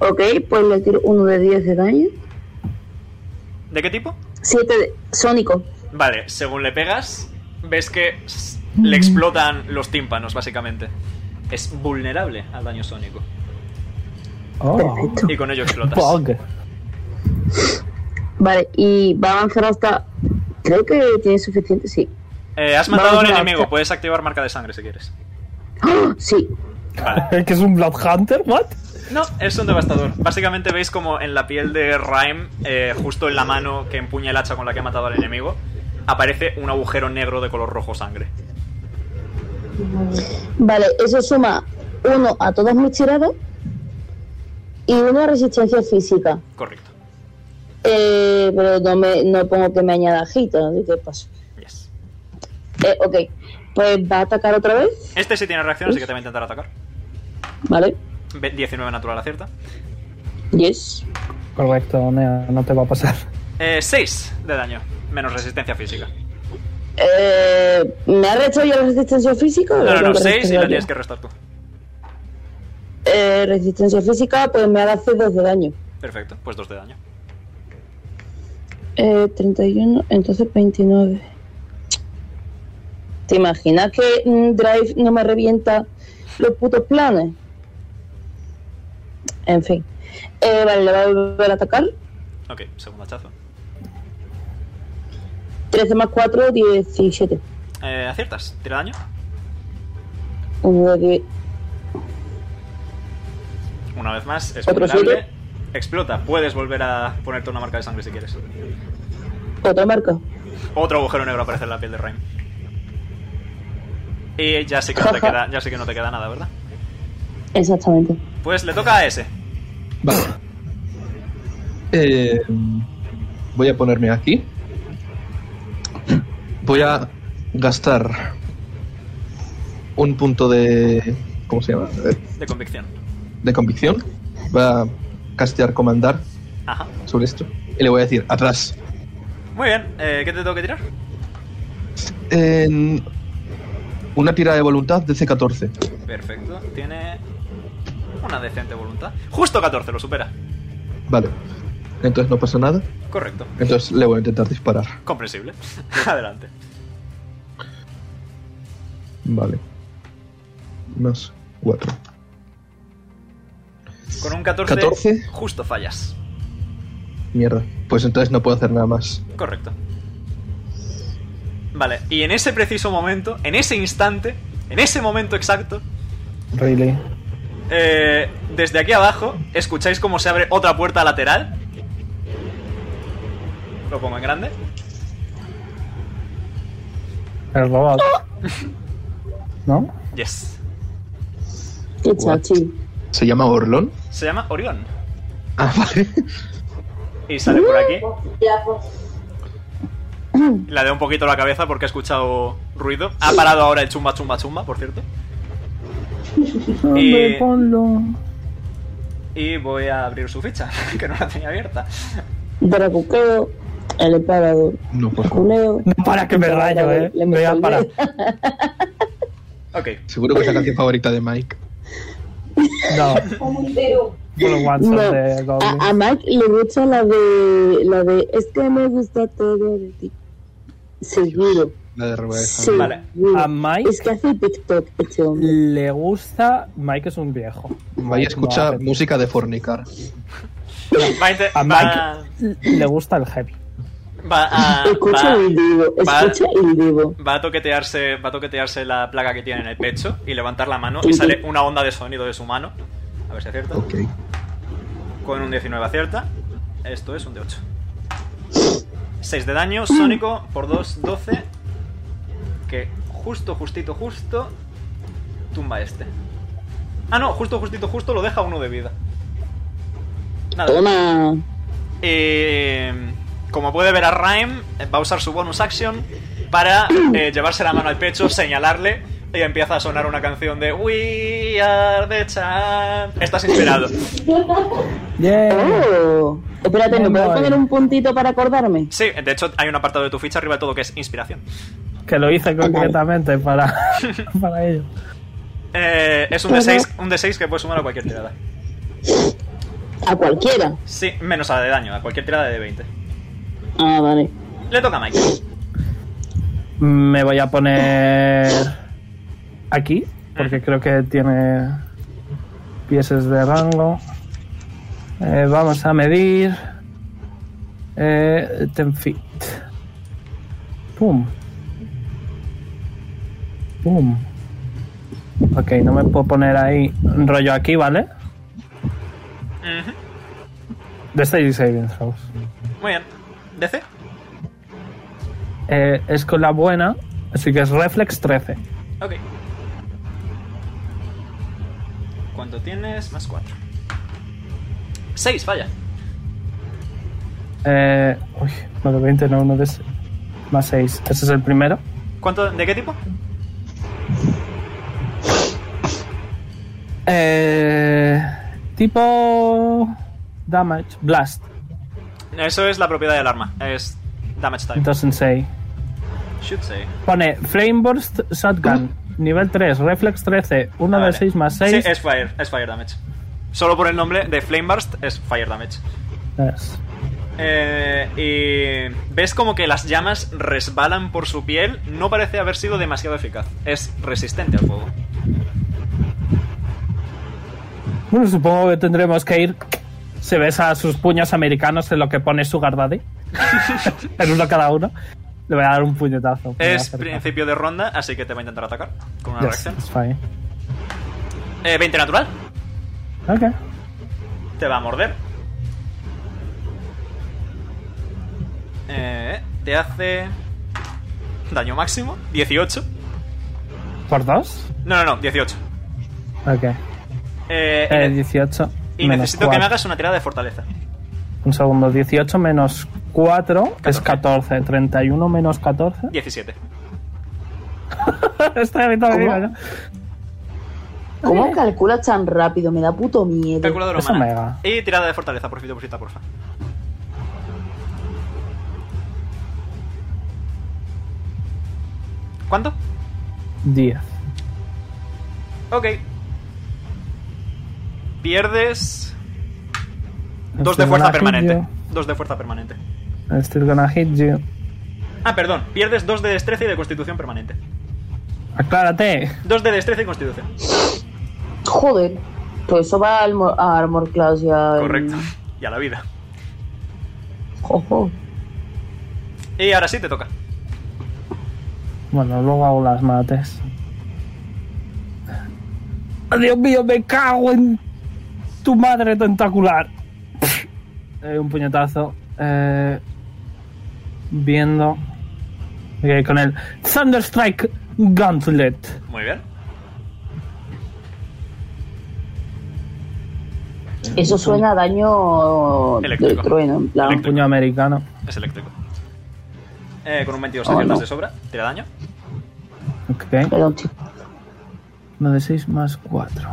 Ok, pues le tiro uno de 10 de daño. ¿De qué tipo? 7 de... Sónico. Vale, según le pegas, ves que s- Mm. le explotan los tímpanos, básicamente. Es vulnerable al daño sónico. Oh. Y con ello explotas. Vale, y va a avanzar hasta... Creo que tiene suficiente, sí. Eh, has matado al Vamos a- enemigo, puedes activar marca de sangre si quieres. ¡Ah! Sí. ¿Que es un Blood Hunter, what? No, es un devastador. Básicamente veis como en la piel de Rhyme, eh, justo en la mano que empuña el hacha con la que ha matado al enemigo, aparece un agujero negro de color rojo sangre. Vale, eso suma uno a todos mis tirados y uno a resistencia física. Correcto. Eh, pero no, me, no pongo que me añada agita, no sé qué pasa. Yes. Eh, ok, pues va a atacar otra vez, Este sí tiene reacción, así que te va a intentar atacar. ¿vale? Ve- 19 natural acierta. Yes. Correcto, Nea, no te va a pasar. Eh, 6 de daño, menos resistencia física. Eh, ¿Me ha restado ya la resistencia física? o No, la no, tengo no, que 6 y restar la yo? tienes que restar tú. Eh, resistencia física, pues me ha dado C2 de daño. Perfecto, pues 2 de daño. Eh, 31, entonces 29. ¿Te imaginas que mm, Drive no me revienta los putos planes? En fin. Eh, vale, le va a volver a atacar. Ok, segundo hachazo. 13 más 4, 17. Eh, aciertas, tira daño. 1 de 10. Una vez más, es Otro vulnerable. Explota, puedes volver a ponerte una marca de sangre si quieres. Otra marca. Otro agujero negro aparece en la piel de Raim. Y ya sé que no te queda, ya sé que no te queda nada, ¿verdad? Exactamente. Pues le toca a ese. Vale. Eh, voy a ponerme aquí. Voy a gastar un punto de. ¿Cómo se llama? De, De convicción. de convicción. Voy a castear comandar Ajá. sobre esto. Y le voy a decir, atrás. Muy bien, eh, ¿qué te tengo que tirar? En una tira de voluntad de C14. Perfecto, tiene una decente voluntad. Justo 14, lo supera. Vale. Entonces no pasa nada. Correcto, Entonces le voy a intentar disparar. comprensible. Adelante. Vale. Más 4. Con un 14, 14. justo fallas. Mierda. Pues entonces no puedo hacer nada más. Correcto. Vale, y en ese preciso momento, en ese instante, en ese momento exacto, Really. Eh, desde aquí abajo escucháis cómo se abre otra puerta lateral. Lo pongo en grande. El robot. ¿No? Yes. Qué What? chachi. ¿Se llama Orlón? Se llama Orión. Ah, vale. Y sale por aquí. La de un poquito la cabeza porque ha escuchado ruido. Ha parado ahora el chumba, chumba, chumba, por cierto. Y, ponlo. y voy a abrir su ficha, que no la tenía abierta. Dracuqueo, el emperador, No, por favor. culeo. No para que me rayo, eh. Le Me voy a salvé. parar. Ok, Seguro que es la canción favorita de Mike. No, Como entero. por los one No, shot de Goblin. a, a Mike le gusta la de, la de es que me gusta todo de ti. Seguro. La de Rebeca. seguro. Vale. A Mike- Es que hace TikTok este hombre. Le gusta. Mike es un viejo. Vaya, escucha No, música de fornicar. va a, inte- A va- Le gusta el heavy. va a- escucha Ah, va- el vivo, va- escucha el vivo. va a toquetearse va a toquetearse la placa que tiene en el pecho y levantar la mano y sale una onda de sonido de su mano a ver si acierta Ok. con un 19 acierta esto es un de 8 6 de daño sónico por 2 12 que justo justito justo tumba este ah no justo justito justo lo deja uno de vida nada Toma. eh, como puede ver a Rhyme, eh, va a usar su bonus action para eh, llevarse la mano al pecho, señalarle, y empieza a sonar una canción de We are the champ. Estás inspirado. Oh. Espérate, ¿me puedes poner un puntito para acordarme? Sí, de hecho hay un apartado de tu ficha arriba de todo que es inspiración. Que lo hice concretamente para, para ello. Eh, es un D6, un D6 que puedes sumar a cualquier tirada. A cualquiera. Sí, menos a la de daño, a cualquier tirada de 20. Ah, vale. Le toca a Mike. Me voy a poner aquí, porque creo que tiene piezas de rango. Eh, vamos a medir. Eh, 10 feet. Pum. Pum. Ok, no me puedo poner ahí rollo aquí, ¿vale? De Stage Savings House. Muy bien. ¿DC? Eh, es con la buena, así que es Reflex 13. Ok. ¿Cuánto tienes? Más 4. 6, falla. Eh, uy, no de 20, no, uno de se- Más 6. Ese es el primero. ¿Cuánto, ¿De qué tipo? Eh, tipo. Damage. Blast. Eso es la propiedad del arma. Es damage type. Doesn't say. Should say. Pone Flame Burst Shotgun. Nivel 3, Reflex 13, 1 de 6 más 6. Sí, es fire, es fire damage. Solo por el nombre de Flame Burst es fire damage. Es- Eh, y ves como que las llamas resbalan por su piel. No parece haber sido demasiado eficaz. Es resistente al fuego. Bueno, supongo que tendremos que ir. Se besa sus puños americanos en lo que pone su Daddy. en uno cada uno. Le voy a dar un puñetazo. Me voy a Es acercar. principio de ronda, así que te va a intentar atacar con una Yes, reacción. it's fine. Eh, 20 natural. Ok. Te va a morder. Eh, te hace daño máximo, 18. ¿Por dos? No, no, no, 18. Ok. Eh, Eh, 18. y menos necesito que cuatro. me hagas una tirada de fortaleza. Un segundo. 18 menos 4 es 14. 31 menos 14. 17. Estoy ahorita ¿Cómo? viva, ¿no? ¿Cómo calculas tan rápido? Me da puto miedo. Calculadora Eso humana. me va. Y tirada de fortaleza, por fin, porfita, porfa. ¿Cuánto? 10. Ok. Pierdes Dos de fuerza Estoy gonna hit permanente. Dos de fuerza permanente. you. Still gonna hit you. Ah, perdón. Pierdes dos de destreza y de constitución permanente. Aclárate. Dos de destreza y constitución. Em. Joder. Pues eso va al mo- a Armor Class y a... Correcto. Y a la vida. Ojo. Y ahora sí te toca. Bueno, luego hago las mates. Ah, Dios mío, me cago en tu madre tentacular. Eh, un puñetazo. eh, viendo. Ok, con el Thunderstrike Gauntlet. Muy bien. Eso suena a daño Eléctrico. de trueno, en plan. Un puño americano. Es eléctrico. Eh, con un 22 Oh, aciertas no. de sobra. Tira daño. Ok. Perdón, chico. 9 de 6 más 4.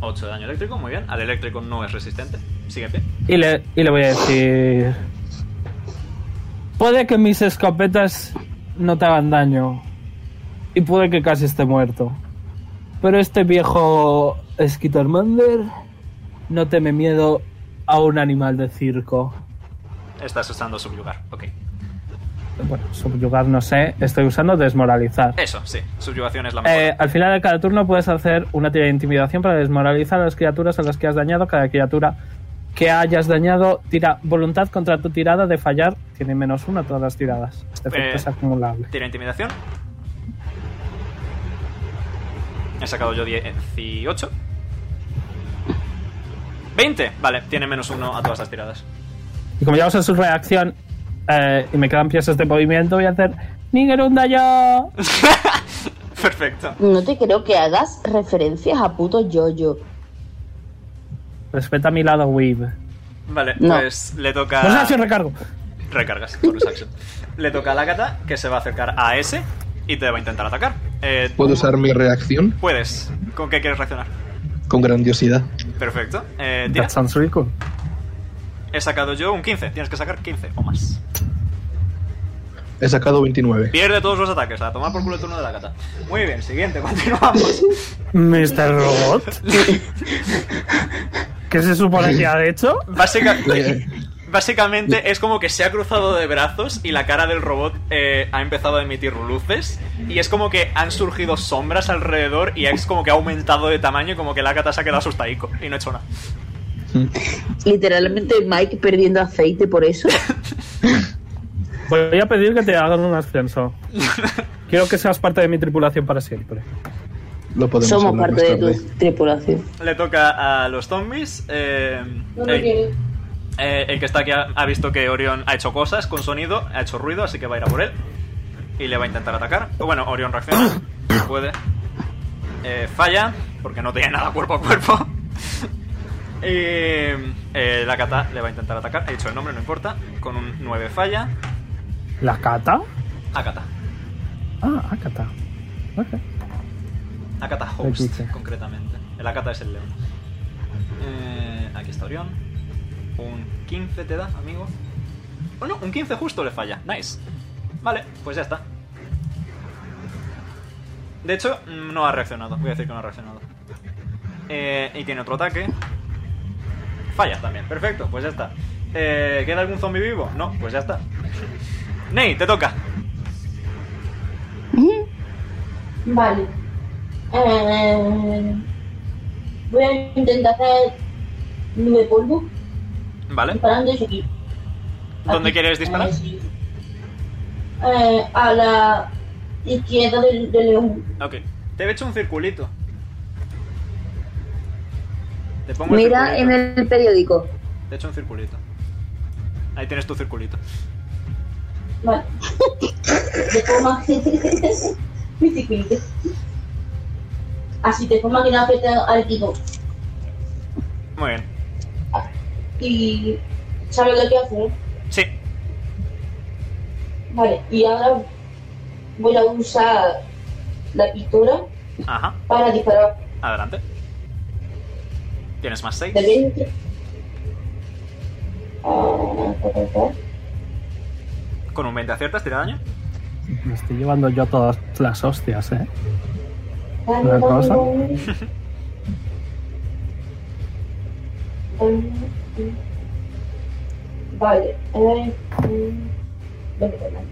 Ocho de daño eléctrico. Muy bien. Al eléctrico no es resistente. Sigue en pie. Y le, y le voy a decir... Puede que mis escopetas no te hagan daño. Y puede que casi esté muerto. Pero este viejo Skittermander no teme miedo a un animal de circo. Estás usando subyugar. Ok. Bueno, subyugar no sé. Estoy usando desmoralizar. Eso, sí. Subyugación es la mejor. Eh, al final de cada turno puedes hacer una tira de intimidación para desmoralizar a las criaturas a las que has dañado. Cada criatura que hayas dañado tira voluntad contra tu tirada de fallar. Tiene menos uno a todas las tiradas. Este efecto Eh. es acumulable. Tira intimidación. He sacado yo 18. 20. Vale, tiene menos uno a todas las tiradas. Y como ya uso su reacción eh, y me quedan piezas de movimiento, voy a hacer Nigerunda yo. Perfecto. No te creo que hagas referencias a puto yo-yo. Respeta mi lado, Weave. Vale, No. pues le toca. Pues nada, si recargo. Recargas, bonus action. Le toca a Lakata, que se va a acercar a ese y te va a intentar atacar. Eh, ¿Puedo usar mi reacción? Puedes. ¿Con qué quieres reaccionar? Con grandiosidad. Perfecto. Eh, tira. That sounds rico. He sacado yo un 15. Tienes que sacar 15 o más. He sacado 29. Pierde todos los ataques. A tomar por culo el turno de Lakata. Muy bien, siguiente, continuamos. Mr. Robot. ¿Qué se supone que ha hecho? Básica- básicamente es como que se ha cruzado de brazos y la cara del robot eh, ha empezado a emitir luces y es como que han surgido sombras alrededor y es como que ha aumentado de tamaño y como que la gata se ha quedado asustadico y no ha hecho nada. Literalmente Mike perdiendo aceite por eso. Voy a pedir que te hagan un ascenso. Quiero que seas parte de mi tripulación para siempre. Lo podemos Somos hablar parte de más tarde. tu tripulación. Le toca a los zombies. eh, el- eh, el que está aquí ha, ha visto que Orion ha hecho cosas con sonido, ha hecho ruido, así que va a ir a por él. Y le va a intentar atacar. O Bueno, Orion reacciona. Puede. Eh, falla, porque no tiene nada cuerpo a cuerpo. y eh, la cata le va a intentar atacar. He dicho el nombre, no importa. Con un 9 falla. ¿La cata? Akata. Ah, Akata. Ok. Akata Aquí Host, está. concretamente. El Akata es el león. Eh, aquí está Orión. Un 15 te da, amigo. Oh no, un 15 justo le falla. Nice. Vale, pues ya está. De hecho, mm, no ha reaccionado. Voy a decir que no ha reaccionado. Eh, y tiene otro ataque. Falla también. Perfecto, pues ya está. Eh, ¿Queda algún zombie vivo? No, pues ya está. Ney, te toca. Vale. Eh, voy a intentar hacer nube polvo Vale. disparando desde aquí. ¿Dónde quieres disparar? Eh, a la izquierda del, del león. Ok. Te he hecho un circulito. Te pongo el Mira en circulito. el periódico. Te he hecho un circulito. Ahí tienes tu circulito. Vale. De forma mi circulito. Así de forma que no afecta al equipo. Muy bien. Y sabes lo que hacer. Sí. Vale, y ahora voy a usar la pistola Ajá. para disparar Adelante. Tienes más 6. de 20. Con un 20 aciertas, tira daño. Me estoy llevando yo todas las hostias, ¿eh? ¿Una cosa? Vale, eh, vale, vale.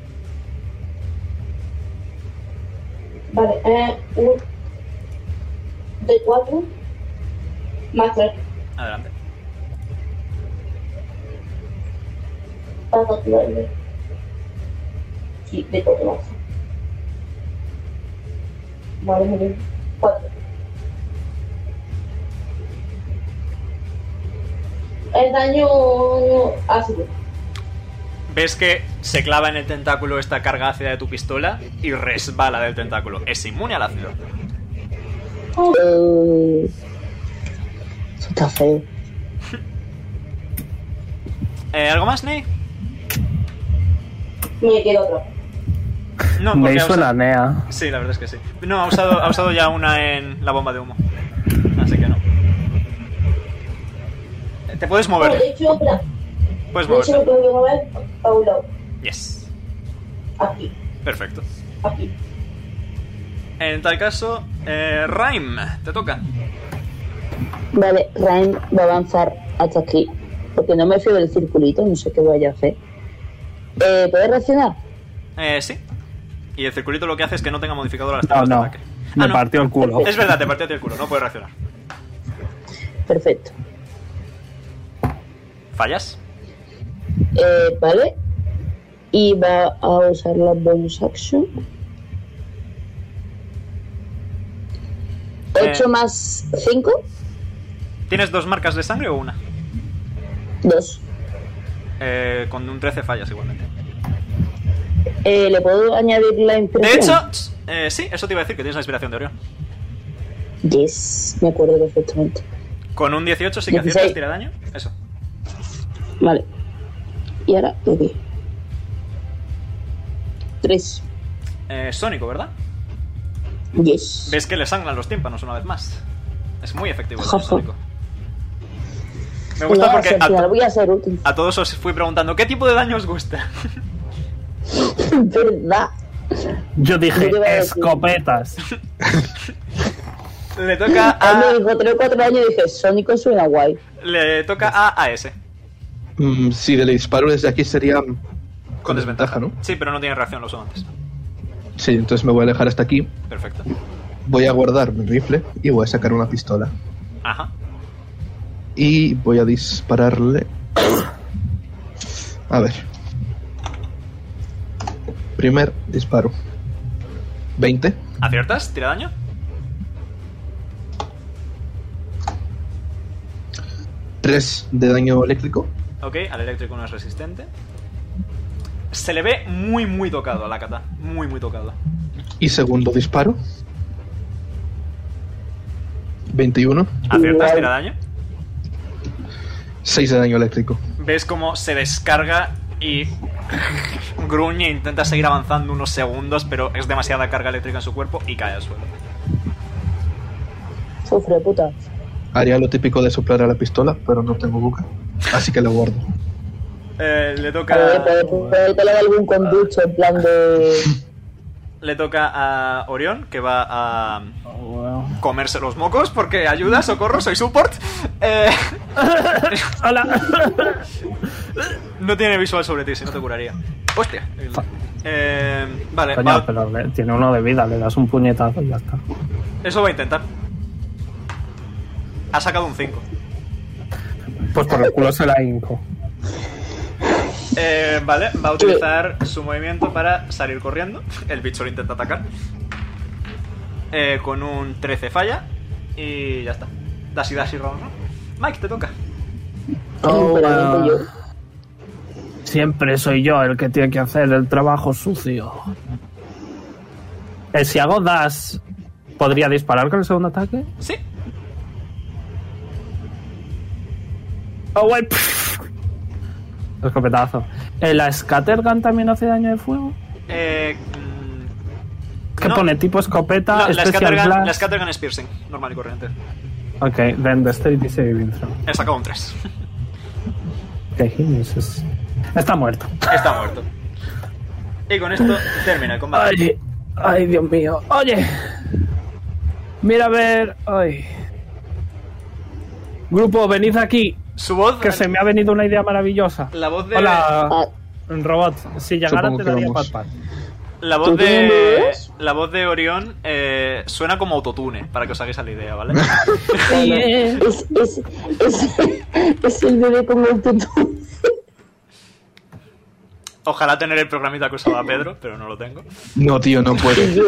Vale, eh, un de 4 más 3 Adelante. para calcularle. Sí, de 4 más. Vale, muy bien. 4. El daño ácido. Ves que se clava en el tentáculo esta carga ácida de tu pistola y resbala del tentáculo. Es inmune al ácido. Eh, Eso está feo. Eh, ¿Algo más, Ney? Me queda otro. No, Me porque ha hizo usado- la NEA. Ah, Sí, la verdad es que sí. No, ha usado, ha usado ya una en la bomba de humo. Así que no. Eh, Te puedes Bueno, de mover. hecho, espera. Puedes De hecho, moverte. lo que voy a mover a un lado. Yes. Aquí, Perfecto. aquí. En tal caso, eh, Rhyme, te toca. Vale, Ryan va a avanzar hasta aquí. Porque no me fío del circulito, no sé qué vaya a hacer. Eh, ¿Puedes reaccionar? Eh, sí. Y el circulito lo que hace es que no tenga modificador a las No, tablas de no. ataque. Me Ah, no. partió el culo. Es verdad, te partió a ti el culo, no puedes reaccionar. Perfecto. ¿Fallas? Eh, vale. Y va a usar la bonus action. Eh. 8 más 5, ¿Tienes dos marcas de sangre o una? 2. Eh, con un 13 fallas igualmente. Eh, ¿Le puedo añadir la De impresión? hecho, tss, eh, sí, eso te iba a decir que tienes la inspiración de Orión. Yes, me acuerdo perfectamente. Con un 18 sí que 16. aciertas, tira daño. Eso. Vale. Y ahora, ok. Tres. Eh, sónico, ¿verdad? Yes. Ves que le sangran los tímpanos una vez más. Es muy efectivo el daño sónico. Me Lo voy gusta a porque hacer, a, tía, lo voy a hacer útil. a todos os fui preguntando qué tipo de daño os gusta. ¿Verdad? Yo dije, Yo te iba a decir. escopetas. Le toca Él a me dijo 3 o 4 años y dije, Sónico suena guay. le toca a AS Mm, si le disparo desde aquí sería con desventaja, ¿no? Sí, pero no tiene reacción los antes. Sí, entonces me voy a alejar hasta aquí, Perfecto. voy a guardar mi rifle y voy a sacar una pistola. Ajá. Y voy a dispararle. A ver. Primer disparo. 20. ¿Aciertas? ¿Tira daño? Tres de daño eléctrico. Ok, al eléctrico no es resistente. Se le ve muy, muy tocado a la cata. Muy, muy tocado. Y segundo disparo. 21. ¿Aciertas? ¿Tira daño? 6 de daño eléctrico. Ves cómo se descarga y gruñe e intenta seguir avanzando unos segundos, pero es demasiada carga eléctrica en su cuerpo y cae al suelo. Sufre, puta. Haría lo típico de soplar a la pistola, pero no tengo boca. Así que la guardo. Eh, le Pero toca poder ponerle algún conducto en plan de. le toca a Orión, que va a comerse los mocos porque ayuda, socorro, soy support. Eh, Hola. no tiene visual sobre ti, si no te curaría. Hostia. Eh, vale, Coño, va- pero le- tiene uno de vida, le das un puñetazo y ya está. eso va a intentar. Ha sacado un 5. Pues por el culo se la hinco. Eh, vale, va a utilizar su movimiento para salir corriendo. El bicho lo intenta atacar. Eh, con un 13 falla. Y ya está. Dashi dashi round, ¿no? Mike, te toca. Oh, Literalmente wow. Siempre soy yo el que tiene que hacer el trabajo sucio. Eh, si hago dash, ¿podría disparar con el segundo ataque? Sí, Oh, guay. pff. Escopetazo. Eh, ¿La Scatter Gun también hace daño de fuego? Eh, mm, ¿Qué no, pone? Tipo escopeta, no, la Ah, especial Scattergun, blast. la Scattergun es piercing, normal y corriente. Ok, then Dexterity saving throw. He sacado un 3. Ok, he misses. Está muerto. Está muerto. Y con esto termina el combate. Ay, ay, Dios mío. Oye. Mira a ver. Ay. Grupo, venid aquí. Su voz. Que se me ha venido una idea maravillosa. La voz de. Hola, robot. Si llegara Supongo te que daría vamos. pat-pat. La voz ¿Tú de. tienes? La voz de Orión eh, suena como autotune, para que os hagáis a la idea, ¿vale? Es, es, es, es el bebé con el tutú. Ojalá tener el programita que usaba Pedro, pero no lo tengo. No, tío, no puedo. Yo,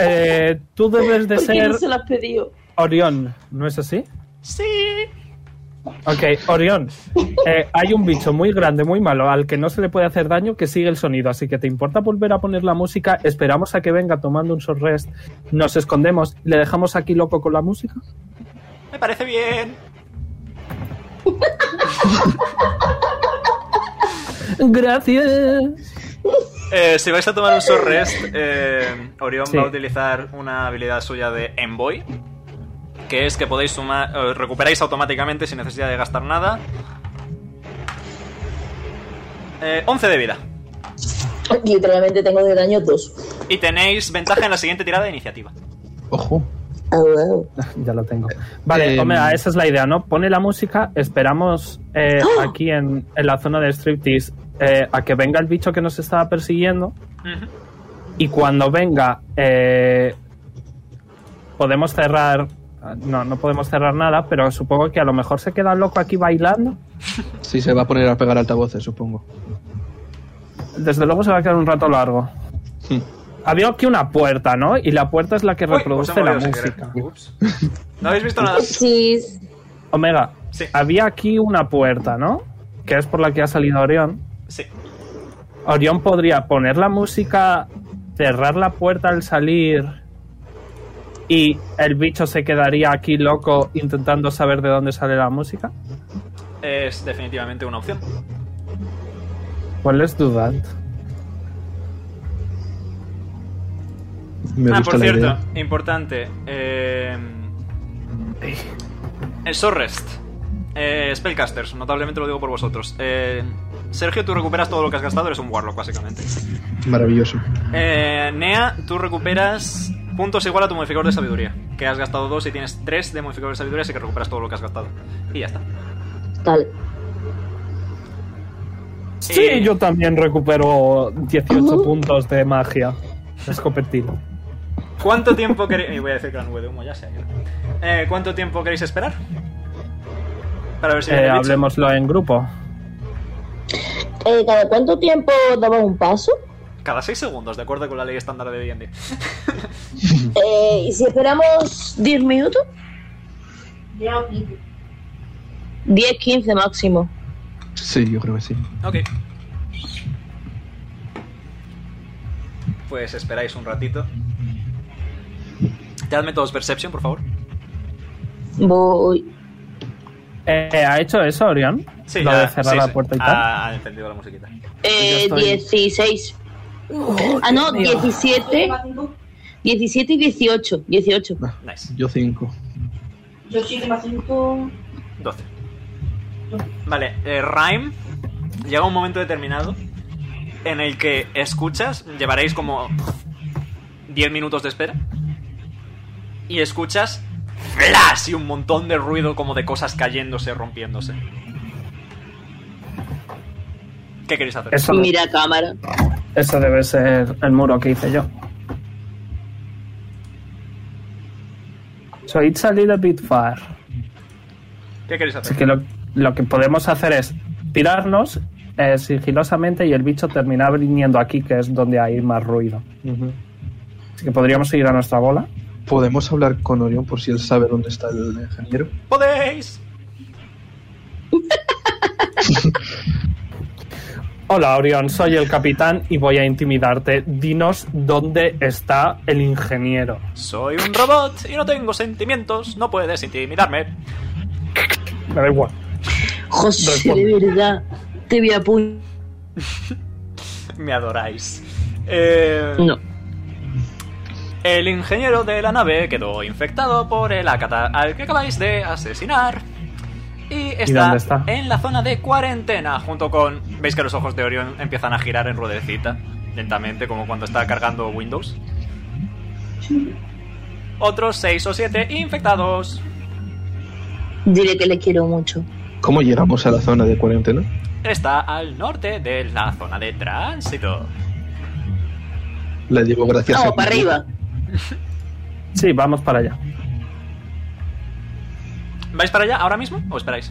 Eh, tú debes de ¿Por qué ser no se las pedido? Orión, ¿no es así? Sí. Ok, Orión. eh, hay un bicho muy grande, muy malo, al que no se le puede hacer daño, que sigue el sonido. Así que te importa volver a poner la música. Esperamos a que venga tomando un short rest. Nos escondemos. ¿Le dejamos aquí loco con la música? Me parece bien. Gracias. Eh, si vais a tomar un short rest, eh, Orión Sí. va a utilizar una habilidad suya de Envoy, que es que podéis sumar, eh, recuperáis automáticamente sin necesidad de gastar nada. Eh, 11 de vida. literalmente tengo de daño dos. Y tenéis ventaja en la siguiente tirada de iniciativa. Ojo. Ah, wow. Ya lo tengo. Vale, Eh, Omega, esa es la idea, ¿no? Pone la música, esperamos eh, ¡Ah! aquí en, en la zona de striptease eh, a que venga el bicho que nos estaba persiguiendo. Ujú. Y cuando venga, eh, podemos cerrar. No, no podemos cerrar nada, pero supongo que a lo mejor se queda loco aquí bailando. Sí, se va a poner a pegar altavoces, supongo. Desde luego se va a quedar un rato largo. Hmm. Había aquí una puerta, ¿no? Y la puerta es la que Uy, reproduce os he la movido sin querer. música. Ups. No habéis visto nada. Sí. Omega, Sí. había aquí una puerta, ¿no? Que es por la que ha salido Orión. Sí. Orión podría poner la música, cerrar la puerta al salir y el bicho se quedaría aquí loco intentando saber de dónde sale la música. Es definitivamente una opción. ¿Cuál es tu dad? Me ah, gusta por la cierto, idea. importante. Eh, eh, Sorrest. Eh, Spellcasters, notablemente lo digo por vosotros. Eh, Sergio, tú recuperas todo lo que has gastado, eres un Warlock, básicamente. Maravilloso. Eh, Nea, tú recuperas puntos igual a tu modificador de sabiduría. Que has gastado dos y tienes tres de modificador de sabiduría, así que recuperas todo lo que has gastado. Y ya está. Tal. Sí, Eh, yo también recupero 18 puntos de magia. Escopetil. ¿Cuánto tiempo queréis.? y voy a decir que la nube de humo ya se ha ido. Eh, ¿Cuánto tiempo queréis esperar? Para ver si. Eh, viene el bicho. hablemoslo en grupo. Eh, ¿Cada cuánto tiempo daba un paso? Cada seis segundos, de acuerdo con la ley estándar de D&D. Eh, ¿Y si esperamos 10 minutos? 10, 15 máximo. Sí, yo creo que sí. Ok. Pues esperáis un ratito. Dadme todos Perception, por favor. Voy. Eh, ¿Ha hecho eso, Orión? Lo de cerrar sí, la sí. Ah, puerta y tal. Ha, ha encendido la musiquita. Eh, 16. Oh, ah, no, 17. 17 y 18. 18. Nice. Yo 5. Yo siete más cinco. 12. Vale, eh, Rhyme. Llega un momento determinado en el que escuchas, llevaréis como 10 minutos de espera, y escuchas flash y un montón de ruido como de cosas cayéndose, rompiéndose. ¿Qué queréis hacer? Eso, Mira a cámara. eso debe ser el muro que hice yo. So it's a little bit far. ¿Qué queréis hacer? Así que lo, lo que podemos hacer es tirarnos eh, sigilosamente y el bicho termina viniendo aquí, que es donde hay más ruido. Así que podríamos seguir a nuestra bola. Podemos hablar con Orión por si él sabe dónde está el ingeniero. ¡Podéis! Hola Orión, soy el capitán y voy a intimidarte. Dinos dónde está el ingeniero. Soy un robot y no tengo sentimientos, no puedes intimidarme. Me da igual. José, Responde. de verdad. Te voy a apuntar. Me adoráis. Eh, No. El ingeniero de la nave quedó infectado por el ácata al que acabáis de asesinar. Y está, dónde está? en la zona de cuarentena junto con... ¿Veis que los ojos de Orión empiezan a girar en ruedecita? Lentamente, como cuando está cargando Windows. Otros 6 o 7 infectados. Dile que le quiero mucho. ¿Cómo llegamos a la zona de cuarentena? Está al norte de la zona de tránsito. La llevo gracias Vamos, a- para arriba. Sí, vamos para allá. ¿Vais para allá ahora mismo o esperáis?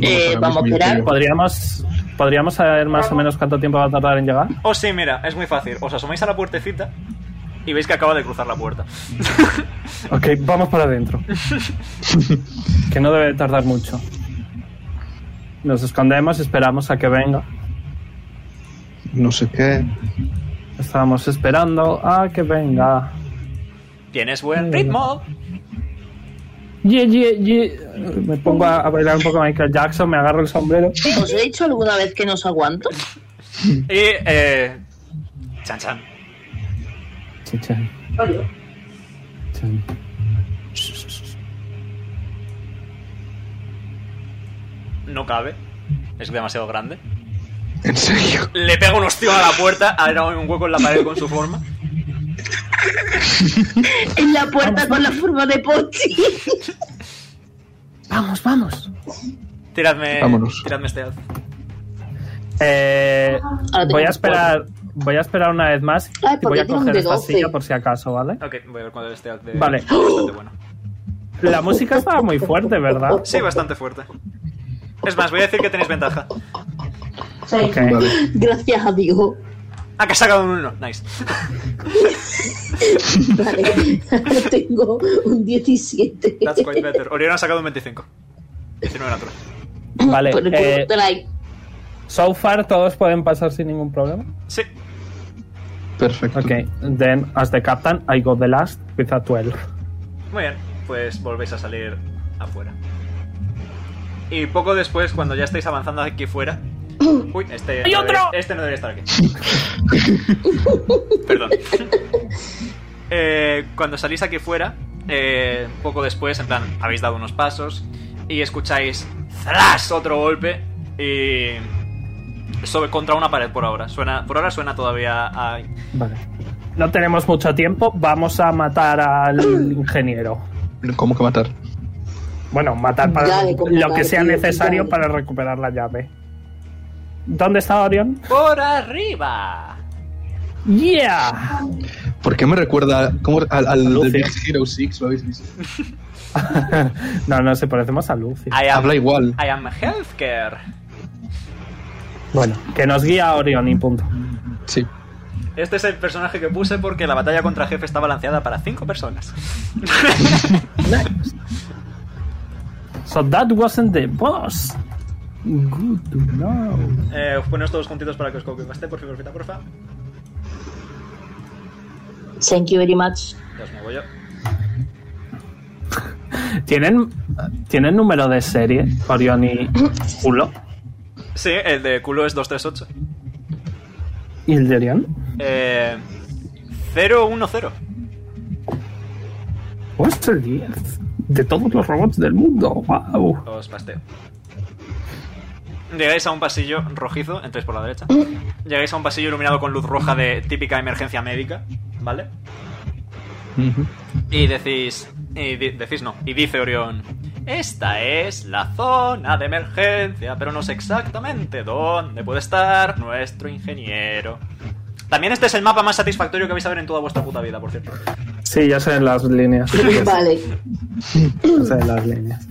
Eh, Vamos, ahora vamos a mismo yo esperar. creo. ¿Podríamos, ¿Podríamos saber más o menos cuánto tiempo va a tardar en llegar? Oh, sí, mira, es muy fácil. Os asomáis a la puertecita y veis que acaba de cruzar la puerta. Ok, vamos para adentro. que no debe tardar mucho. Nos escondemos, esperamos a que venga. No sé qué. Estábamos esperando a que venga. Tienes buen ritmo. Ye, ye, ye. Me pongo a, a bailar un poco Michael Jackson, me agarro el sombrero. ¿Os he dicho alguna vez que no os aguanto? Y, eh. Chan Chan. Chan, chan, Vale. chan. No cabe. Es demasiado grande. En serio. Le pega un ostión a la puerta. Ahora hay un hueco en la pared con su forma. En la puerta con la forma de Pochi. Vamos, vamos. Tiradme. Vámonos. Tiradme este alz. Eh, Ahora voy a tengo esperar. Voy a esperar una vez más Ay, y ¿por voy qué a Ah, tiene un coger de esta 12? silla por si acaso, ¿vale? Ok, voy a ver cuándo este alz de. Vale. Bastante bueno. La música estaba muy fuerte, ¿verdad? Sí, bastante fuerte. Es más, voy a decir que tenéis ventaja. Ok. Vale. Gracias a Dios. Ah, que has sacado un 1. Nice. Vale. Ahora tengo un 17. That's quite better. Orión ha sacado un 25. 19 natural. Vale. Por el culo eh, de like. so far todos pueden pasar sin ningún problema. Sí. Perfecto. Ok, then as the captain, I go the last with a 12. Muy bien, pues volvéis a salir afuera. Y poco después, cuando ya estáis avanzando aquí fuera, Uy, este. ¡Hay no otro! debería- este no debería estar aquí. Perdón. Eh, cuando salís aquí fuera, eh, poco después, en plan, habéis dado unos pasos y escucháis ¡zras! otro golpe y. Sobre, contra una pared por ahora. Suena, por ahora suena todavía a. Vale. No tenemos mucho tiempo. Vamos a matar al ingeniero. ¿Cómo que matar? Bueno, matar para Dale, como lo que sea partido, necesario dale. para recuperar la llave. ¿Dónde está Orión? ¡Por arriba! ¡Yeah! ¿Por qué me recuerda cómo- al, al de Big Hero 6? ¿Lo habéis visto? no, no, se parecemos a Lucy. I am, Habla igual. I am healthcare. Bueno, que nos guía Orión y punto. Sí. Este es el personaje que puse porque la batalla contra jefe está balanceada para cinco personas. So that wasn't the boss. Good to know. Eh, os ponéis todos juntitos para que os copie-paste, porfa, porfita, porfa. Thank you very much. Ya os muevo yo. ¿Tienen, ¿tienen número de serie Orión y Julo? Sí, el de culo es 238. ¿Y el de Orión? Eh, 010. Pues el 10 de todos los robots del mundo. ¡Wow! Os pasteo. Llegáis a un pasillo rojizo, entréis por la derecha. Llegáis a un pasillo iluminado con luz roja de típica emergencia médica, ¿vale? Y decís. Y di- decís no. Y dice Orión. Esta es la zona de emergencia, pero no sé exactamente dónde puede estar nuestro ingeniero. También este es el mapa más satisfactorio que vais a ver en toda vuestra puta vida, por cierto. Sí, ya sé las líneas. Vale. Ya sé las líneas.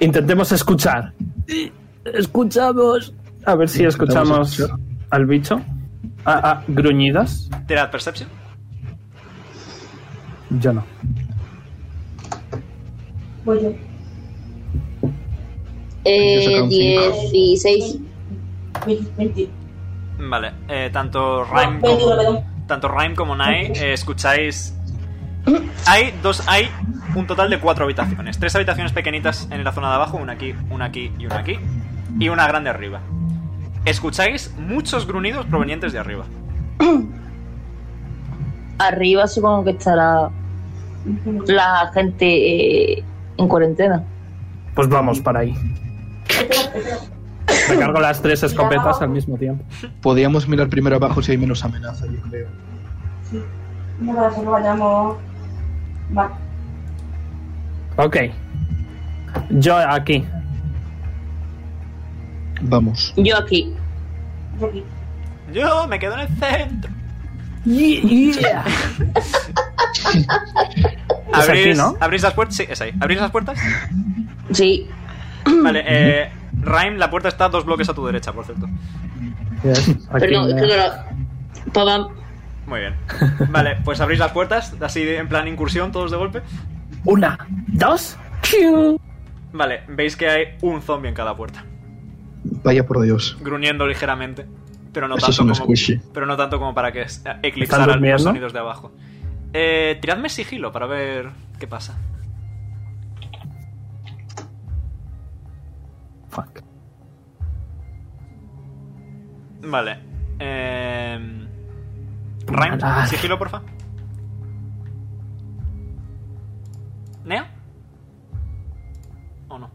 Intentemos escuchar. Escuchamos. A ver si Intentamos escuchamos escuchar. al bicho. Ah, ah, gruñidas. Tirad Perception. Yo no. Voy Yo yo. saqué Eh, un 16. Ve- vete. Vale, eh, tanto Rhyme como, No, veintiuno, perdón. tanto Rhyme como Nai eh, escucháis. Hay dos, hay un total de cuatro habitaciones. Tres habitaciones pequeñitas en la zona de abajo, una aquí, una aquí y una aquí, y una grande arriba. Escucháis muchos gruñidos provenientes de arriba. Arriba supongo que estará la gente eh, en cuarentena. Pues vamos para ahí. Me cargo las tres escopetas al mismo tiempo. Podríamos mirar primero abajo si hay menos amenaza, yo creo. No va a ser que vayamos. Va. Ok. Yo aquí. Vamos. Yo aquí. Yo aquí. Yo me quedo en el centro. Es ¿Abrís, aquí, ¿no? abrís las puertas? Sí, es ahí. ¿Abrís las puertas? Sí. Vale, eh, Rhyme, la puerta está dos bloques a tu derecha, por cierto. Aquí Pero no, me- creo que no. Papá, Muy bien. Vale, pues abrís las puertas, así en plan incursión, todos de golpe. Una, dos. ¡Chiu! Vale, veis que hay un zombie en cada puerta, Vaya por Dios. gruñendo ligeramente, pero no Eso tanto es un como squishy. pero no tanto como para que es- ¿Están eclipsara los durmiendo? sonidos de abajo. Eh, tiradme sigilo para ver qué pasa. Fuck. Vale. Eh, Rhyme, Vale. sigilo, porfa. ¿Nea? ¿O no?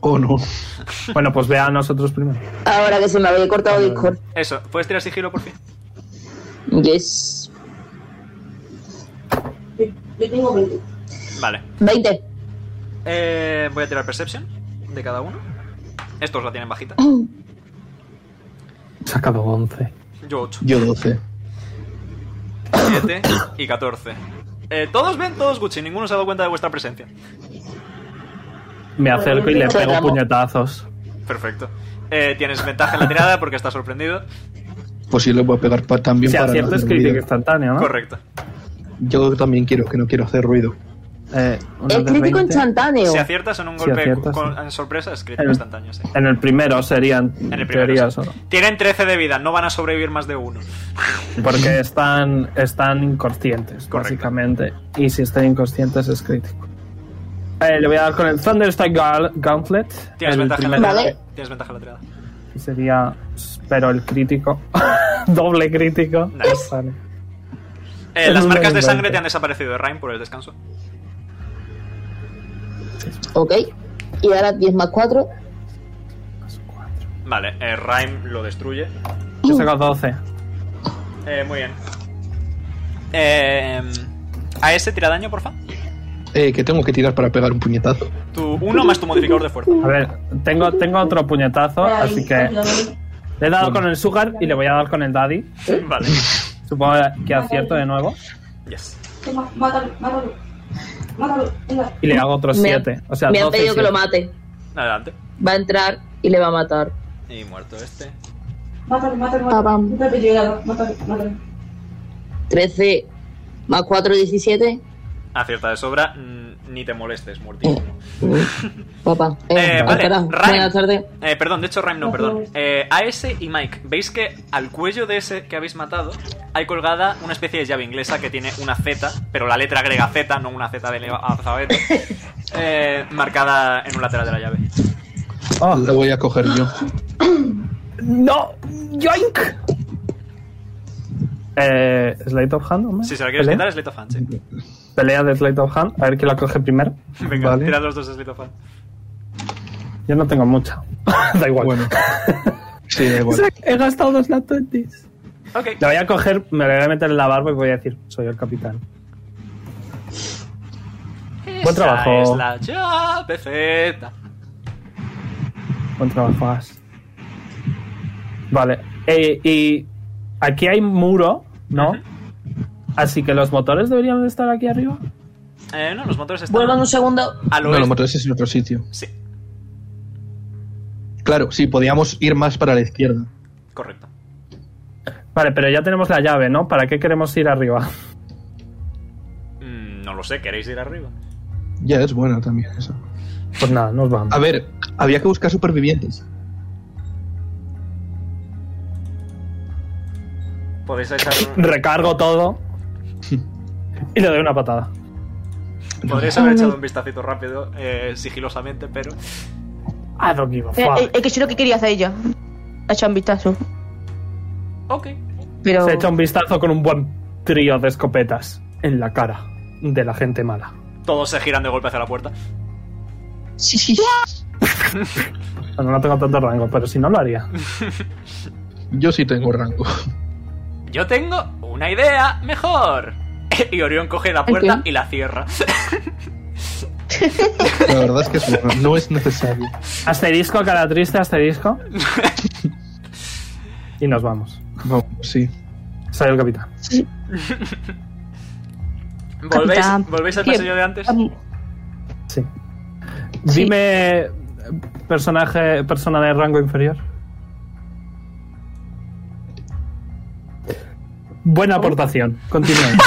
Oh no. Bueno, pues vea a nosotros primero. ahora que se me había cortado Discord. Eso, ¿puedes tirar sigilo por fin? Yes. Yo, yo tengo 20. Vale. 20. Eh, voy a tirar Perception de cada uno. Estos la tienen bajita. He sacado 11. Yo 8, Yo 12. 7 y 14. Eh, todos ven, todos Gucci, ninguno se ha dado cuenta de vuestra presencia. Me acerco y le Se pego acabó. puñetazos. Perfecto. Eh, tienes ventaja en la tirada porque estás sorprendido. Pues yo le voy a pegar pa- también Si para. no acierto es hacer crítica ruido. instantánea, ¿no? Correcto. Yo también quiero, que no quiero hacer ruido. Eh, una Es de crítico 20. instantáneo. Si aciertas en un Si golpe aciertas, con- sí. en sorpresa, es crítico El- instantáneo, sí. En el primero serían En el primero. teorías, sí. ¿no? Tienen 13 de vida, no van a sobrevivir más de uno. porque están, están inconscientes, Correcto. básicamente. Y si están inconscientes es crítico. Eh, le voy a dar con el Thunderstrike Gauntlet. Tienes el ventaja en la primero. tirada. Vale. Tienes ventaja en la tirada. que sería, pero el crítico, doble crítico. Vale. Eh, las un marcas de 20. sangre te han desaparecido de Rhyme por el descanso. Ok. Y ahora 10 más 4. Vale, eh, Rhyme lo destruye. Yo saco 12. Eh, muy bien. Eh, a ese tira daño, porfa. Eh, que tengo que tirar para pegar un puñetazo. Tu 1 más tu modificador de fuerza. A ver, tengo, tengo otro puñetazo, Oh, así que le he dado con el sugar y le voy a dar con el daddy. Vale. Supongo que acierto de nuevo. Yes. Toma, mátalo, mátalo. Mátalo, venga. Y le hago otro Me ha- 7. O sea, me han 12 y pedido que siete. lo mate. Adelante. Va a entrar y le va a matar. Y muerto este. Mátalo, mátalo, Ah, mátalo. vamos. No te he pedido nada. Mátalo, mátalo. 13 más 4, 17. Acierta de sobra, mm, ni te molestes, muertísimo. Eh, mm, Papá. Eh, vale, espera, Ryan. Buenas tardes. Eh, perdón, de hecho, Rhyme no, perdón. Eh, a ese y Mike, veis que al cuello de ese que habéis matado hay colgada una especie de llave inglesa que tiene una Z, pero la letra agrega Z, no una Z del alfabeto, eh, marcada en un lateral de la llave. Lo voy a coger yo. ¡No! ¡Yoink! Eh, ¿Slate of Hand? hombre? Si se la quieres ¿Pelea? quitar, es Late of Hand, sí. Pelea de Slate of Hand. A ver quién la coge primero. Venga, Vale. tirad los dos de Slate of Hand. Yo no tengo mucha. da igual. Bueno. Sí, da igual. He gastado dos latones. Ok. La voy a coger, me la voy a meter en la barba y voy a decir, soy el capitán. Buen Esa trabajo. es la llave Z. Buen trabajo, Ash. Vale. Eh, y aquí hay muro, ¿no? Así que los motores deberían de estar aquí arriba. Eh, no, los motores están Vuelvan un segundo. al No, lo oeste. matarás es en otro sitio. Sí, Claro, sí, podíamos ir más para la izquierda. correcto. Vale, pero ya tenemos la llave, ¿no? ¿Para qué queremos ir arriba? Mm, no lo sé, ¿queréis ir arriba? Ya es buena también esa. Pues nada, nos vamos. A ver, había que buscar supervivientes. Podéis echar un- Recargo todo. y le doy una patada. Podrías haber echado un vistacito rápido, eh, sigilosamente, pero. I don't give a Eh, eh, fuck. Es que yo lo que quería hacer yo. Ha hecho un vistazo. Ok. Pero. Se echa un vistazo con un buen trío de escopetas en la cara de la gente mala. Todos se giran de golpe hacia la puerta. Sí, sí. Bueno, no tengo tanto rango, pero si no lo haría. Yo sí tengo rango. Yo tengo una idea mejor. Y Orión coge la puerta y la cierra. La verdad es que es bueno, no es necesario. Asterisco, cara triste, asterisco. y nos vamos. Vamos, sí. Soy el capitán. ¿Volvéis, Capitán. ¿Volvéis al pasillo de antes? Sí. Dime, eh, personaje, persona de rango inferior. Oh. Buena aportación. Continúen.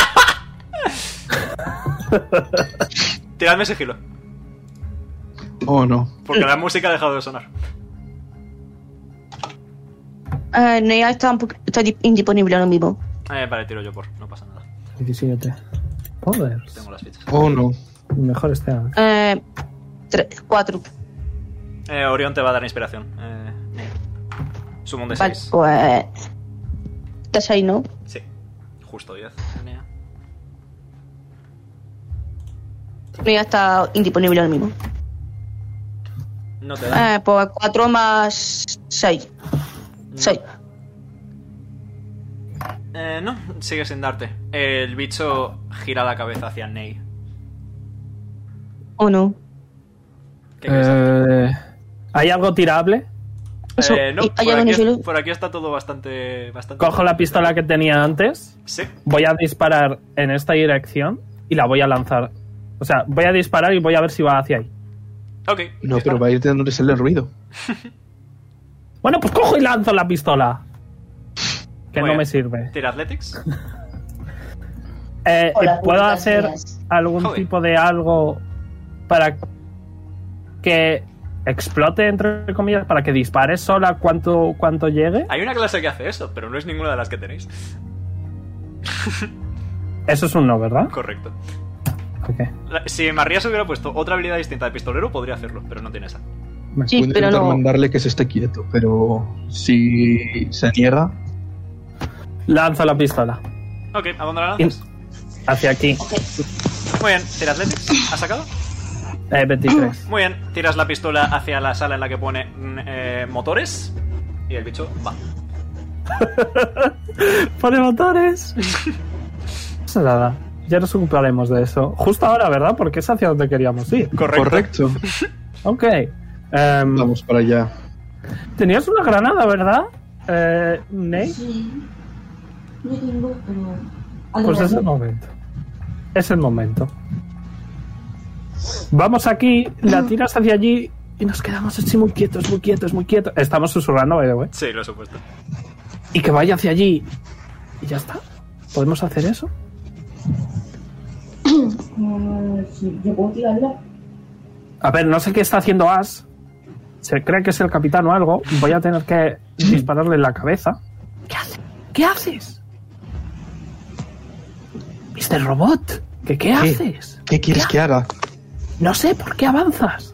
Tiradme sigilo, Oh, no. porque la música ha dejado de sonar. Eh, no, ya está, un poco- está di- indisponible ahora mismo. Eh, vale, tiro yo por, no pasa nada. 17. Joder. Tengo las fichas. Oh, no. Mejor este. año. Eh, tres, cuatro. Eh, Orión te va a dar inspiración. Eh, suma un de Vale, 6. pues. Estás ahí, ¿no? Sí, justo 10. No, ya está indisponible ahora mismo. No te Ah. da. Eh, pues cuatro más seis. Mm. Seis. Eh, no, sigue sin darte. El bicho gira la cabeza hacia Ney. ¿O no? ¿Qué crees? Eh, ¿Hay algo tirable? Eso, Eh, no, ¿y- ¿Hay por algo en aquí, el suelo? por aquí está todo bastante. bastante Cojo la pistola que tenía antes. Sí, Voy a disparar en esta dirección y la voy a lanzar. O sea, voy a disparar y voy a ver si va hacia ahí. ok. No, dispara. pero va a ir dándole el ruido. Bueno, pues cojo y lanzo la pistola. Muy Que no bien. me sirve. Tira Athletics. Eh, Hola, ¿Puedo buenas hacer días. algún Joder. tipo de algo para que explote, entre comillas, para que dispare sola cuanto, cuanto llegue? Hay una clase que hace eso, pero no es ninguna de las que tenéis. Eso es un no, ¿verdad? Correcto. Ok. La- Si María se hubiera puesto otra habilidad distinta de pistolero, podría hacerlo, pero no tiene esa. Me Sí, puedo pero intentar no. mandarle que se esté quieto, pero si se niega, Lanza la pistola. Ok, ¿a dónde la In- lanzas? Hacia aquí. Muy bien, ¿tira Athletics? ¿Has sacado? Eh, 23. Muy bien, tiras la pistola hacia la sala en la que pone mm, eh, motores y el bicho va. ¡Pone motores! No pasa nada. Ya nos ocuparemos de eso. Justo ahora, ¿verdad? Porque es hacia donde queríamos ir. correcto. Ok. Em, Vamos para allá. Tenías una granada, ¿verdad? Eh, Nate. Sí. Mm. No tengo, pero. ah, Pues es el momento. Es el momento. Vamos aquí, la tiras hacia allí y nos quedamos así muy quietos, muy quietos, muy quietos. Estamos susurrando, by the way. Sí, lo he supuesto. Y que vaya hacia allí. Y ya está. ¿Podemos hacer eso? Ah, sí, ¿Yo puedo tirarla? A ver, no sé qué está haciendo As. Se cree que es el capitán o algo. Voy a tener que dispararle en la cabeza. ¿Qué haces? Mr. Robot, ¿qué, qué haces? ¿Qué quieres que haga? No sé por qué avanzas.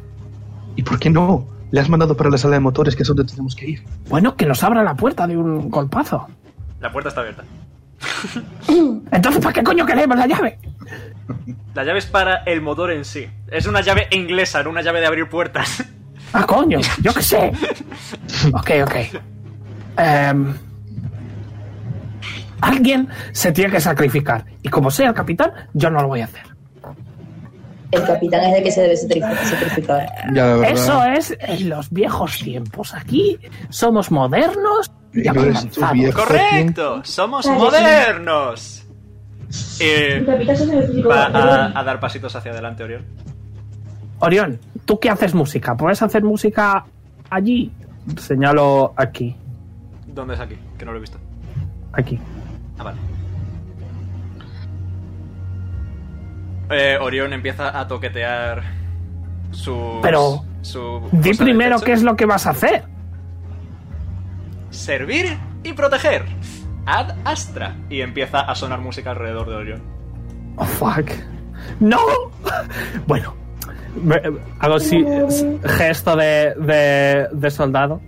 ¿Y por qué no? Le has mandado para la sala de motores, que es donde tenemos que ir. Eh, Bueno, que nos abra la puerta de un golpazo. La puerta está abierta. Entonces, ¿para qué coño queremos la llave? La llave es para el motor en sí. Es una llave inglesa, no una llave de abrir puertas. Ah, coño, yo qué sé. Ok, ok. Em, alguien se tiene que sacrificar. Y como sea el capitán, yo no lo voy a hacer. El capitán es el que se debe sacrificar- sacrificar. Ya, la verdad. Eso es en los viejos tiempos. Aquí somos modernos y eh, Pero eres tú, viejo. avanzados. ¡Correcto! ¡Somos Claro, sí. modernos! Eh, El capitán se sacrificó. va ah, a, a dar pasitos hacia adelante, Orión. Orión, ¿tú qué haces música? ¿Puedes hacer música allí? Señalo aquí, ¿Dónde es aquí? Que no lo he visto. aquí. Ah, vale. Eh, Orión empieza a toquetear su. Pero- Su. Di cosa de primero techo. qué es lo que vas a hacer. Servir y proteger. Ad Astra. Y empieza a sonar música alrededor de Orión. Oh, fuck. ¡No! Bueno, me- hago así, s- gesto de, de, de soldado.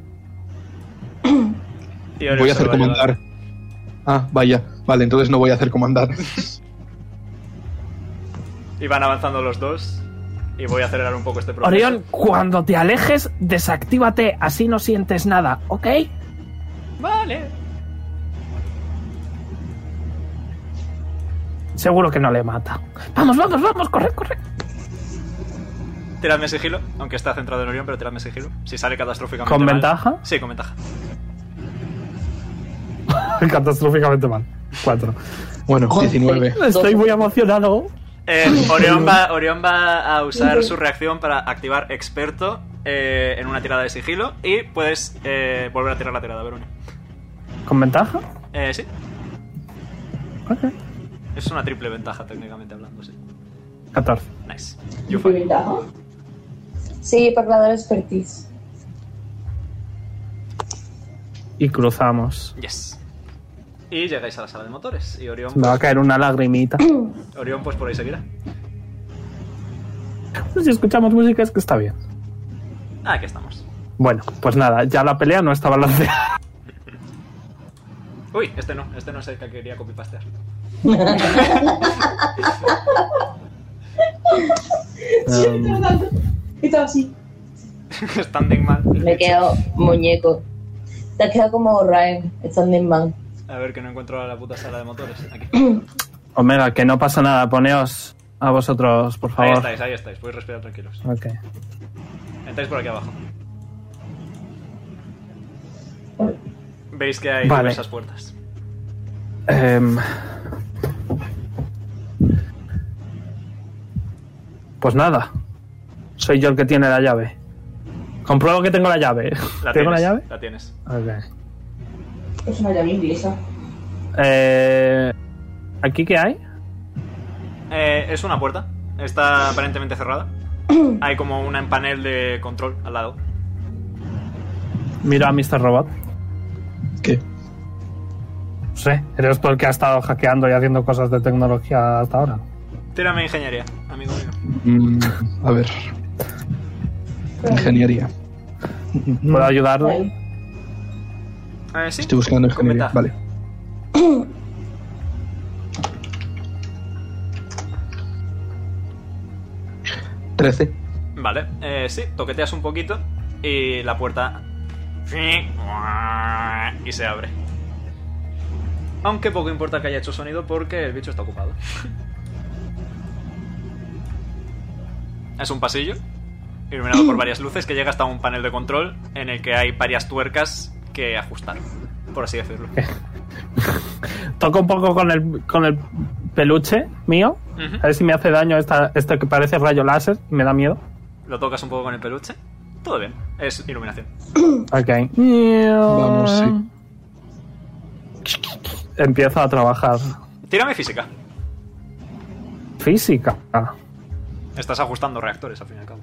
Y Orión Voy a se hacer lo va llevar. comandar. Ah, vaya. Vale, entonces no voy a hacer comandar. Y van avanzando los dos. Y voy a acelerar un poco este proceso. Orión, cuando te alejes, desactívate, así no sientes nada, ¿ok? Vale. Seguro que no le mata. Vamos, vamos, vamos, corre, corre. Tiradme sigilo, aunque está centrado en Orión, pero tiradme sigilo. Si sale catastróficamente. ¿Con mal- ventaja? Sí, con ventaja. Catastróficamente mal. Cuatro. Bueno, 19. Estoy muy emocionado. Eh, Orión, va, Orión va a usar su reacción para activar experto eh, en una tirada de sigilo y puedes eh, volver a tirar la tirada, Verónica. ¿Con ventaja? Eh, sí, Ok. es una triple ventaja técnicamente hablando, sí. 14. Nice. You ¿Qué fine. ventaja? Sí, para dar expertise. Y cruzamos. Yes. Y llegáis a la sala de motores y Orión, Me va a caer una lagrimita. Orión pues por ahí seguirá. Si escuchamos música es que está bien. Ah, aquí estamos. Bueno, pues nada, ya la pelea no está balanceada. Uy, este no, este no es el que quería copipastear. Estaba así. Standing mal. Me he quedado muñeco. Te has quedado como Ryan, Standing Man. A ver que no encuentro a la puta sala de motores. Aquí. Omega, que no pasa nada, poneos a vosotros, por Ahí favor. estáis, ahí estáis, podéis respirar tranquilos. Ok. Entráis por aquí abajo. Veis que hay Vale. diversas puertas. Em, Pues nada, soy yo el que tiene la llave. Compruebo que tengo la llave. La ¿Tengo la tienes, llave? La tienes. Ok. Es una llave inglesa. Eh, ¿Aquí qué hay? Eh, es una puerta. Está aparentemente cerrada. Hay como una en panel de control al lado. Mira a Mr. Robot. ¿Qué? No sé, eres tú el que ha estado hackeando y haciendo cosas de tecnología hasta ahora. Tírame ingeniería, amigo mío. Mm, a ver. Ingeniería. ¿Puedo ayudarle? Eh, sí. Estoy buscando ingeniería. Vale. Trece. Vale, eh, sí, toqueteas un poquito y la puerta... Y se abre. Aunque poco importa que haya hecho sonido porque el bicho está ocupado. Es un pasillo iluminado por varias luces que llega hasta un panel de control en el que hay varias tuercas que ajustar, por así decirlo. Toco un poco con el, con el peluche mío. Ujú. A ver si me hace daño esta, esto que parece rayo láser. Me da miedo. Lo tocas un poco con el peluche. Todo bien, es iluminación. Ok. Vamos, sí. Empiezo a trabajar. Tírame física. Física. Estás ajustando reactores al fin y al cabo.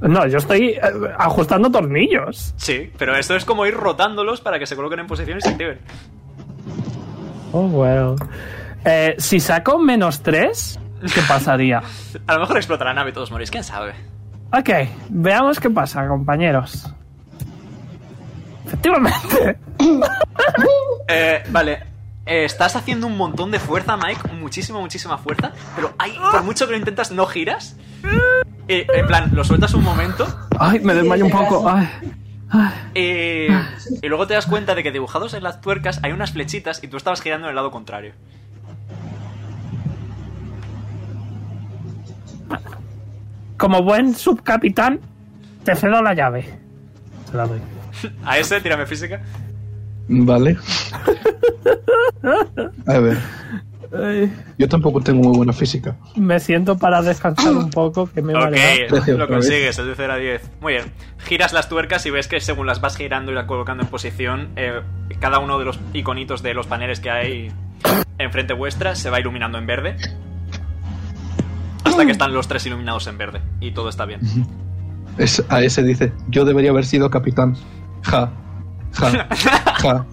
No, yo estoy eh, ajustando tornillos. Sí, pero esto es como ir rotándolos para que se coloquen en posición y se activen. Oh, wow. Eh, si saco menos 3, ¿qué pasaría? A lo mejor explotará la nave y todos morís, quién sabe. ok, veamos qué pasa, compañeros. Efectivamente. Eh, vale. Eh, estás haciendo un montón de fuerza, Mike. Muchísima, muchísima fuerza. Pero hay, por mucho que lo intentas, no giras. Eh, en plan, lo sueltas un momento. Ay, me desmayo un poco. Ay. eh, y luego te das cuenta de que dibujados en las tuercas hay unas flechitas y tú estabas girando en el lado contrario. Como buen subcapitán, te cedo la llave. Se la doy. A ese, tírame física. Vale. A ver. Yo tampoco tengo muy buena física. Me siento para descansar un poco, que Eh, me Ok, vale. lo consigues, el 10 era 10. Muy bien. Giras las tuercas y ves que según las vas girando y las colocando en posición, eh, cada uno de los iconitos de los paneles que hay enfrente vuestra se va iluminando en verde. Hasta que están los tres iluminados en verde. Y todo está bien. Es, a ese dice, yo debería haber sido capitán. Ja. Ja. Ja.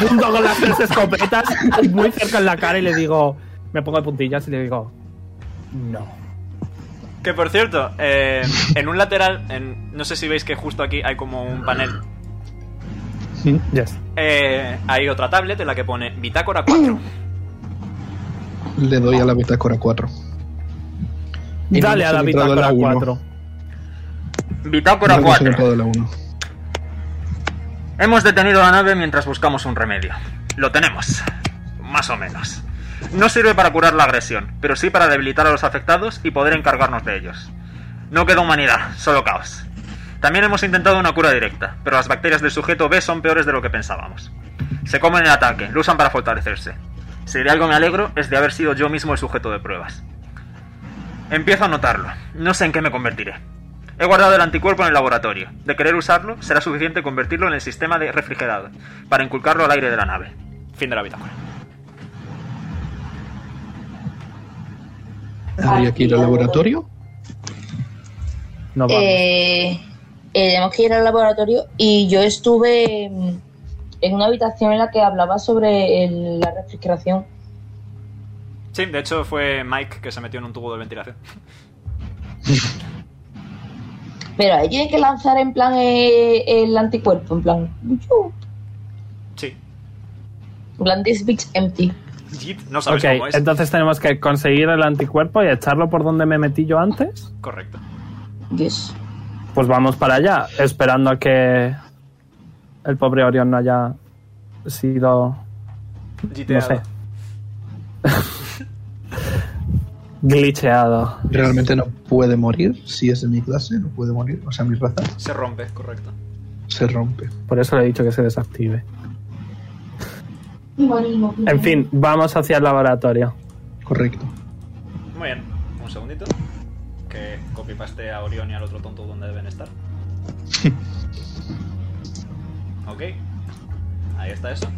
Apunto con las tres escopetas muy cerca en la cara y le digo, me pongo de puntillas y le digo, no. Que por cierto, eh, en un lateral, en- no sé si veis que justo aquí hay como un panel. Yes. Eh, hay otra tablet en la que pone Bitácora 4. Le doy a la bitácora 4. Dale a la bitácora 4. Bitácora la 1. Hemos detenido la nave mientras buscamos un remedio. Lo tenemos. Más o menos. No sirve para curar la agresión, pero sí para debilitar a los afectados y poder encargarnos de ellos. No queda humanidad, solo caos. También hemos intentado una cura directa, pero las bacterias del sujeto B son peores de lo que pensábamos. Se comen el ataque, lo usan para fortalecerse. Si de algo me alegro es de haber sido yo mismo el sujeto de pruebas. Empiezo a notarlo. No sé en qué me convertiré. He guardado el anticuerpo en el laboratorio. De querer usarlo, será suficiente convertirlo en el sistema de refrigerado, para inculcarlo al aire de la nave. Fin de la bitácora. Habría que ir al laboratorio. No Eh, eh, tenemos que ir al laboratorio y yo estuve mm, en una habitación en la que hablaba sobre el- la refrigeración. Sí, de hecho fue Mike que se metió en un tubo de ventilación. Pero ahí tienen que lanzar en plan eh, el anticuerpo, en plan. ¡chu! Sí. En plan, this bitch empty. No Ok, sabes cómo es. entonces tenemos que conseguir el anticuerpo y echarlo por donde me metí yo antes. Correcto. Pues vamos para allá, esperando a que el pobre Orión no haya sido... No Giteado. sé. Glitcheado. Realmente no puede morir. Si es de mi clase, no puede morir. O sea, mi raza Se rompe, correcto. se rompe. Por eso le he dicho que se desactive. Morimos. En fin, vamos hacia el laboratorio. Correcto. Muy bien, un segundito. Que copypaste a Orión y al otro tonto donde deben estar. ok. Ahí está eso.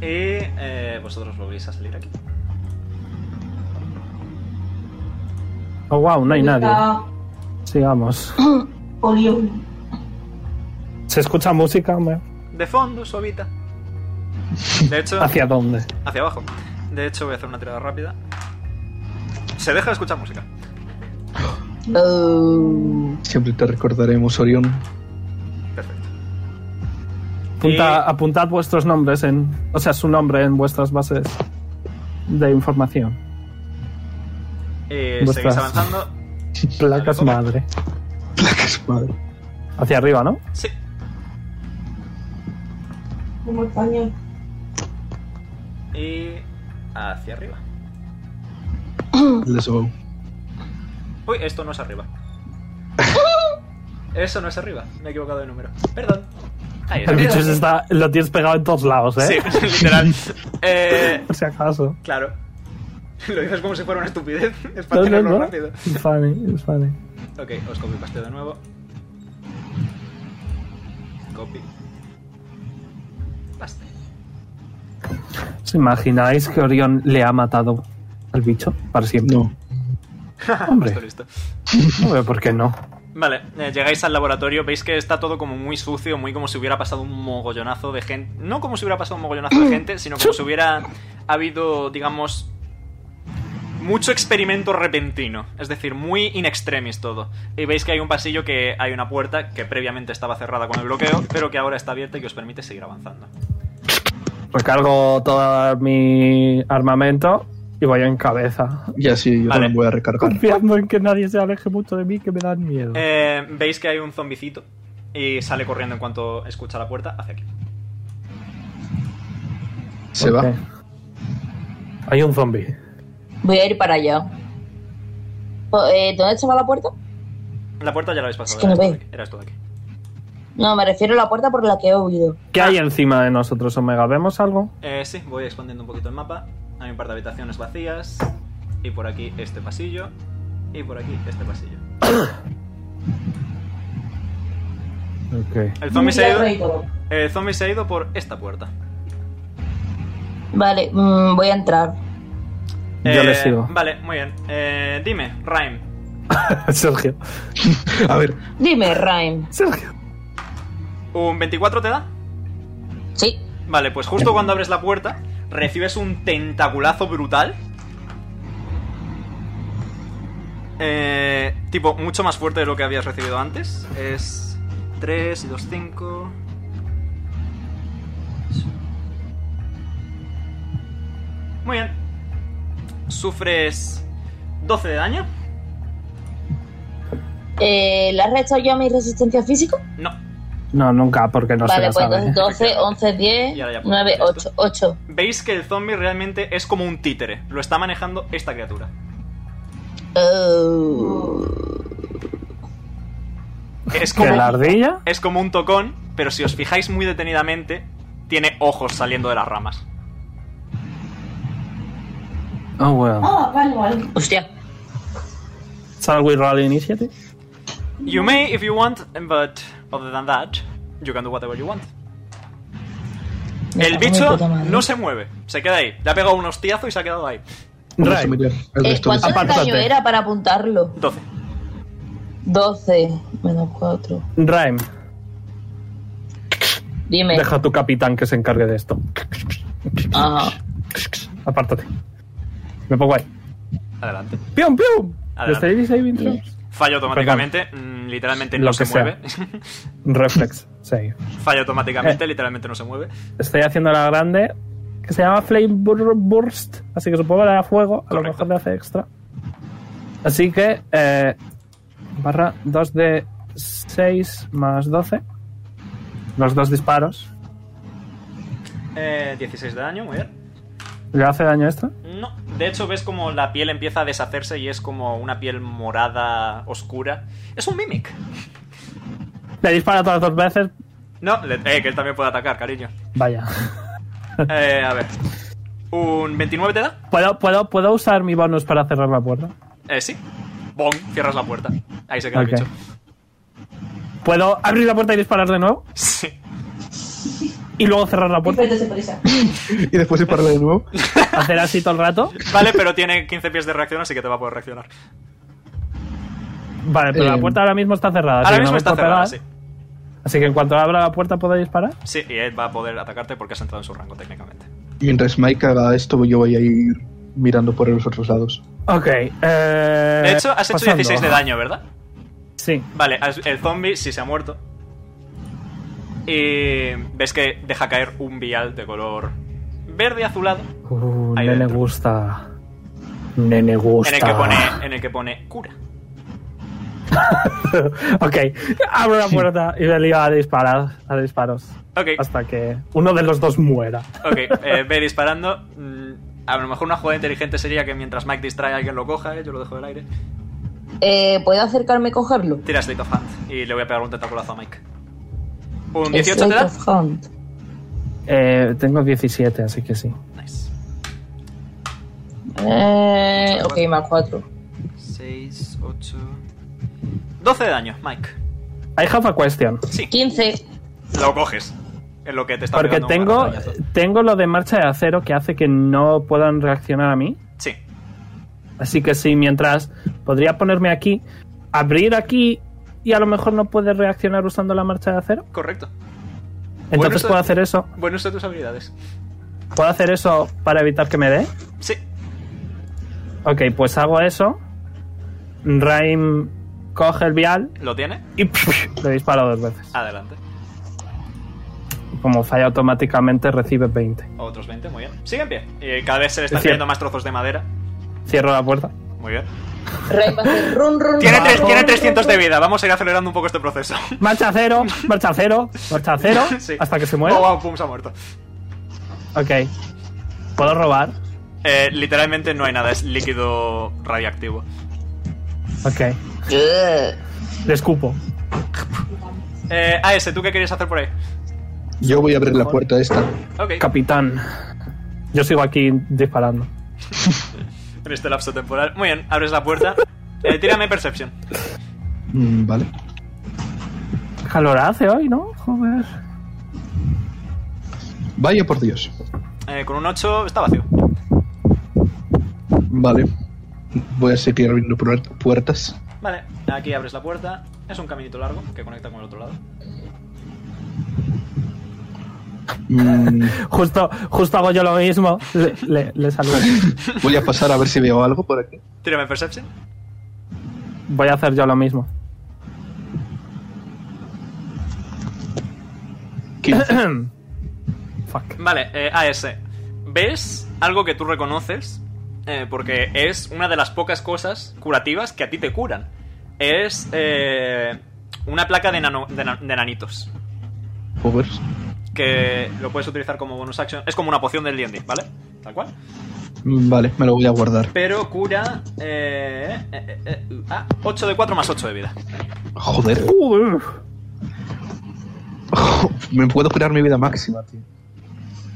Y eh, vosotros volvéis a salir aquí. Oh, wow, no hay nadie. Está Sigamos. Orión. ¿Se escucha música? hombre? De fondo, suavita. De hecho, ¿Hacia dónde? hacia abajo. De hecho, voy a hacer una tirada rápida. Se deja de escuchar música. Oh. Siempre te recordaremos, Orión. Apunta- Apuntad vuestros nombres en. O sea, su nombre en vuestras bases de información. Eh, Vuestras- seguís avanzando. Placas madre. Placas madre. Hacia arriba, ¿no? Sí. Como España. Y hacia arriba. Let's go. Uy, esto no es arriba. Eso no es arriba. Me he equivocado de número. Perdón. Ahí está. El bicho ese está, lo tienes pegado en todos lados, ¿eh? Sí, literal. Eh, Por si acaso. claro. Lo dices como si fuera una estupidez. Es para No, no, tenerlo no. rápido. It's funny, it's funny. Ok, os copio paste de nuevo. Copy. Paste. ¿Os imagináis que Orión le ha matado al bicho para siempre? No. Hombre. listo. No veo por qué no. Vale, eh, llegáis al laboratorio, veis que está todo como muy sucio, muy como si hubiera pasado un mogollonazo de gente. No como si hubiera pasado un mogollonazo de gente, sino como si hubiera habido, digamos, mucho experimento repentino. Es decir, muy in extremis todo. Y veis que hay un pasillo que hay una puerta que previamente estaba cerrada con el bloqueo, pero que ahora está abierta y que os permite seguir avanzando. Recargo todo mi armamento y voy en cabeza. Y así yo también voy a recargar. Confiando en que nadie se aleje mucho de mí, que me dan miedo. Eh, veis que hay un zombicito y sale corriendo en cuanto escucha la puerta hacia aquí. Se Ok. va. Hay un zombie. Voy a ir para allá. Po- eh, ¿Dónde estaba la puerta? La puerta ya la habéis pasado. Es que no era, esto veo. de aquí, era esto de aquí. No, me refiero a la puerta por la que he huido. ¿Qué hay encima de nosotros, Omega? ¿Vemos algo? Eh, sí, voy expandiendo un poquito el mapa. Hay un par de habitaciones vacías. Y por aquí este pasillo. Y por aquí este pasillo. Ok. El zombie se Ya ha ido. eh, reído. El zombie se ha ido por esta puerta. Vale, mm, voy a entrar. Yo Eh, le sigo. Vale, muy bien. Eh, dime, Rhyme. Sergio. A ver, Dime, Rhyme. Sergio. ¿Un 24 te da? Sí. Vale, pues justo cuando abres la puerta, recibes un tentaculazo brutal. Eh, tipo, mucho más fuerte de lo que habías recibido antes. Es 3 y 2, 5. Muy bien. Sufres 12 de daño. Eh, ¿Le has restado ya mi resistencia física? No. No, nunca, porque no vale, se pues la sabe. ¿eh? entonces 12, 11, 10, Y ahora ya podemos 9, hacer 8, 8. Veis que el zombie realmente es como un títere. Lo está manejando esta criatura. Oh, Es ¿Que como la ardilla? Es como un tocón, pero si os fijáis muy detenidamente, tiene ojos saliendo de las ramas. Oh, well. Ah, vale, vale. Hostia. Shall we roll initiative? You may if you want, but other than that, you can do whatever you want. El bicho Eh, no se mueve, se queda ahí. Le ha pegado un hostiazo y se ha quedado ahí. vamos a Ray. mirar el Eh, resto de ¿Cuánto de daño Apártate. era para apuntarlo? 12. 12 menos 4. Rhyme, Dime. deja a tu capitán que se encargue de esto. Ah, Apártate. Me pongo ahí. Adelante. ¡Pium, pium! Adelante. ¿Los saving throws? Falla automáticamente, mm, literalmente no Lo se que sea. mueve. Reflex save. Falla Eh. automáticamente, literalmente no se mueve. Estoy haciendo la grande que se llama Flame Bur- Burst, así que supongo que le da fuego, a lo Correcto. mejor le hace extra. Así que eh, barra 2 de 6 más 12, los dos disparos. Eh, 16 de daño, muy bien. ¿Le hace daño esto? No, de hecho ves como la piel empieza a deshacerse y es como una piel morada oscura. Es un mimic. Le dispara todas las dos veces, No, le- eh, que él también puede atacar, cariño. vaya. Eh, a ver. ¿Un 29 te da? ¿Puedo, puedo, ¿Puedo usar mi bonus para cerrar la puerta? Eh, sí. Bong, cierras la puerta. Ahí se queda Ok. el bicho. ¿Puedo abrir la puerta y disparar de nuevo? Sí. Y luego cerrar la puerta. Enfrente se prisa. Y después se parla de nuevo. Hacer así todo el rato. Vale, pero tiene 15 pies de reacción, así que te va a poder reaccionar. Vale, pero la Eh, puerta ahora mismo está cerrada. así Ahora que mismo no me está puedo cerrada, pegar. sí. Así que en cuanto abra la puerta, ¿puedo disparar? Sí, y él va a poder atacarte porque has entrado en su rango técnicamente. Mientras Mike haga esto, yo voy a ir mirando por los otros lados. Ok. eh, De hecho, has hecho pasando. 16 de daño, ¿verdad? Sí. Vale, has- el zombie sí se ha muerto. Y ves que deja caer un vial de color verde azulado Uh, Ahí nene gusta. Nene gusta. en el que pone en el que pone cura. ok, abro la puerta y me lío a disparar, a disparos. Ok. Hasta que uno de los dos muera. Ok, eh, ve disparando. Mm, A lo mejor una jugada inteligente sería que mientras Mike distrae alguien lo coja, eh, yo lo dejo del aire. Eh, ¿Puedo acercarme y cogerlo? Tira Slate of Hand y le voy a pegar un tentaculazo a Mike. ¿Un Es 18 te Light da? of Hand. Eh, tengo 17, así que sí. Nice. Eh, ok, más 4. 6, 8. 12 de daño, Mike. I have a question. 15. Lo coges. En lo que te está Porque pegando un tengo, martillazo. tengo lo de marcha de acero que hace que no puedan reaccionar a mí. Sí. Así que sí, mientras podría ponerme aquí, abrir aquí y a lo mejor no puede reaccionar usando la marcha de acero. Correcto. Entonces uso- puedo hacer eso. Buen uso de tus habilidades. ¿Puedo hacer eso para evitar que me dé? Sí. Ok, pues hago eso. Raim coge el vial ¿Lo tiene? y le disparo dos veces. Adelante. Como falla automáticamente, recibe 20. Otros 20, muy bien. Sigue en pie. Y cada vez se le están Cien. cayendo más trozos de madera. Cierro la puerta. Muy bien. Rain va a hacer run, run, Tiene, run, tres- run, tiene run, 300 de run. vida. Vamos a ir acelerando un poco este proceso. Marcha cero, marcha cero, marcha cero, Sí. hasta que se muera. Oh, wow, pum, se ha muerto. Ok. ¿Puedo robar? Eh, literalmente no hay nada, es líquido radiactivo. Ok. Le escupo. Eh, AS, ¿tú qué querías hacer por ahí? Yo voy a abrir la puerta esta. Ok. Capitán. Yo sigo aquí disparando. En este lapso temporal. Muy bien, abres la puerta. Eh, tírame Perception. Mm, vale. Calor hace hoy, ¿no? Joder. Vaya por Dios. Eh, con un 8 está vacío. Vale. Voy a seguir abriendo puer- puertas. Vale, aquí abres la puerta. Es un caminito largo que conecta con el otro lado. Mm, Justo, justo hago yo lo mismo. Le, le- le saludo. voy a pasar a ver si veo algo por aquí. Tírame Perception. Voy a hacer yo lo mismo. 15. Vale, eh, AS. ¿Ves algo que tú reconoces? Eh, porque es una de las pocas cosas curativas que a ti te curan. Es eh, una placa de, nano- de na- de nanitos. Joder. Que lo puedes utilizar como bonus action. Es como una poción del D&D, ¿vale? Tal cual. Mm, Vale, me lo voy a guardar. Pero cura... Eh, eh, eh, eh, ah, 8 de 4 más 8 de vida. Joder. Me puedo curar mi vida máxima, tío.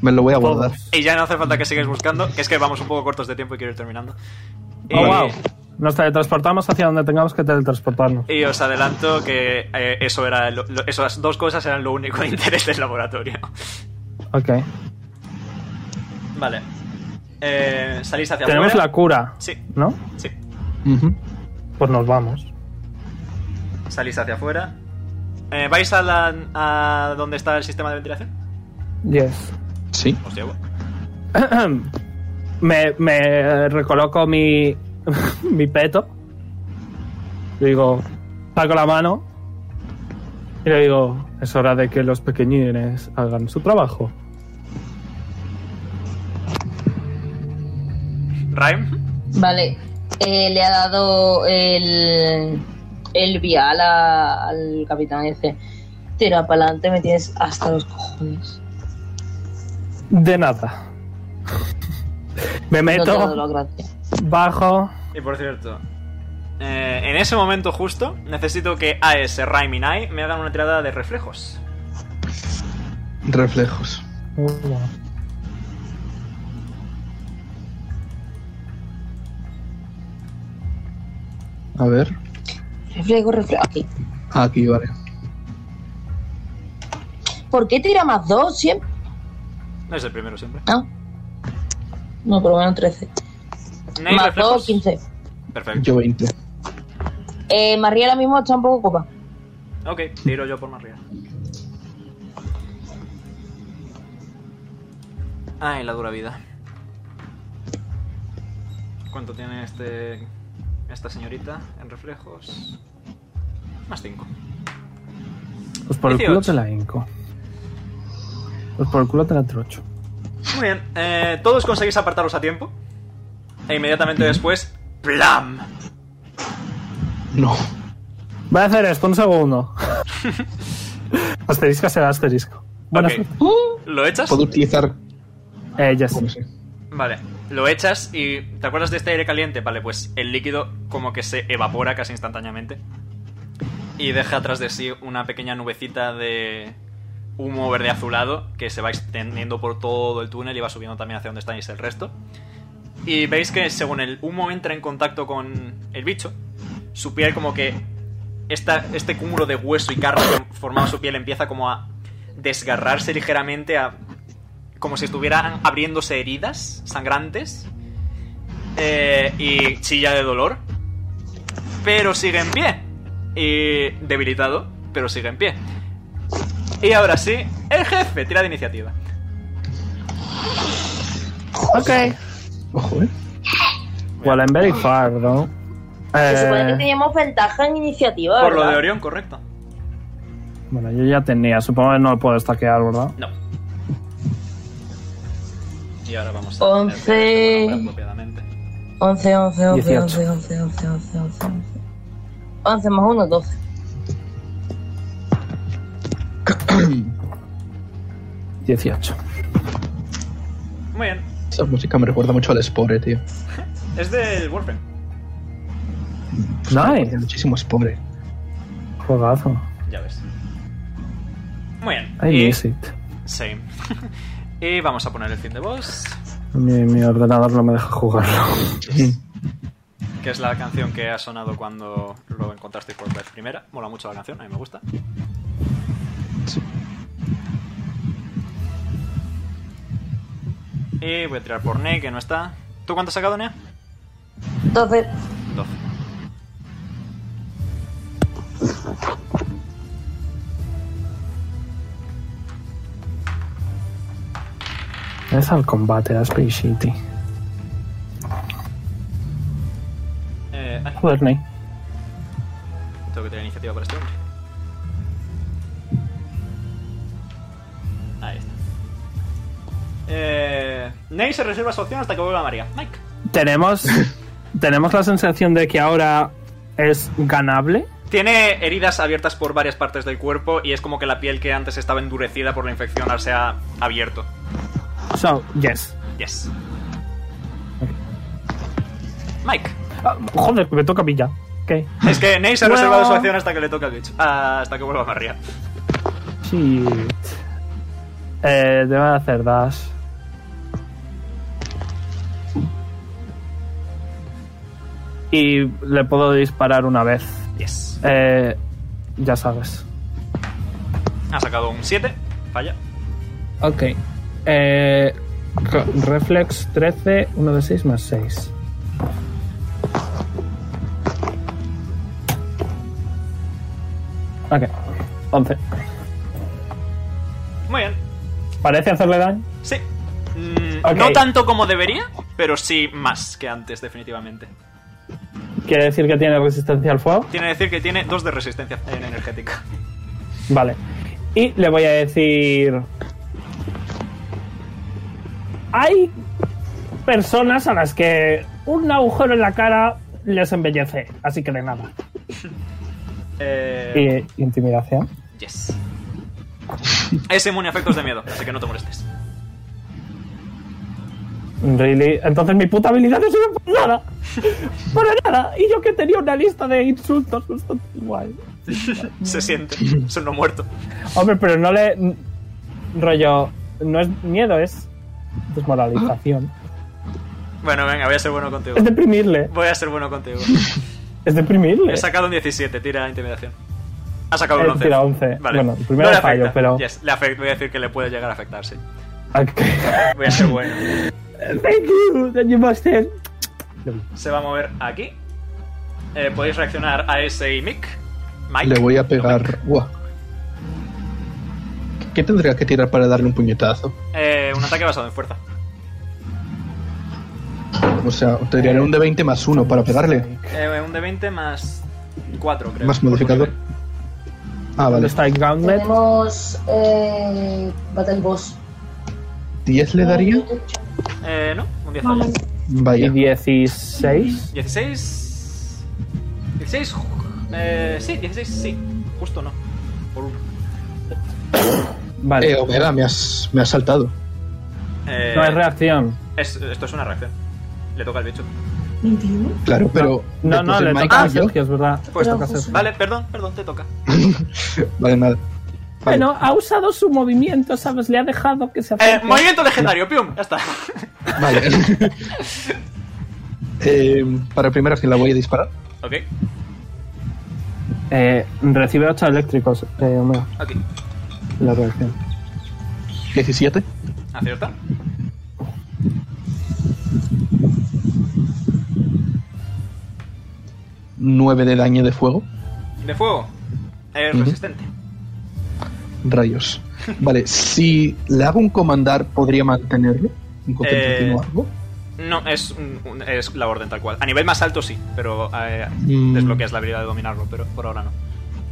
Me lo voy a guardar. Y ya no hace falta que sigas buscando, que es que vamos un poco cortos de tiempo y quiero ir terminando. Y, Oh, wow. Nos teletransportamos hacia donde tengamos que teletransportarnos. y os adelanto que eh, eso era lo- lo- esas dos cosas eran lo único de interés del laboratorio. Ok. Vale. Eh, salís hacia Tenemos afuera. la cura, Sí, ¿no? sí. Pues nos vamos. Salís hacia afuera. Eh, ¿Vais a, la, a donde está el sistema de ventilación? Yes. Sí. Os llevo. me, me recoloco mi, mi peto. Digo, saco la mano. Y le digo, es hora de que los pequeñines hagan su trabajo. Raim, Vale. Eh, le ha dado el, el vial a- al capitán y dice: Tira para adelante, me tienes hasta los cojones. De nada. Me No te he dado meto, las gracias. bajo. y por cierto, eh, en ese momento justo necesito que AS, Raim y Nai me hagan una tirada de reflejos. Reflejos. A ver. Reflejo, reflejo. Aquí. Aquí, vale. ¿Por qué tira más dos siempre? No es el primero siempre. No. No, por lo menos 13. Nai, más reflejos. 2, 15. Perfecto. Yo 20. Eh, María ahora mismo está un poco copa. Ok, tiro yo por más arriba. Ah, Ay, la dura vida. ¿Cuánto tiene este esta señorita en reflejos? Más 5. Pues por el culo te la hinco. Pues por el culo te la trocho. Muy bien, eh, todos conseguís apartaros a tiempo. E inmediatamente después, ¡plam! No. Voy a hacer esto un segundo. asterisco será asterisco. Buena Ok. suerte. ¿Lo echas? Puedo utilizar. Eh, ya sí. Vale, lo echas y ¿te acuerdas de este aire caliente? Vale, pues el líquido como que se evapora casi instantáneamente y deja atrás de sí una pequeña nubecita de humo verde azulado que se va extendiendo por todo el túnel y va subiendo también hacia donde estáis el resto. Y veis que según el humo entra en contacto con el bicho, su piel como que esta- este cúmulo de hueso y carne que formaba su piel empieza como a desgarrarse ligeramente, a como si estuvieran abriéndose heridas sangrantes eh, y chilla de dolor, pero sigue en pie y debilitado, pero sigue en pie. Y ahora sí, el jefe tira de iniciativa. Ok. Ojo, eh. Well, I'm very far, ¿no? Se supone que Eh, teníamos ventaja en iniciativa. Por lo ¿verdad? de Orión, correcto. bueno, yo ya tenía. Supongo que no lo puedo estaquear, ¿verdad? No. Y ahora vamos a. 11. 11, 11, 11, 18. 11, 11, 11, 11, 11. 11 más 1, 12. Esa 18. Muy bien, música me recuerda mucho al Spore, tío. es del Warframe. Nice. Muchísimo Spore. Juegazo. Ya ves. Muy bien. I y... miss it. Same. y vamos a poner el fin de boss, Mi, mi ordenador no me deja jugarlo. que es la canción que ha sonado cuando lo encontraste por vez primera. Mola mucho la canción, a mí me gusta. Y voy a tirar por Ne, que no está. ¿Tú cuánto has sacado, Ne? 12. 12. es al combate, a Space City. Eh, ay, Joder, Ney. tengo que tirar iniciativa para este hombre. Ahí está. Eh, Ney se reserva su opción hasta que vuelva María. Mike. Tenemos. tenemos la sensación de que ahora es ganable. Tiene heridas abiertas por varias partes del cuerpo y es como que la piel que antes estaba endurecida por la infección ahora se ha abierto. So, yes. Yes. Mike. Ah, joder, me toca pilla. ¿Qué? Es que Ney se ha Bueno. reservado su acción hasta que le toca al bicho. Ah, hasta que vuelva María. Sí. Eh, debe de hacer dash. Y le puedo disparar una vez. Yes. Eh, ya sabes. Ha sacado un 7. Falla. Ok. Eh, re- reflex 13, 1 de 6 más 6. Ok. 11. Muy bien. ¿Parece hacerle daño? Sí. Mm, Ok. No tanto como debería, pero sí más que antes, definitivamente. ¿Quiere decir que tiene resistencia al fuego? Tiene que decir que tiene 2 de resistencia en energética. Vale. Y le voy a decir... Hay personas a las que un agujero en la cara les embellece, así que de nada. Eh, Y intimidación. yes. Es inmune a efectos de miedo, así que no te molestes. Really? Entonces mi puta habilidad no sirve para nada. Para nada. Y yo que tenía una lista de insultos bastante guay. Se siente. Son no muerto. Hombre, pero no le... n- Rollo... No es miedo, es desmoralización. Bueno, venga, voy a ser bueno contigo. Es deprimirle. Voy a ser bueno contigo. Es deprimirle. He sacado un 17, tira intimidación. Ha sacado un He 11. tirado 11. Vale. Eh, Bueno, el primero le fallo, afecta. pero- Yes, le afecta. Voy a decir que le puede llegar a afectar, sí. Ok. Voy a ser bueno. Thank you, thank you, Master. Se va a mover aquí. Eh, podéis reaccionar a ese y Mick. Mike. Le voy a pegar. Buah. ¿Qué tendría que tirar para darle un puñetazo? Eh, un ataque basado en fuerza. O sea, te tiraré un de 20 más 1 para pegarle. Eh, un de 20 más 4, creo. Más modificador. Ah, vale. Está el Gauntlet. Tenemos eh, Battle Boss. 10 le daría. Eh, no, un 10 falla. Vaya. 16. 16. 16. Eh, sí, 16, sí. Justo no. Por uno. Vale. Eh, Omega, me has, me has saltado. Eh, No hay reacción. es- esto es una reacción. Le toca al bicho. Claro, pero. No, después no, del le Mike toca a soy yo. Sergio, es verdad. Pues Le toca toca a Sergio. Vale, perdón, perdón, te toca. Eh, Vale, nada. Vale. Bueno, ha usado su movimiento, ¿sabes? Le ha dejado que se Eh, acerque. movimiento legendario, pium, ya está. Vale. Eh, para primera acción la voy a disparar. Ok, Eh, recibe 8 eléctricos, eh, Omega, ok. la reacción. 17. ¿Acierta? Nueve de daño de fuego. De fuego. Es Ujú. resistente. Rayos. Vale, si le hago un comandar, ¿podría mantenerlo? ¿Un concentración Eh, o algo? No, es, un- un- es la orden tal cual. A nivel más alto sí, pero eh, Mm. desbloqueas la habilidad de dominarlo, pero por ahora no.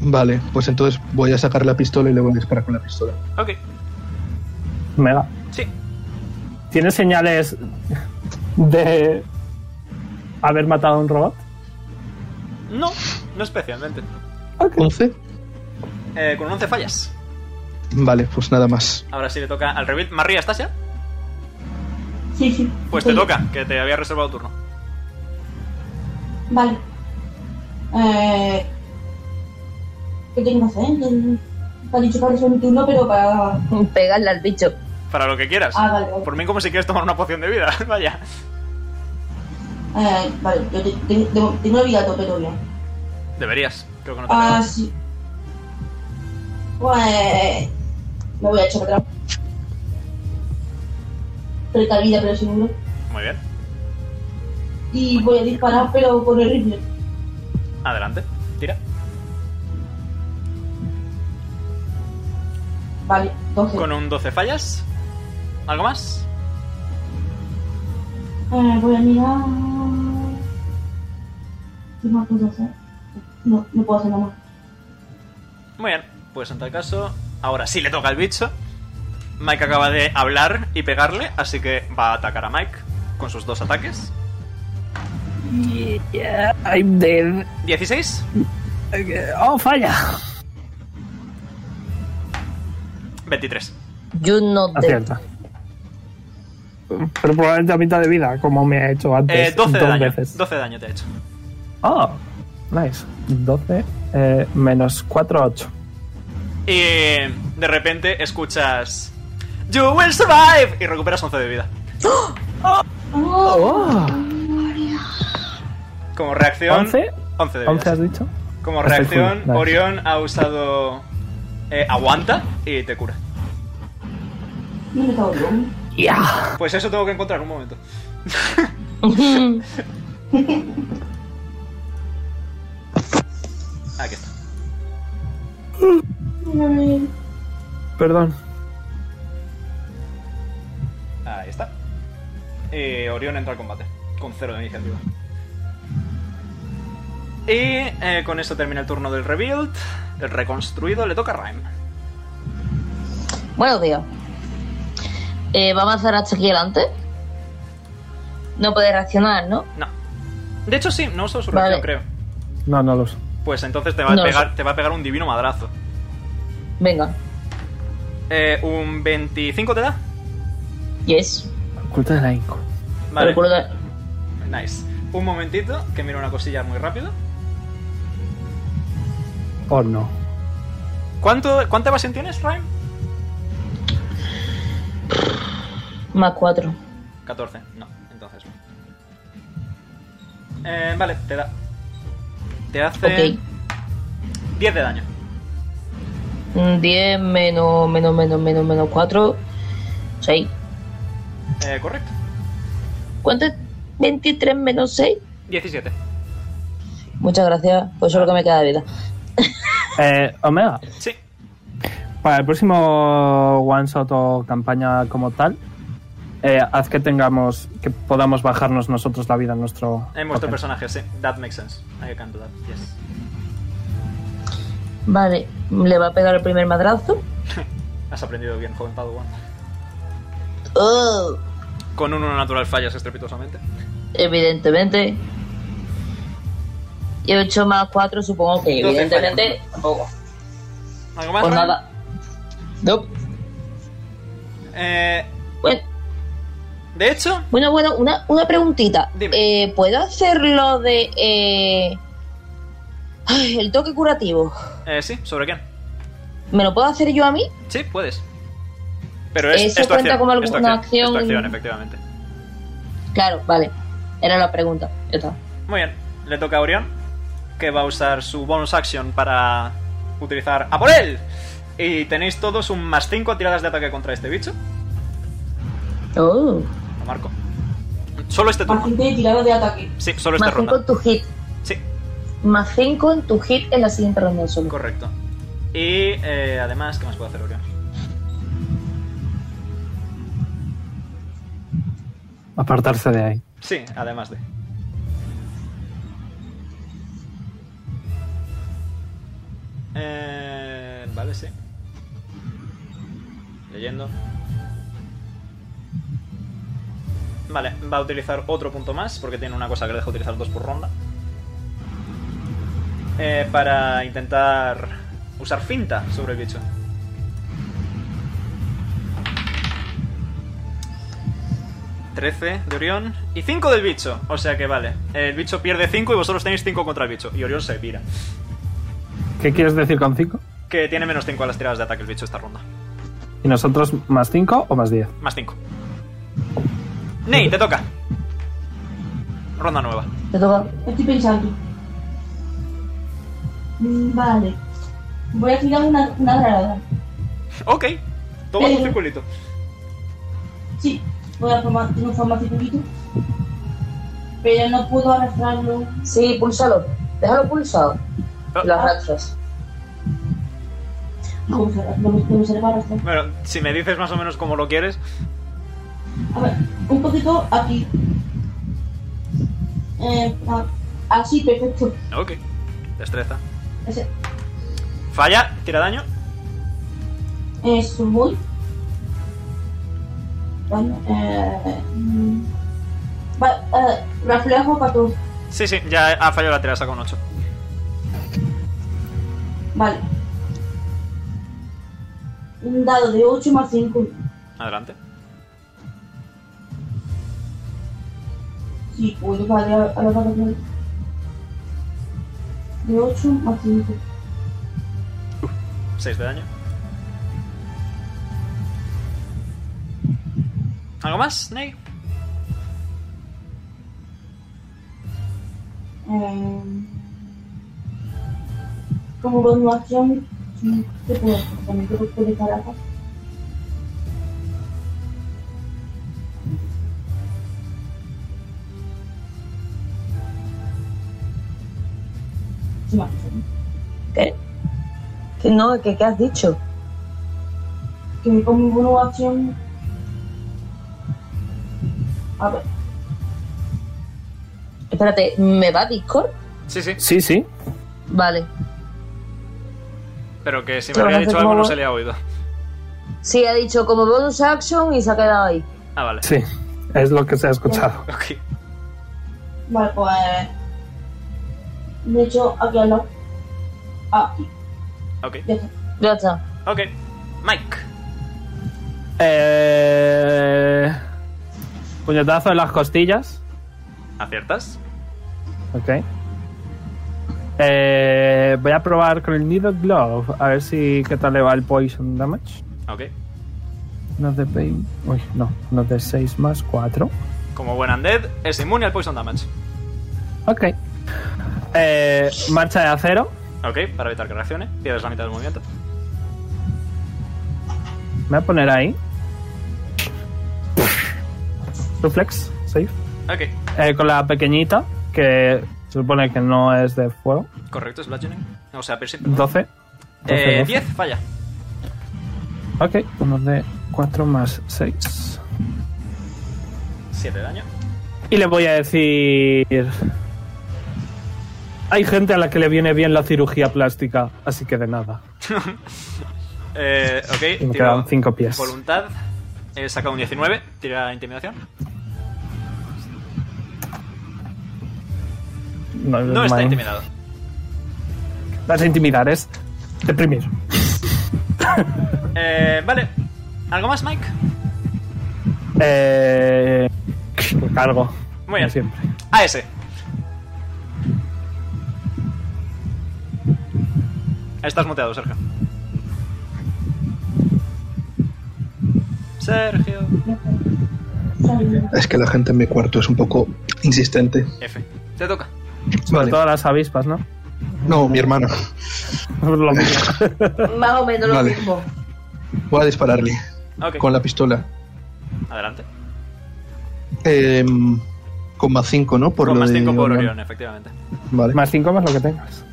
Vale, pues entonces voy a sacar la pistola y le voy a disparar con la pistola. Ok, Omega, sí. ¿tiene señales de haber matado a un robot? No, no especialmente. 11. Eh, con 11 fallas. Vale, pues nada más. Ahora sí le toca al rebuild. María, ¿estás ya? Sí, sí. Pues te Sí. toca, que te había reservado turno. Vale. Eh, ¿Qué tengo que hacer? Ha dicho para hacer un turno, pero para. Pegarle al bicho. Para lo que quieras. Ah, vale, vale. Por mí como si quieres tomar una poción de vida, vaya. Eh, vale, yo te- te- tengo, tengo la vida a tope todavía. Deberías, creo que no te Ah, tengo. sí. Pues. Me voy a echar para atrás. Precavida, pero seguro. Muy bien, Y voy a disparar, pero con el rifle. adelante, tira. Vale, 12. Con un 12 fallas. ¿Algo más? Eh, voy a mirar. ¿Qué más puedo hacer? No, no puedo hacer nada más. Muy bien, pues en tal caso, ahora sí le toca al bicho. Mike acaba de hablar y pegarle, así que va a atacar a Mike con sus dos ataques. Yeah, I'm dead. 16, Oh, falla. 23. You not dead. Acierta. Pero probablemente a mitad de vida, como me ha hecho antes. Eh, 12 de dos daño. veces. 12 de daño te ha hecho. Oh, nice. 12 eh, menos 4, 8. Y de repente escuchas. ¡You will survive! Y recuperas 11 de vida. Oh, Como reacción. 11, 11 de vida. 11 has dicho. Como Estoy reacción, full, nice. Orión ha usado. eh, aguanta y te cura. No me cago bien. Yeah. Pues eso tengo que encontrar un momento. Aquí está. Perdón. Ahí está. Y Orión entra al combate. Con cero de iniciativa. Y eh, con eso termina el turno del rebuild. El reconstruido le toca a Rhyme. Buenos días. Eh, ¿Va a avanzar hasta aquí adelante? No puede reaccionar, ¿no? No. De hecho, sí, no usó su Vale. reacción, creo. No, no los. Pues entonces te va, No a lo pegar, te va a pegar un divino madrazo. Venga. Eh, ¿Un 25 te da? Yes. Culta de la Inco. Vale. Recuerda- Nice. Un momentito, que miro una cosilla muy rápido. Oh, no. ¿Cuánto, ¿Cuánta evasión tienes, Rhyme? Más cuatro. 14. No, entonces no. Eh, vale, te da. Te hace Ok. 10 de daño. Mm, Diez menos, menos, menos, menos, menos cuatro. Seis. Eh, correcto. ¿Cuánto es? 23 menos 6. 17. Muchas gracias. Pues eso es lo que me queda de vida. Eh, Omega, Sí. para el próximo one shot o campaña como tal, eh, haz que tengamos, que podamos bajarnos nosotros la vida en nuestro. En vuestro personaje, sí. That makes sense. I can do that. Yes. Vale, le va a pegar el primer madrazo. Has aprendido bien, joven Padawan. Oh, Con un 1 natural fallas estrepitosamente. evidentemente. Y 8 más 4, supongo que Doce evidentemente tampoco. ¿Algo más? Pues Fran? nada. Nope. Eh, Bueno. De hecho. Bueno, bueno, una, una preguntita. Eh, ¿Puedo hacer lo de. eh, ay, el toque curativo? eh, sí, ¿sobre quién? ¿Me lo puedo hacer yo a mí? Sí, puedes. Pero es, ¿Eso es tu cuenta acción, como es tu alguna es tu acción? acción, efectivamente. Claro, vale. Era la pregunta. Ya está. Muy bien, le toca a Orión, que va a usar su bonus action para utilizar ¡A por él! Y tenéis todos un más 5 a tiradas de ataque contra este bicho. Oh. Lo marco. Solo este turno. Gente tirada de ataque. Sí, solo esta Más 5 ronda. en tu hit. Sí. Más 5 en tu hit en la siguiente ronda solo. Correcto. Y eh, además, ¿qué más puedo hacer, Orión? Apartarse de ahí. Sí, además de. Eh, vale, sí. Leyendo. Vale, va a utilizar otro punto más, porque tiene una cosa que le deja utilizar dos por ronda. Eh, para intentar usar finta sobre el bicho. Trece de Orión y cinco del bicho. O sea que vale. El bicho pierde cinco y vosotros tenéis cinco contra el bicho. Y Orión se pira. ¿Qué quieres decir con 5? Que tiene menos 5 a las tiradas de ataque el bicho esta ronda. ¿Y nosotros más 5 o más 10? Más 5. Ney, te toca. Ronda nueva. Te toca. Estoy pensando. Mm, Vale. Voy a tirar una, una granada. Ok. Toma Eh. tu circulito. Sí, voy a formar, tengo forma circulito. Pero no puedo arrastrarlo. Sí, púlsalo. Déjalo pulsado. Lo arrastras. No, no me no me sale para arrastrar. Bueno, si me dices más o menos cómo lo quieres. A ver, un poquito aquí. Eh, a- así, perfecto. Ok. Destreza. Ese- Falla, tira daño. Eso voy. Bueno, eh, mm, va- eh, reflejo para todo. Sí, sí, ya ha fallado la tirada, saca un 8. Vale. Un dado de 8 más 5. Adelante. Sí, puedo, vale, a, a la barra de- De 8 más 5. 6 de daño. ¿Algo más, Ney? Eh, como bonus acción, sí, ¿qué puedo hacer? También puedo utilizar acá. ¿Qué? ¿Qué no? ¿Qué, qué has dicho? que como bonus acción. A ver, Espérate, ¿me va Discord? Sí, sí. Sí, sí. Vale. Pero que si me Lo había vas a dicho hacer algo no como- se le ha oído. Sí, ha dicho como bonus action y se ha quedado ahí. Ah, vale. Sí, es lo que se ha escuchado. Ok. vale, pues. De hecho, aquí al lado. Ah, Ok. ya está. Ya está. Ok. Mike. Eh, puñetazo en las costillas. ¿Aciertas? Ok. Eh, voy a probar con el Needle Glove. A ver si qué tal le va el Poison Damage. Ok. No de pain. Uy, no. No de 6 más 4. Como buen undead, es inmune al poison damage. Ok. Eh, marcha de acero. Ok, para evitar que reaccione, pierdes la mitad del movimiento. Me voy a poner ahí. Reflex, safe. Ok, Eh, con la pequeñita, que se supone que no es de fuego. correcto, es bludgeoning. O sea, piercing. 12. 12, Eh, 12. 10, falla. Ok, uno de 4 más 6. 7 de daño. Y le voy a decir... Hay gente a la que le viene bien la cirugía plástica, así que de nada. Eh, ok, Me tira quedan cinco pies. Voluntad. He sacado un 19. Tira intimidación. No, No está mal. intimidado. Vas a intimidar, es deprimir. Eh, vale. ¿Algo más, Mike? Eh, me cargo. Muy bien. como siempre. A ese. Estás muteado, Sergio. Sergio. Es que la gente en mi cuarto es un poco insistente. F. Te toca. Sobre todo las avispas, ¿no? No, mi hermana. Lo mismo. Más o menos lo Vale. mismo. Voy a dispararle Ok. con la pistola. Adelante. Eh, con más 5, ¿no? Por Con lo más de 5 por Orión. Orión, efectivamente. Vale. Más 5 más lo que tengas.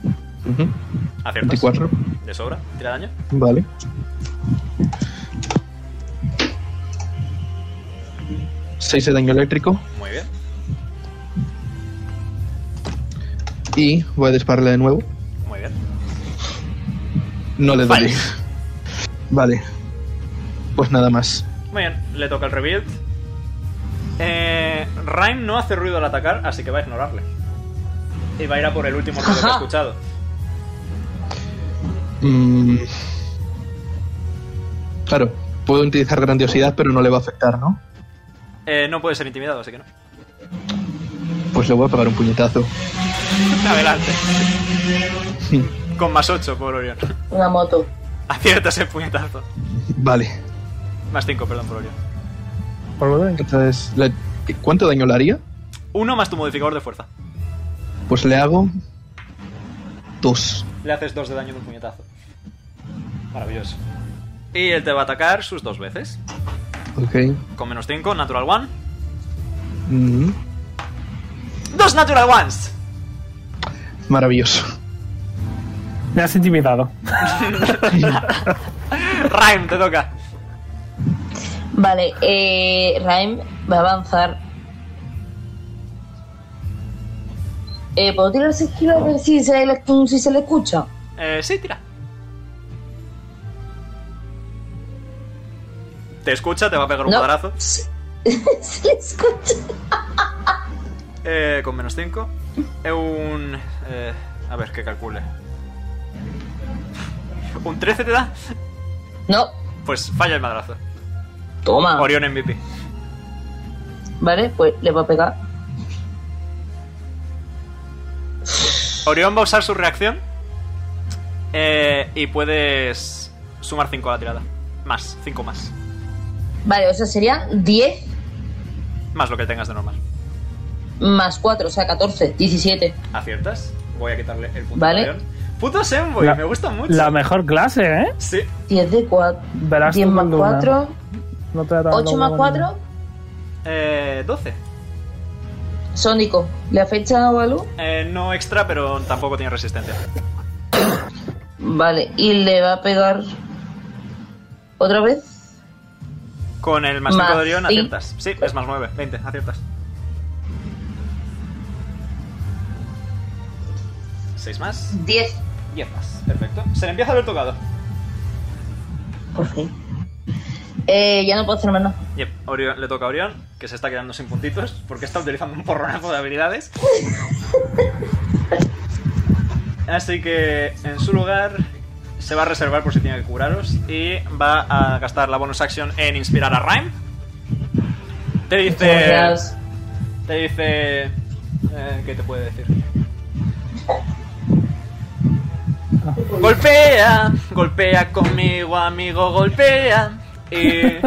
Ujú. ¿Aciertas? 24. De sobra. Tira daño. Vale. Seis de daño eléctrico Muy bien. y voy a dispararle de nuevo. Muy bien. No le doy. Vale. Pues nada más. Muy bien. Le toca el rebuild. Eh, Rhyme no hace ruido al atacar, así que va a ignorarle. Y va a ir a por el último ruido que ha Ajá. escuchado. Mm. Claro, puedo utilizar grandiosidad, pero no le va a afectar, ¿no? Eh, no puede ser intimidado, así que no. Pues le voy a pegar un puñetazo. Adelante. Con más 8 por Orión. Una moto. Acierta ese puñetazo. Vale. Más 5, perdón, por Orión. Entonces, le- ¿cuánto daño le haría? 1 más tu modificador de fuerza. Pues le hago dos. Le haces 2 de daño de un puñetazo. Maravilloso. Y él te va a atacar sus dos veces. Ok. Con menos 5, natural 1. Mm. ¡Dos natural ones! Maravilloso. Me has intimidado. Rhyme, te toca. Vale, eh, Raim va a avanzar. Eh, ¿Puedo tirar 6 kilos a ver si se, le, si se le escucha? Eh, sí, tira. Te escucha, te va a pegar un No. madrazo. se le escucha. Eh, con menos 5. Un. eh, a ver, que calcule. ¿Un 13 te da? No. Pues falla el madrazo. Toma. Orión MVP. Vale, pues le va a pegar. Orión va a usar su reacción. eh, y puedes sumar 5 a la tirada. Más, 5 más. Vale, o sea, serían 10 Más lo que tengas de normal. más 4, o sea, 14, 17. ¿Aciertas? Voy a quitarle el punto Vale. a Orión. Puto Senboy, me gusta mucho. La mejor clase, ¿eh? Sí. 10 de 4. Verás 10 tú más cuando una- 4. no te da tan 8 más buena. 4. Eh, 12. Sónico. ¿Le afecta a Balú? Eh, no extra, pero tampoco tiene resistencia. Vale, y le va a pegar. ¿Otra vez? Con el más 5 Más de Orión cinco. aciertas. Sí, es más 9, 20, aciertas. 6 más, 10. 10 más, perfecto. Se le empieza a haber tocado. Por fin. Eh, ya no puedo hacer más nada. Yep, Orión- le toca a Orión, que se está quedando sin puntitos, porque está utilizando un porronazo de habilidades. Así que en su lugar se va a reservar por si tiene que curaros y va a gastar la bonus action en inspirar a Rhyme. Te Eh. dice... Gracias. Te dice... eh, ¿Qué te puede decir? Golpea, golpea conmigo, amigo, golpea. Y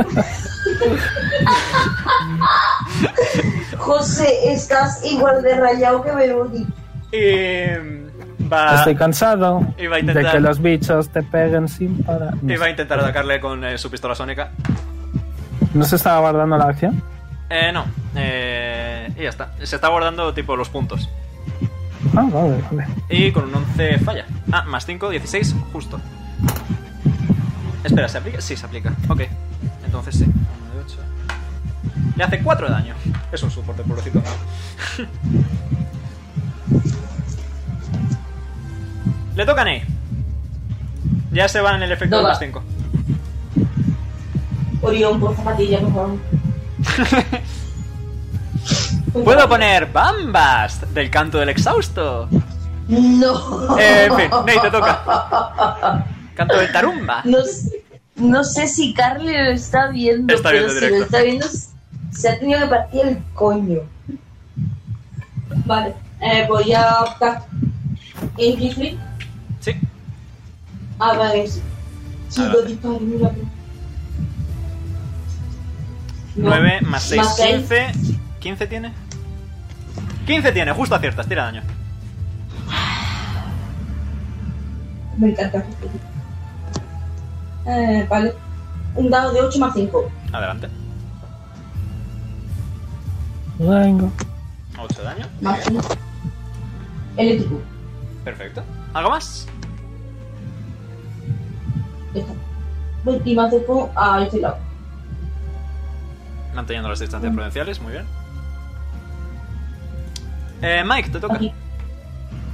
José, estás igual de rayado que Melody. Y mm, va, Estoy cansado Iba a de intentar- que los bichos te peguen sin parar. No, y va a intentar atacarle con eh, su pistola sónica. ¿No se estaba guardando la acción? Eh, no. Eh, y ya está. Se está guardando tipo los puntos. Ah, vale, vale. Y con un 11 falla. Ah, más 5, 16, justo. Espera, ¿se aplica? Sí, se aplica. Ok. Entonces sí. 1 de 8. Le hace 4 de daño. Es un soporte, pobrecito. Le toca a Ney. Ya se va en el efecto de Toca. más 5. Orión, por zapatilla, por favor. Puedo poner Bambas del canto del exhausto. No. Eh, en fin, Ney, te toca. Canto del tarumba. No, sé- no sé si Carly lo está viendo, Está pero viendo si directo. lo está viendo, se ha tenido que partir el coño. Vale, eh, voy a optar. ¿En Grizzly? Sí. Ah, vale. sí. Sí, Adelante. dos disparos, mira. 9 más 6, Más seis. 15. ¿15 tiene? 15 tiene, justo aciertas, tira daño. Me encanta. Eh, vale. Un dado de 8 más 5. Adelante. 8 daño. Más 1. Eléctrico. Perfecto. ¿Algo más? Ya está. 20 más de po- a este lado. Manteniendo las distancias prudenciales, muy bien. Eh, Mike, te toca.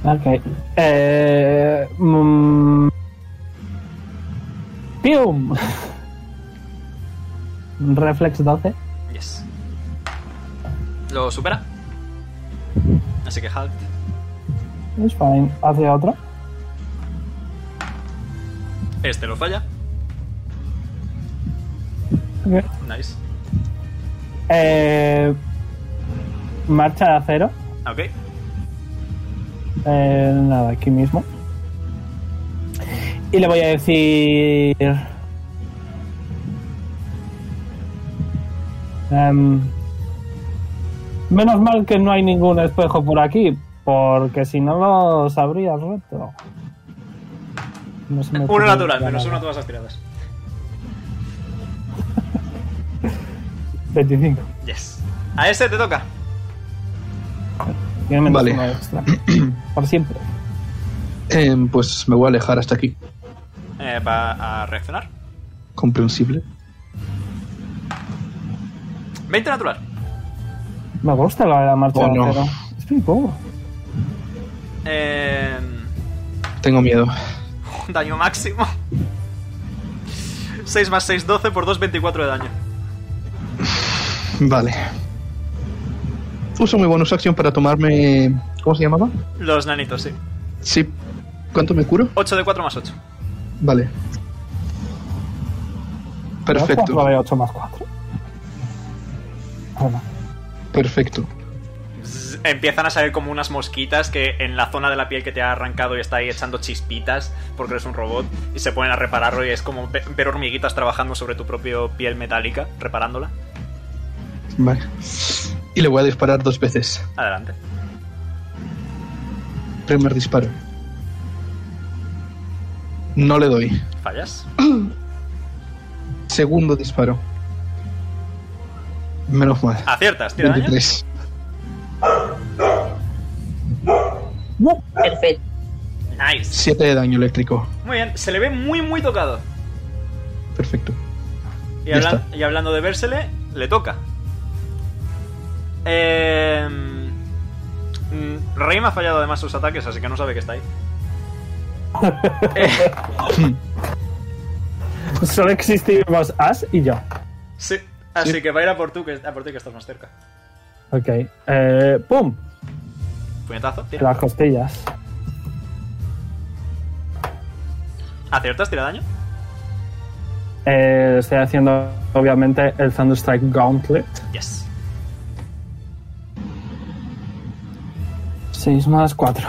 Ok. Eh, mm, ¡Pium! Reflex 12. Yes. Lo supera. Así que halt. Es fine. Hace otro. Este lo falla. Ok. Nice. Eh, marcha de acero. Ok. Eh, nada, aquí mismo. Y le voy a decir. Em, menos mal que no hay ningún espejo por aquí, porque si no lo sabrías reto. No se me Uno ocurre natural, ya menos nada. uno a todas las tiradas. 25. Yes. A ese te toca. Tiene menos Vale. uno extra. Por siempre. Em, pues me voy a alejar hasta aquí. Eh, va a reaccionar. Comprensible. 20 natural. Me gusta la, la marcha Oh, de no. acero. Es muy poco. Eh, Tengo miedo. daño máximo. 6 más 6, 12 por 2, 24 de daño. Vale. Uso mi bonus acción para tomarme. ¿Cómo se llamaba? Los nanitos, sí. Sí. ¿Cuánto me curo? 8 de 4 más 8. Vale. Perfecto. 4 de 8 más 4. Perfecto. Zzz, Empiezan a salir como unas mosquitas que en la zona de la piel que te ha arrancado y está ahí echando chispitas porque eres un robot y se ponen a repararlo y es como ve- ver hormiguitas trabajando sobre tu propia piel metálica, reparándola. Vale. Y le voy a disparar dos veces. Adelante. Primer disparo. No le doy. ¿Fallas? Segundo disparo. Menos mal. Aciertas, tira daño. 23. Perfecto. Nice. 7 de daño eléctrico. Muy bien, se le ve muy, muy tocado. Perfecto. Y, Ya hablan- y hablando de vérsele, le toca. Eh, mm, Reim ha fallado además sus ataques, así que no sabe que está ahí. Pues Solo existimos As y yo. Sí, así que va a ir a por, tú, que, a por ti que estás más cerca. Ok. Eh, ¡Pum! Puñetazo, tira. Las costillas. ¿Aciertas? ¿Tira daño? Eh, estoy haciendo, obviamente, el Thunderstrike Gauntlet. Yes. 6 más 4.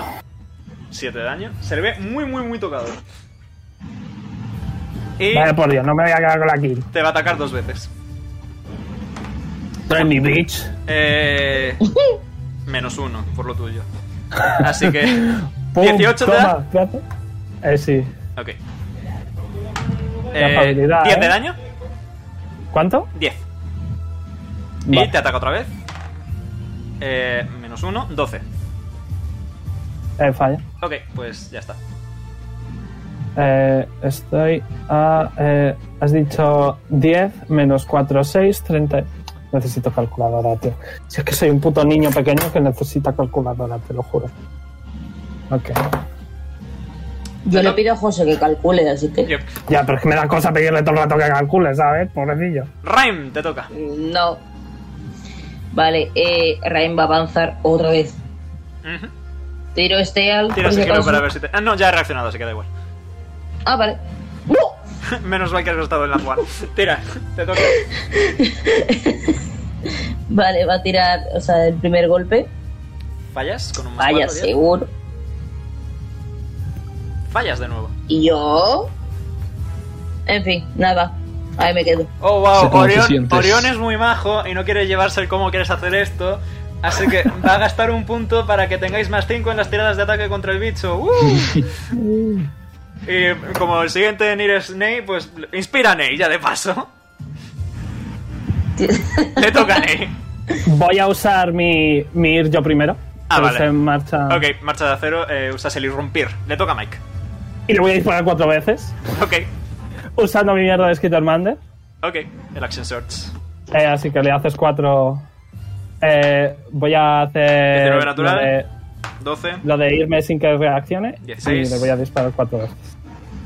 7 de daño. Se le ve muy, muy, muy tocado. Y Vaya por Dios, no me voy a quedar con la kill. te va a atacar dos veces. Trae mi bitch. Eh, menos uno, por lo tuyo. Así que... Pum, 18 te da. toma, ¿qué hace? Eh, sí. Ok. La Eh, habilidad, 10 de ¿eh? daño. ¿Cuánto? 10. Y Vale. te ataca otra vez. Eh, menos 1, 12. Eh, falla. Ok, pues ya está. Eh, estoy a. eh, has dicho 10 menos 4, 6, 30. Necesito calculadora, tío. Si es que soy un puto niño pequeño que necesita calculadora, te lo juro. Ok. Yo le pido a José que calcule, así que. Ya, pero es que me da cosa pedirle todo el rato que calcule, ¿sabes? Pobrecillo. Raim, te toca. No. Vale, eh, Raim va a avanzar otra vez. Ujú. Tiro este al. Tira por Pues si sigilo acaso. para ver si te. Ah, no, ya ha reaccionado, así que da igual. Ah, vale. Menos mal que has gastado el Last One. Tira, te toca. Vale, va a tirar, o sea, el primer golpe. ¿Fallas? Con un más Vaya, cuatro, diez. seguro. Fallas de nuevo. Y yo. En fin, nada. Ahí me quedo. Oh, wow, Sé cómo te Orión, sientes. Orión es muy majo y no quiere llevarse el cómo quieres hacer esto. Así que va a gastar un punto para que tengáis más 5 en las tiradas de ataque contra el bicho. ¡Uh! Y como el siguiente en ir es Ney, pues inspira a Ney, ya de paso. Le toca a Ney. Voy a usar mi, mi ir yo primero. Ah, Pero vale. está en marcha. Ok, marcha de acero, eh, usas el irrumpir. Le toca a Mike. Y le voy a disparar cuatro veces. Ok, Usando mi mierda de Skitter Mander. ok, el action search. Eh, así que le haces cuatro. Eh, voy a hacer. 19 Lo de, natural, 12 lo de irme sin que reaccione. Dieciséis. Y le voy a disparar cuatro veces.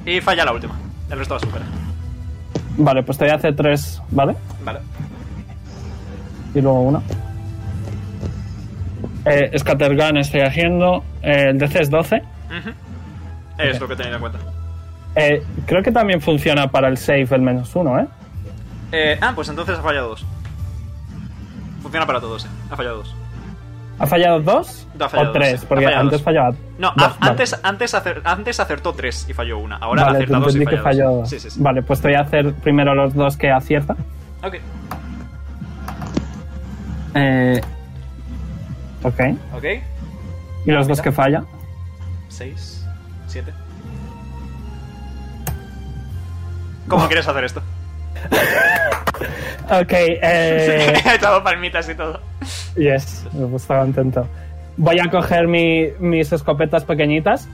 y falla la última. El resto va supera. Vale, pues te voy a hacer tres, ¿vale? Vale. Y luego una. Eh, Scattergun estoy haciendo. Eh, el DC es 12. Ujú. Es lo que tenéis en cuenta. Eh, creo que también funciona para el save el menos uno, ¿eh? Eh, ah, pues entonces ha fallado dos. Funciona para todos, eh. Ha fallado dos. ¿Ha fallado dos? No, ha fallado o dos, tres, sí. Ha porque fallado antes dos. fallaba. No, a- dos, vale. antes, antes, acer- antes acertó tres y falló una. Ahora Vale, acierta te dos y falla entendí que falló dos. dos. Sí, sí, sí. Vale, pues te voy a hacer primero los dos que acierta. Ok. Eh, ok. Ok. Y los dos que falla. Seis. Siete. ¿Cómo quieres hacer esto? Ok, eh, He echado palmitas y todo. yes, me gustaba intento. Voy a coger mi- mis escopetas pequeñitas,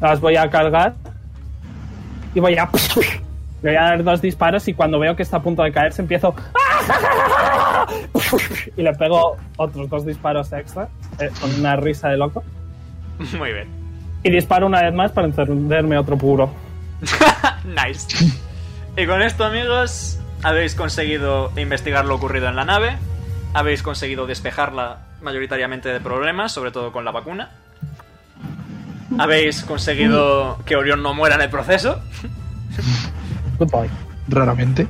las voy a cargar y voy a... Le voy a dar dos disparos y cuando veo que está a punto de caerse empiezo... Y le pego otros dos disparos extra eh, con una risa de loco. Muy bien. Y disparo una vez más para encenderme otro puro. Nice. Y con esto, amigos, habéis conseguido investigar lo ocurrido en la nave. Habéis conseguido despejarla mayoritariamente de problemas, sobre todo con la vacuna. Habéis conseguido que Orión no muera en el proceso. Goodbye. Raramente.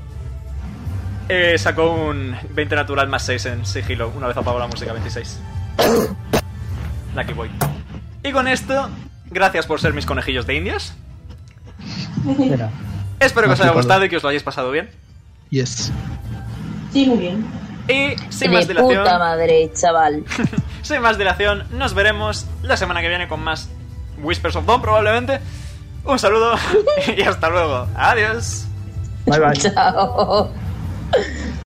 Eh, sacó un 20 natural más 6 en sigilo, una vez apagó la música 26. Lucky boy. Y con esto, gracias por ser mis conejillos de indias. Espera. Espero que Me os haya ha flipado. gustado y que os lo hayáis pasado bien. Yes. Sí, muy bien. Y sin de más dilación. puta madre, chaval. Sin más dilación, nos veremos la semana que viene con más Whispers of Dawn probablemente. Un saludo y hasta luego. Adiós. Bye bye. Chao.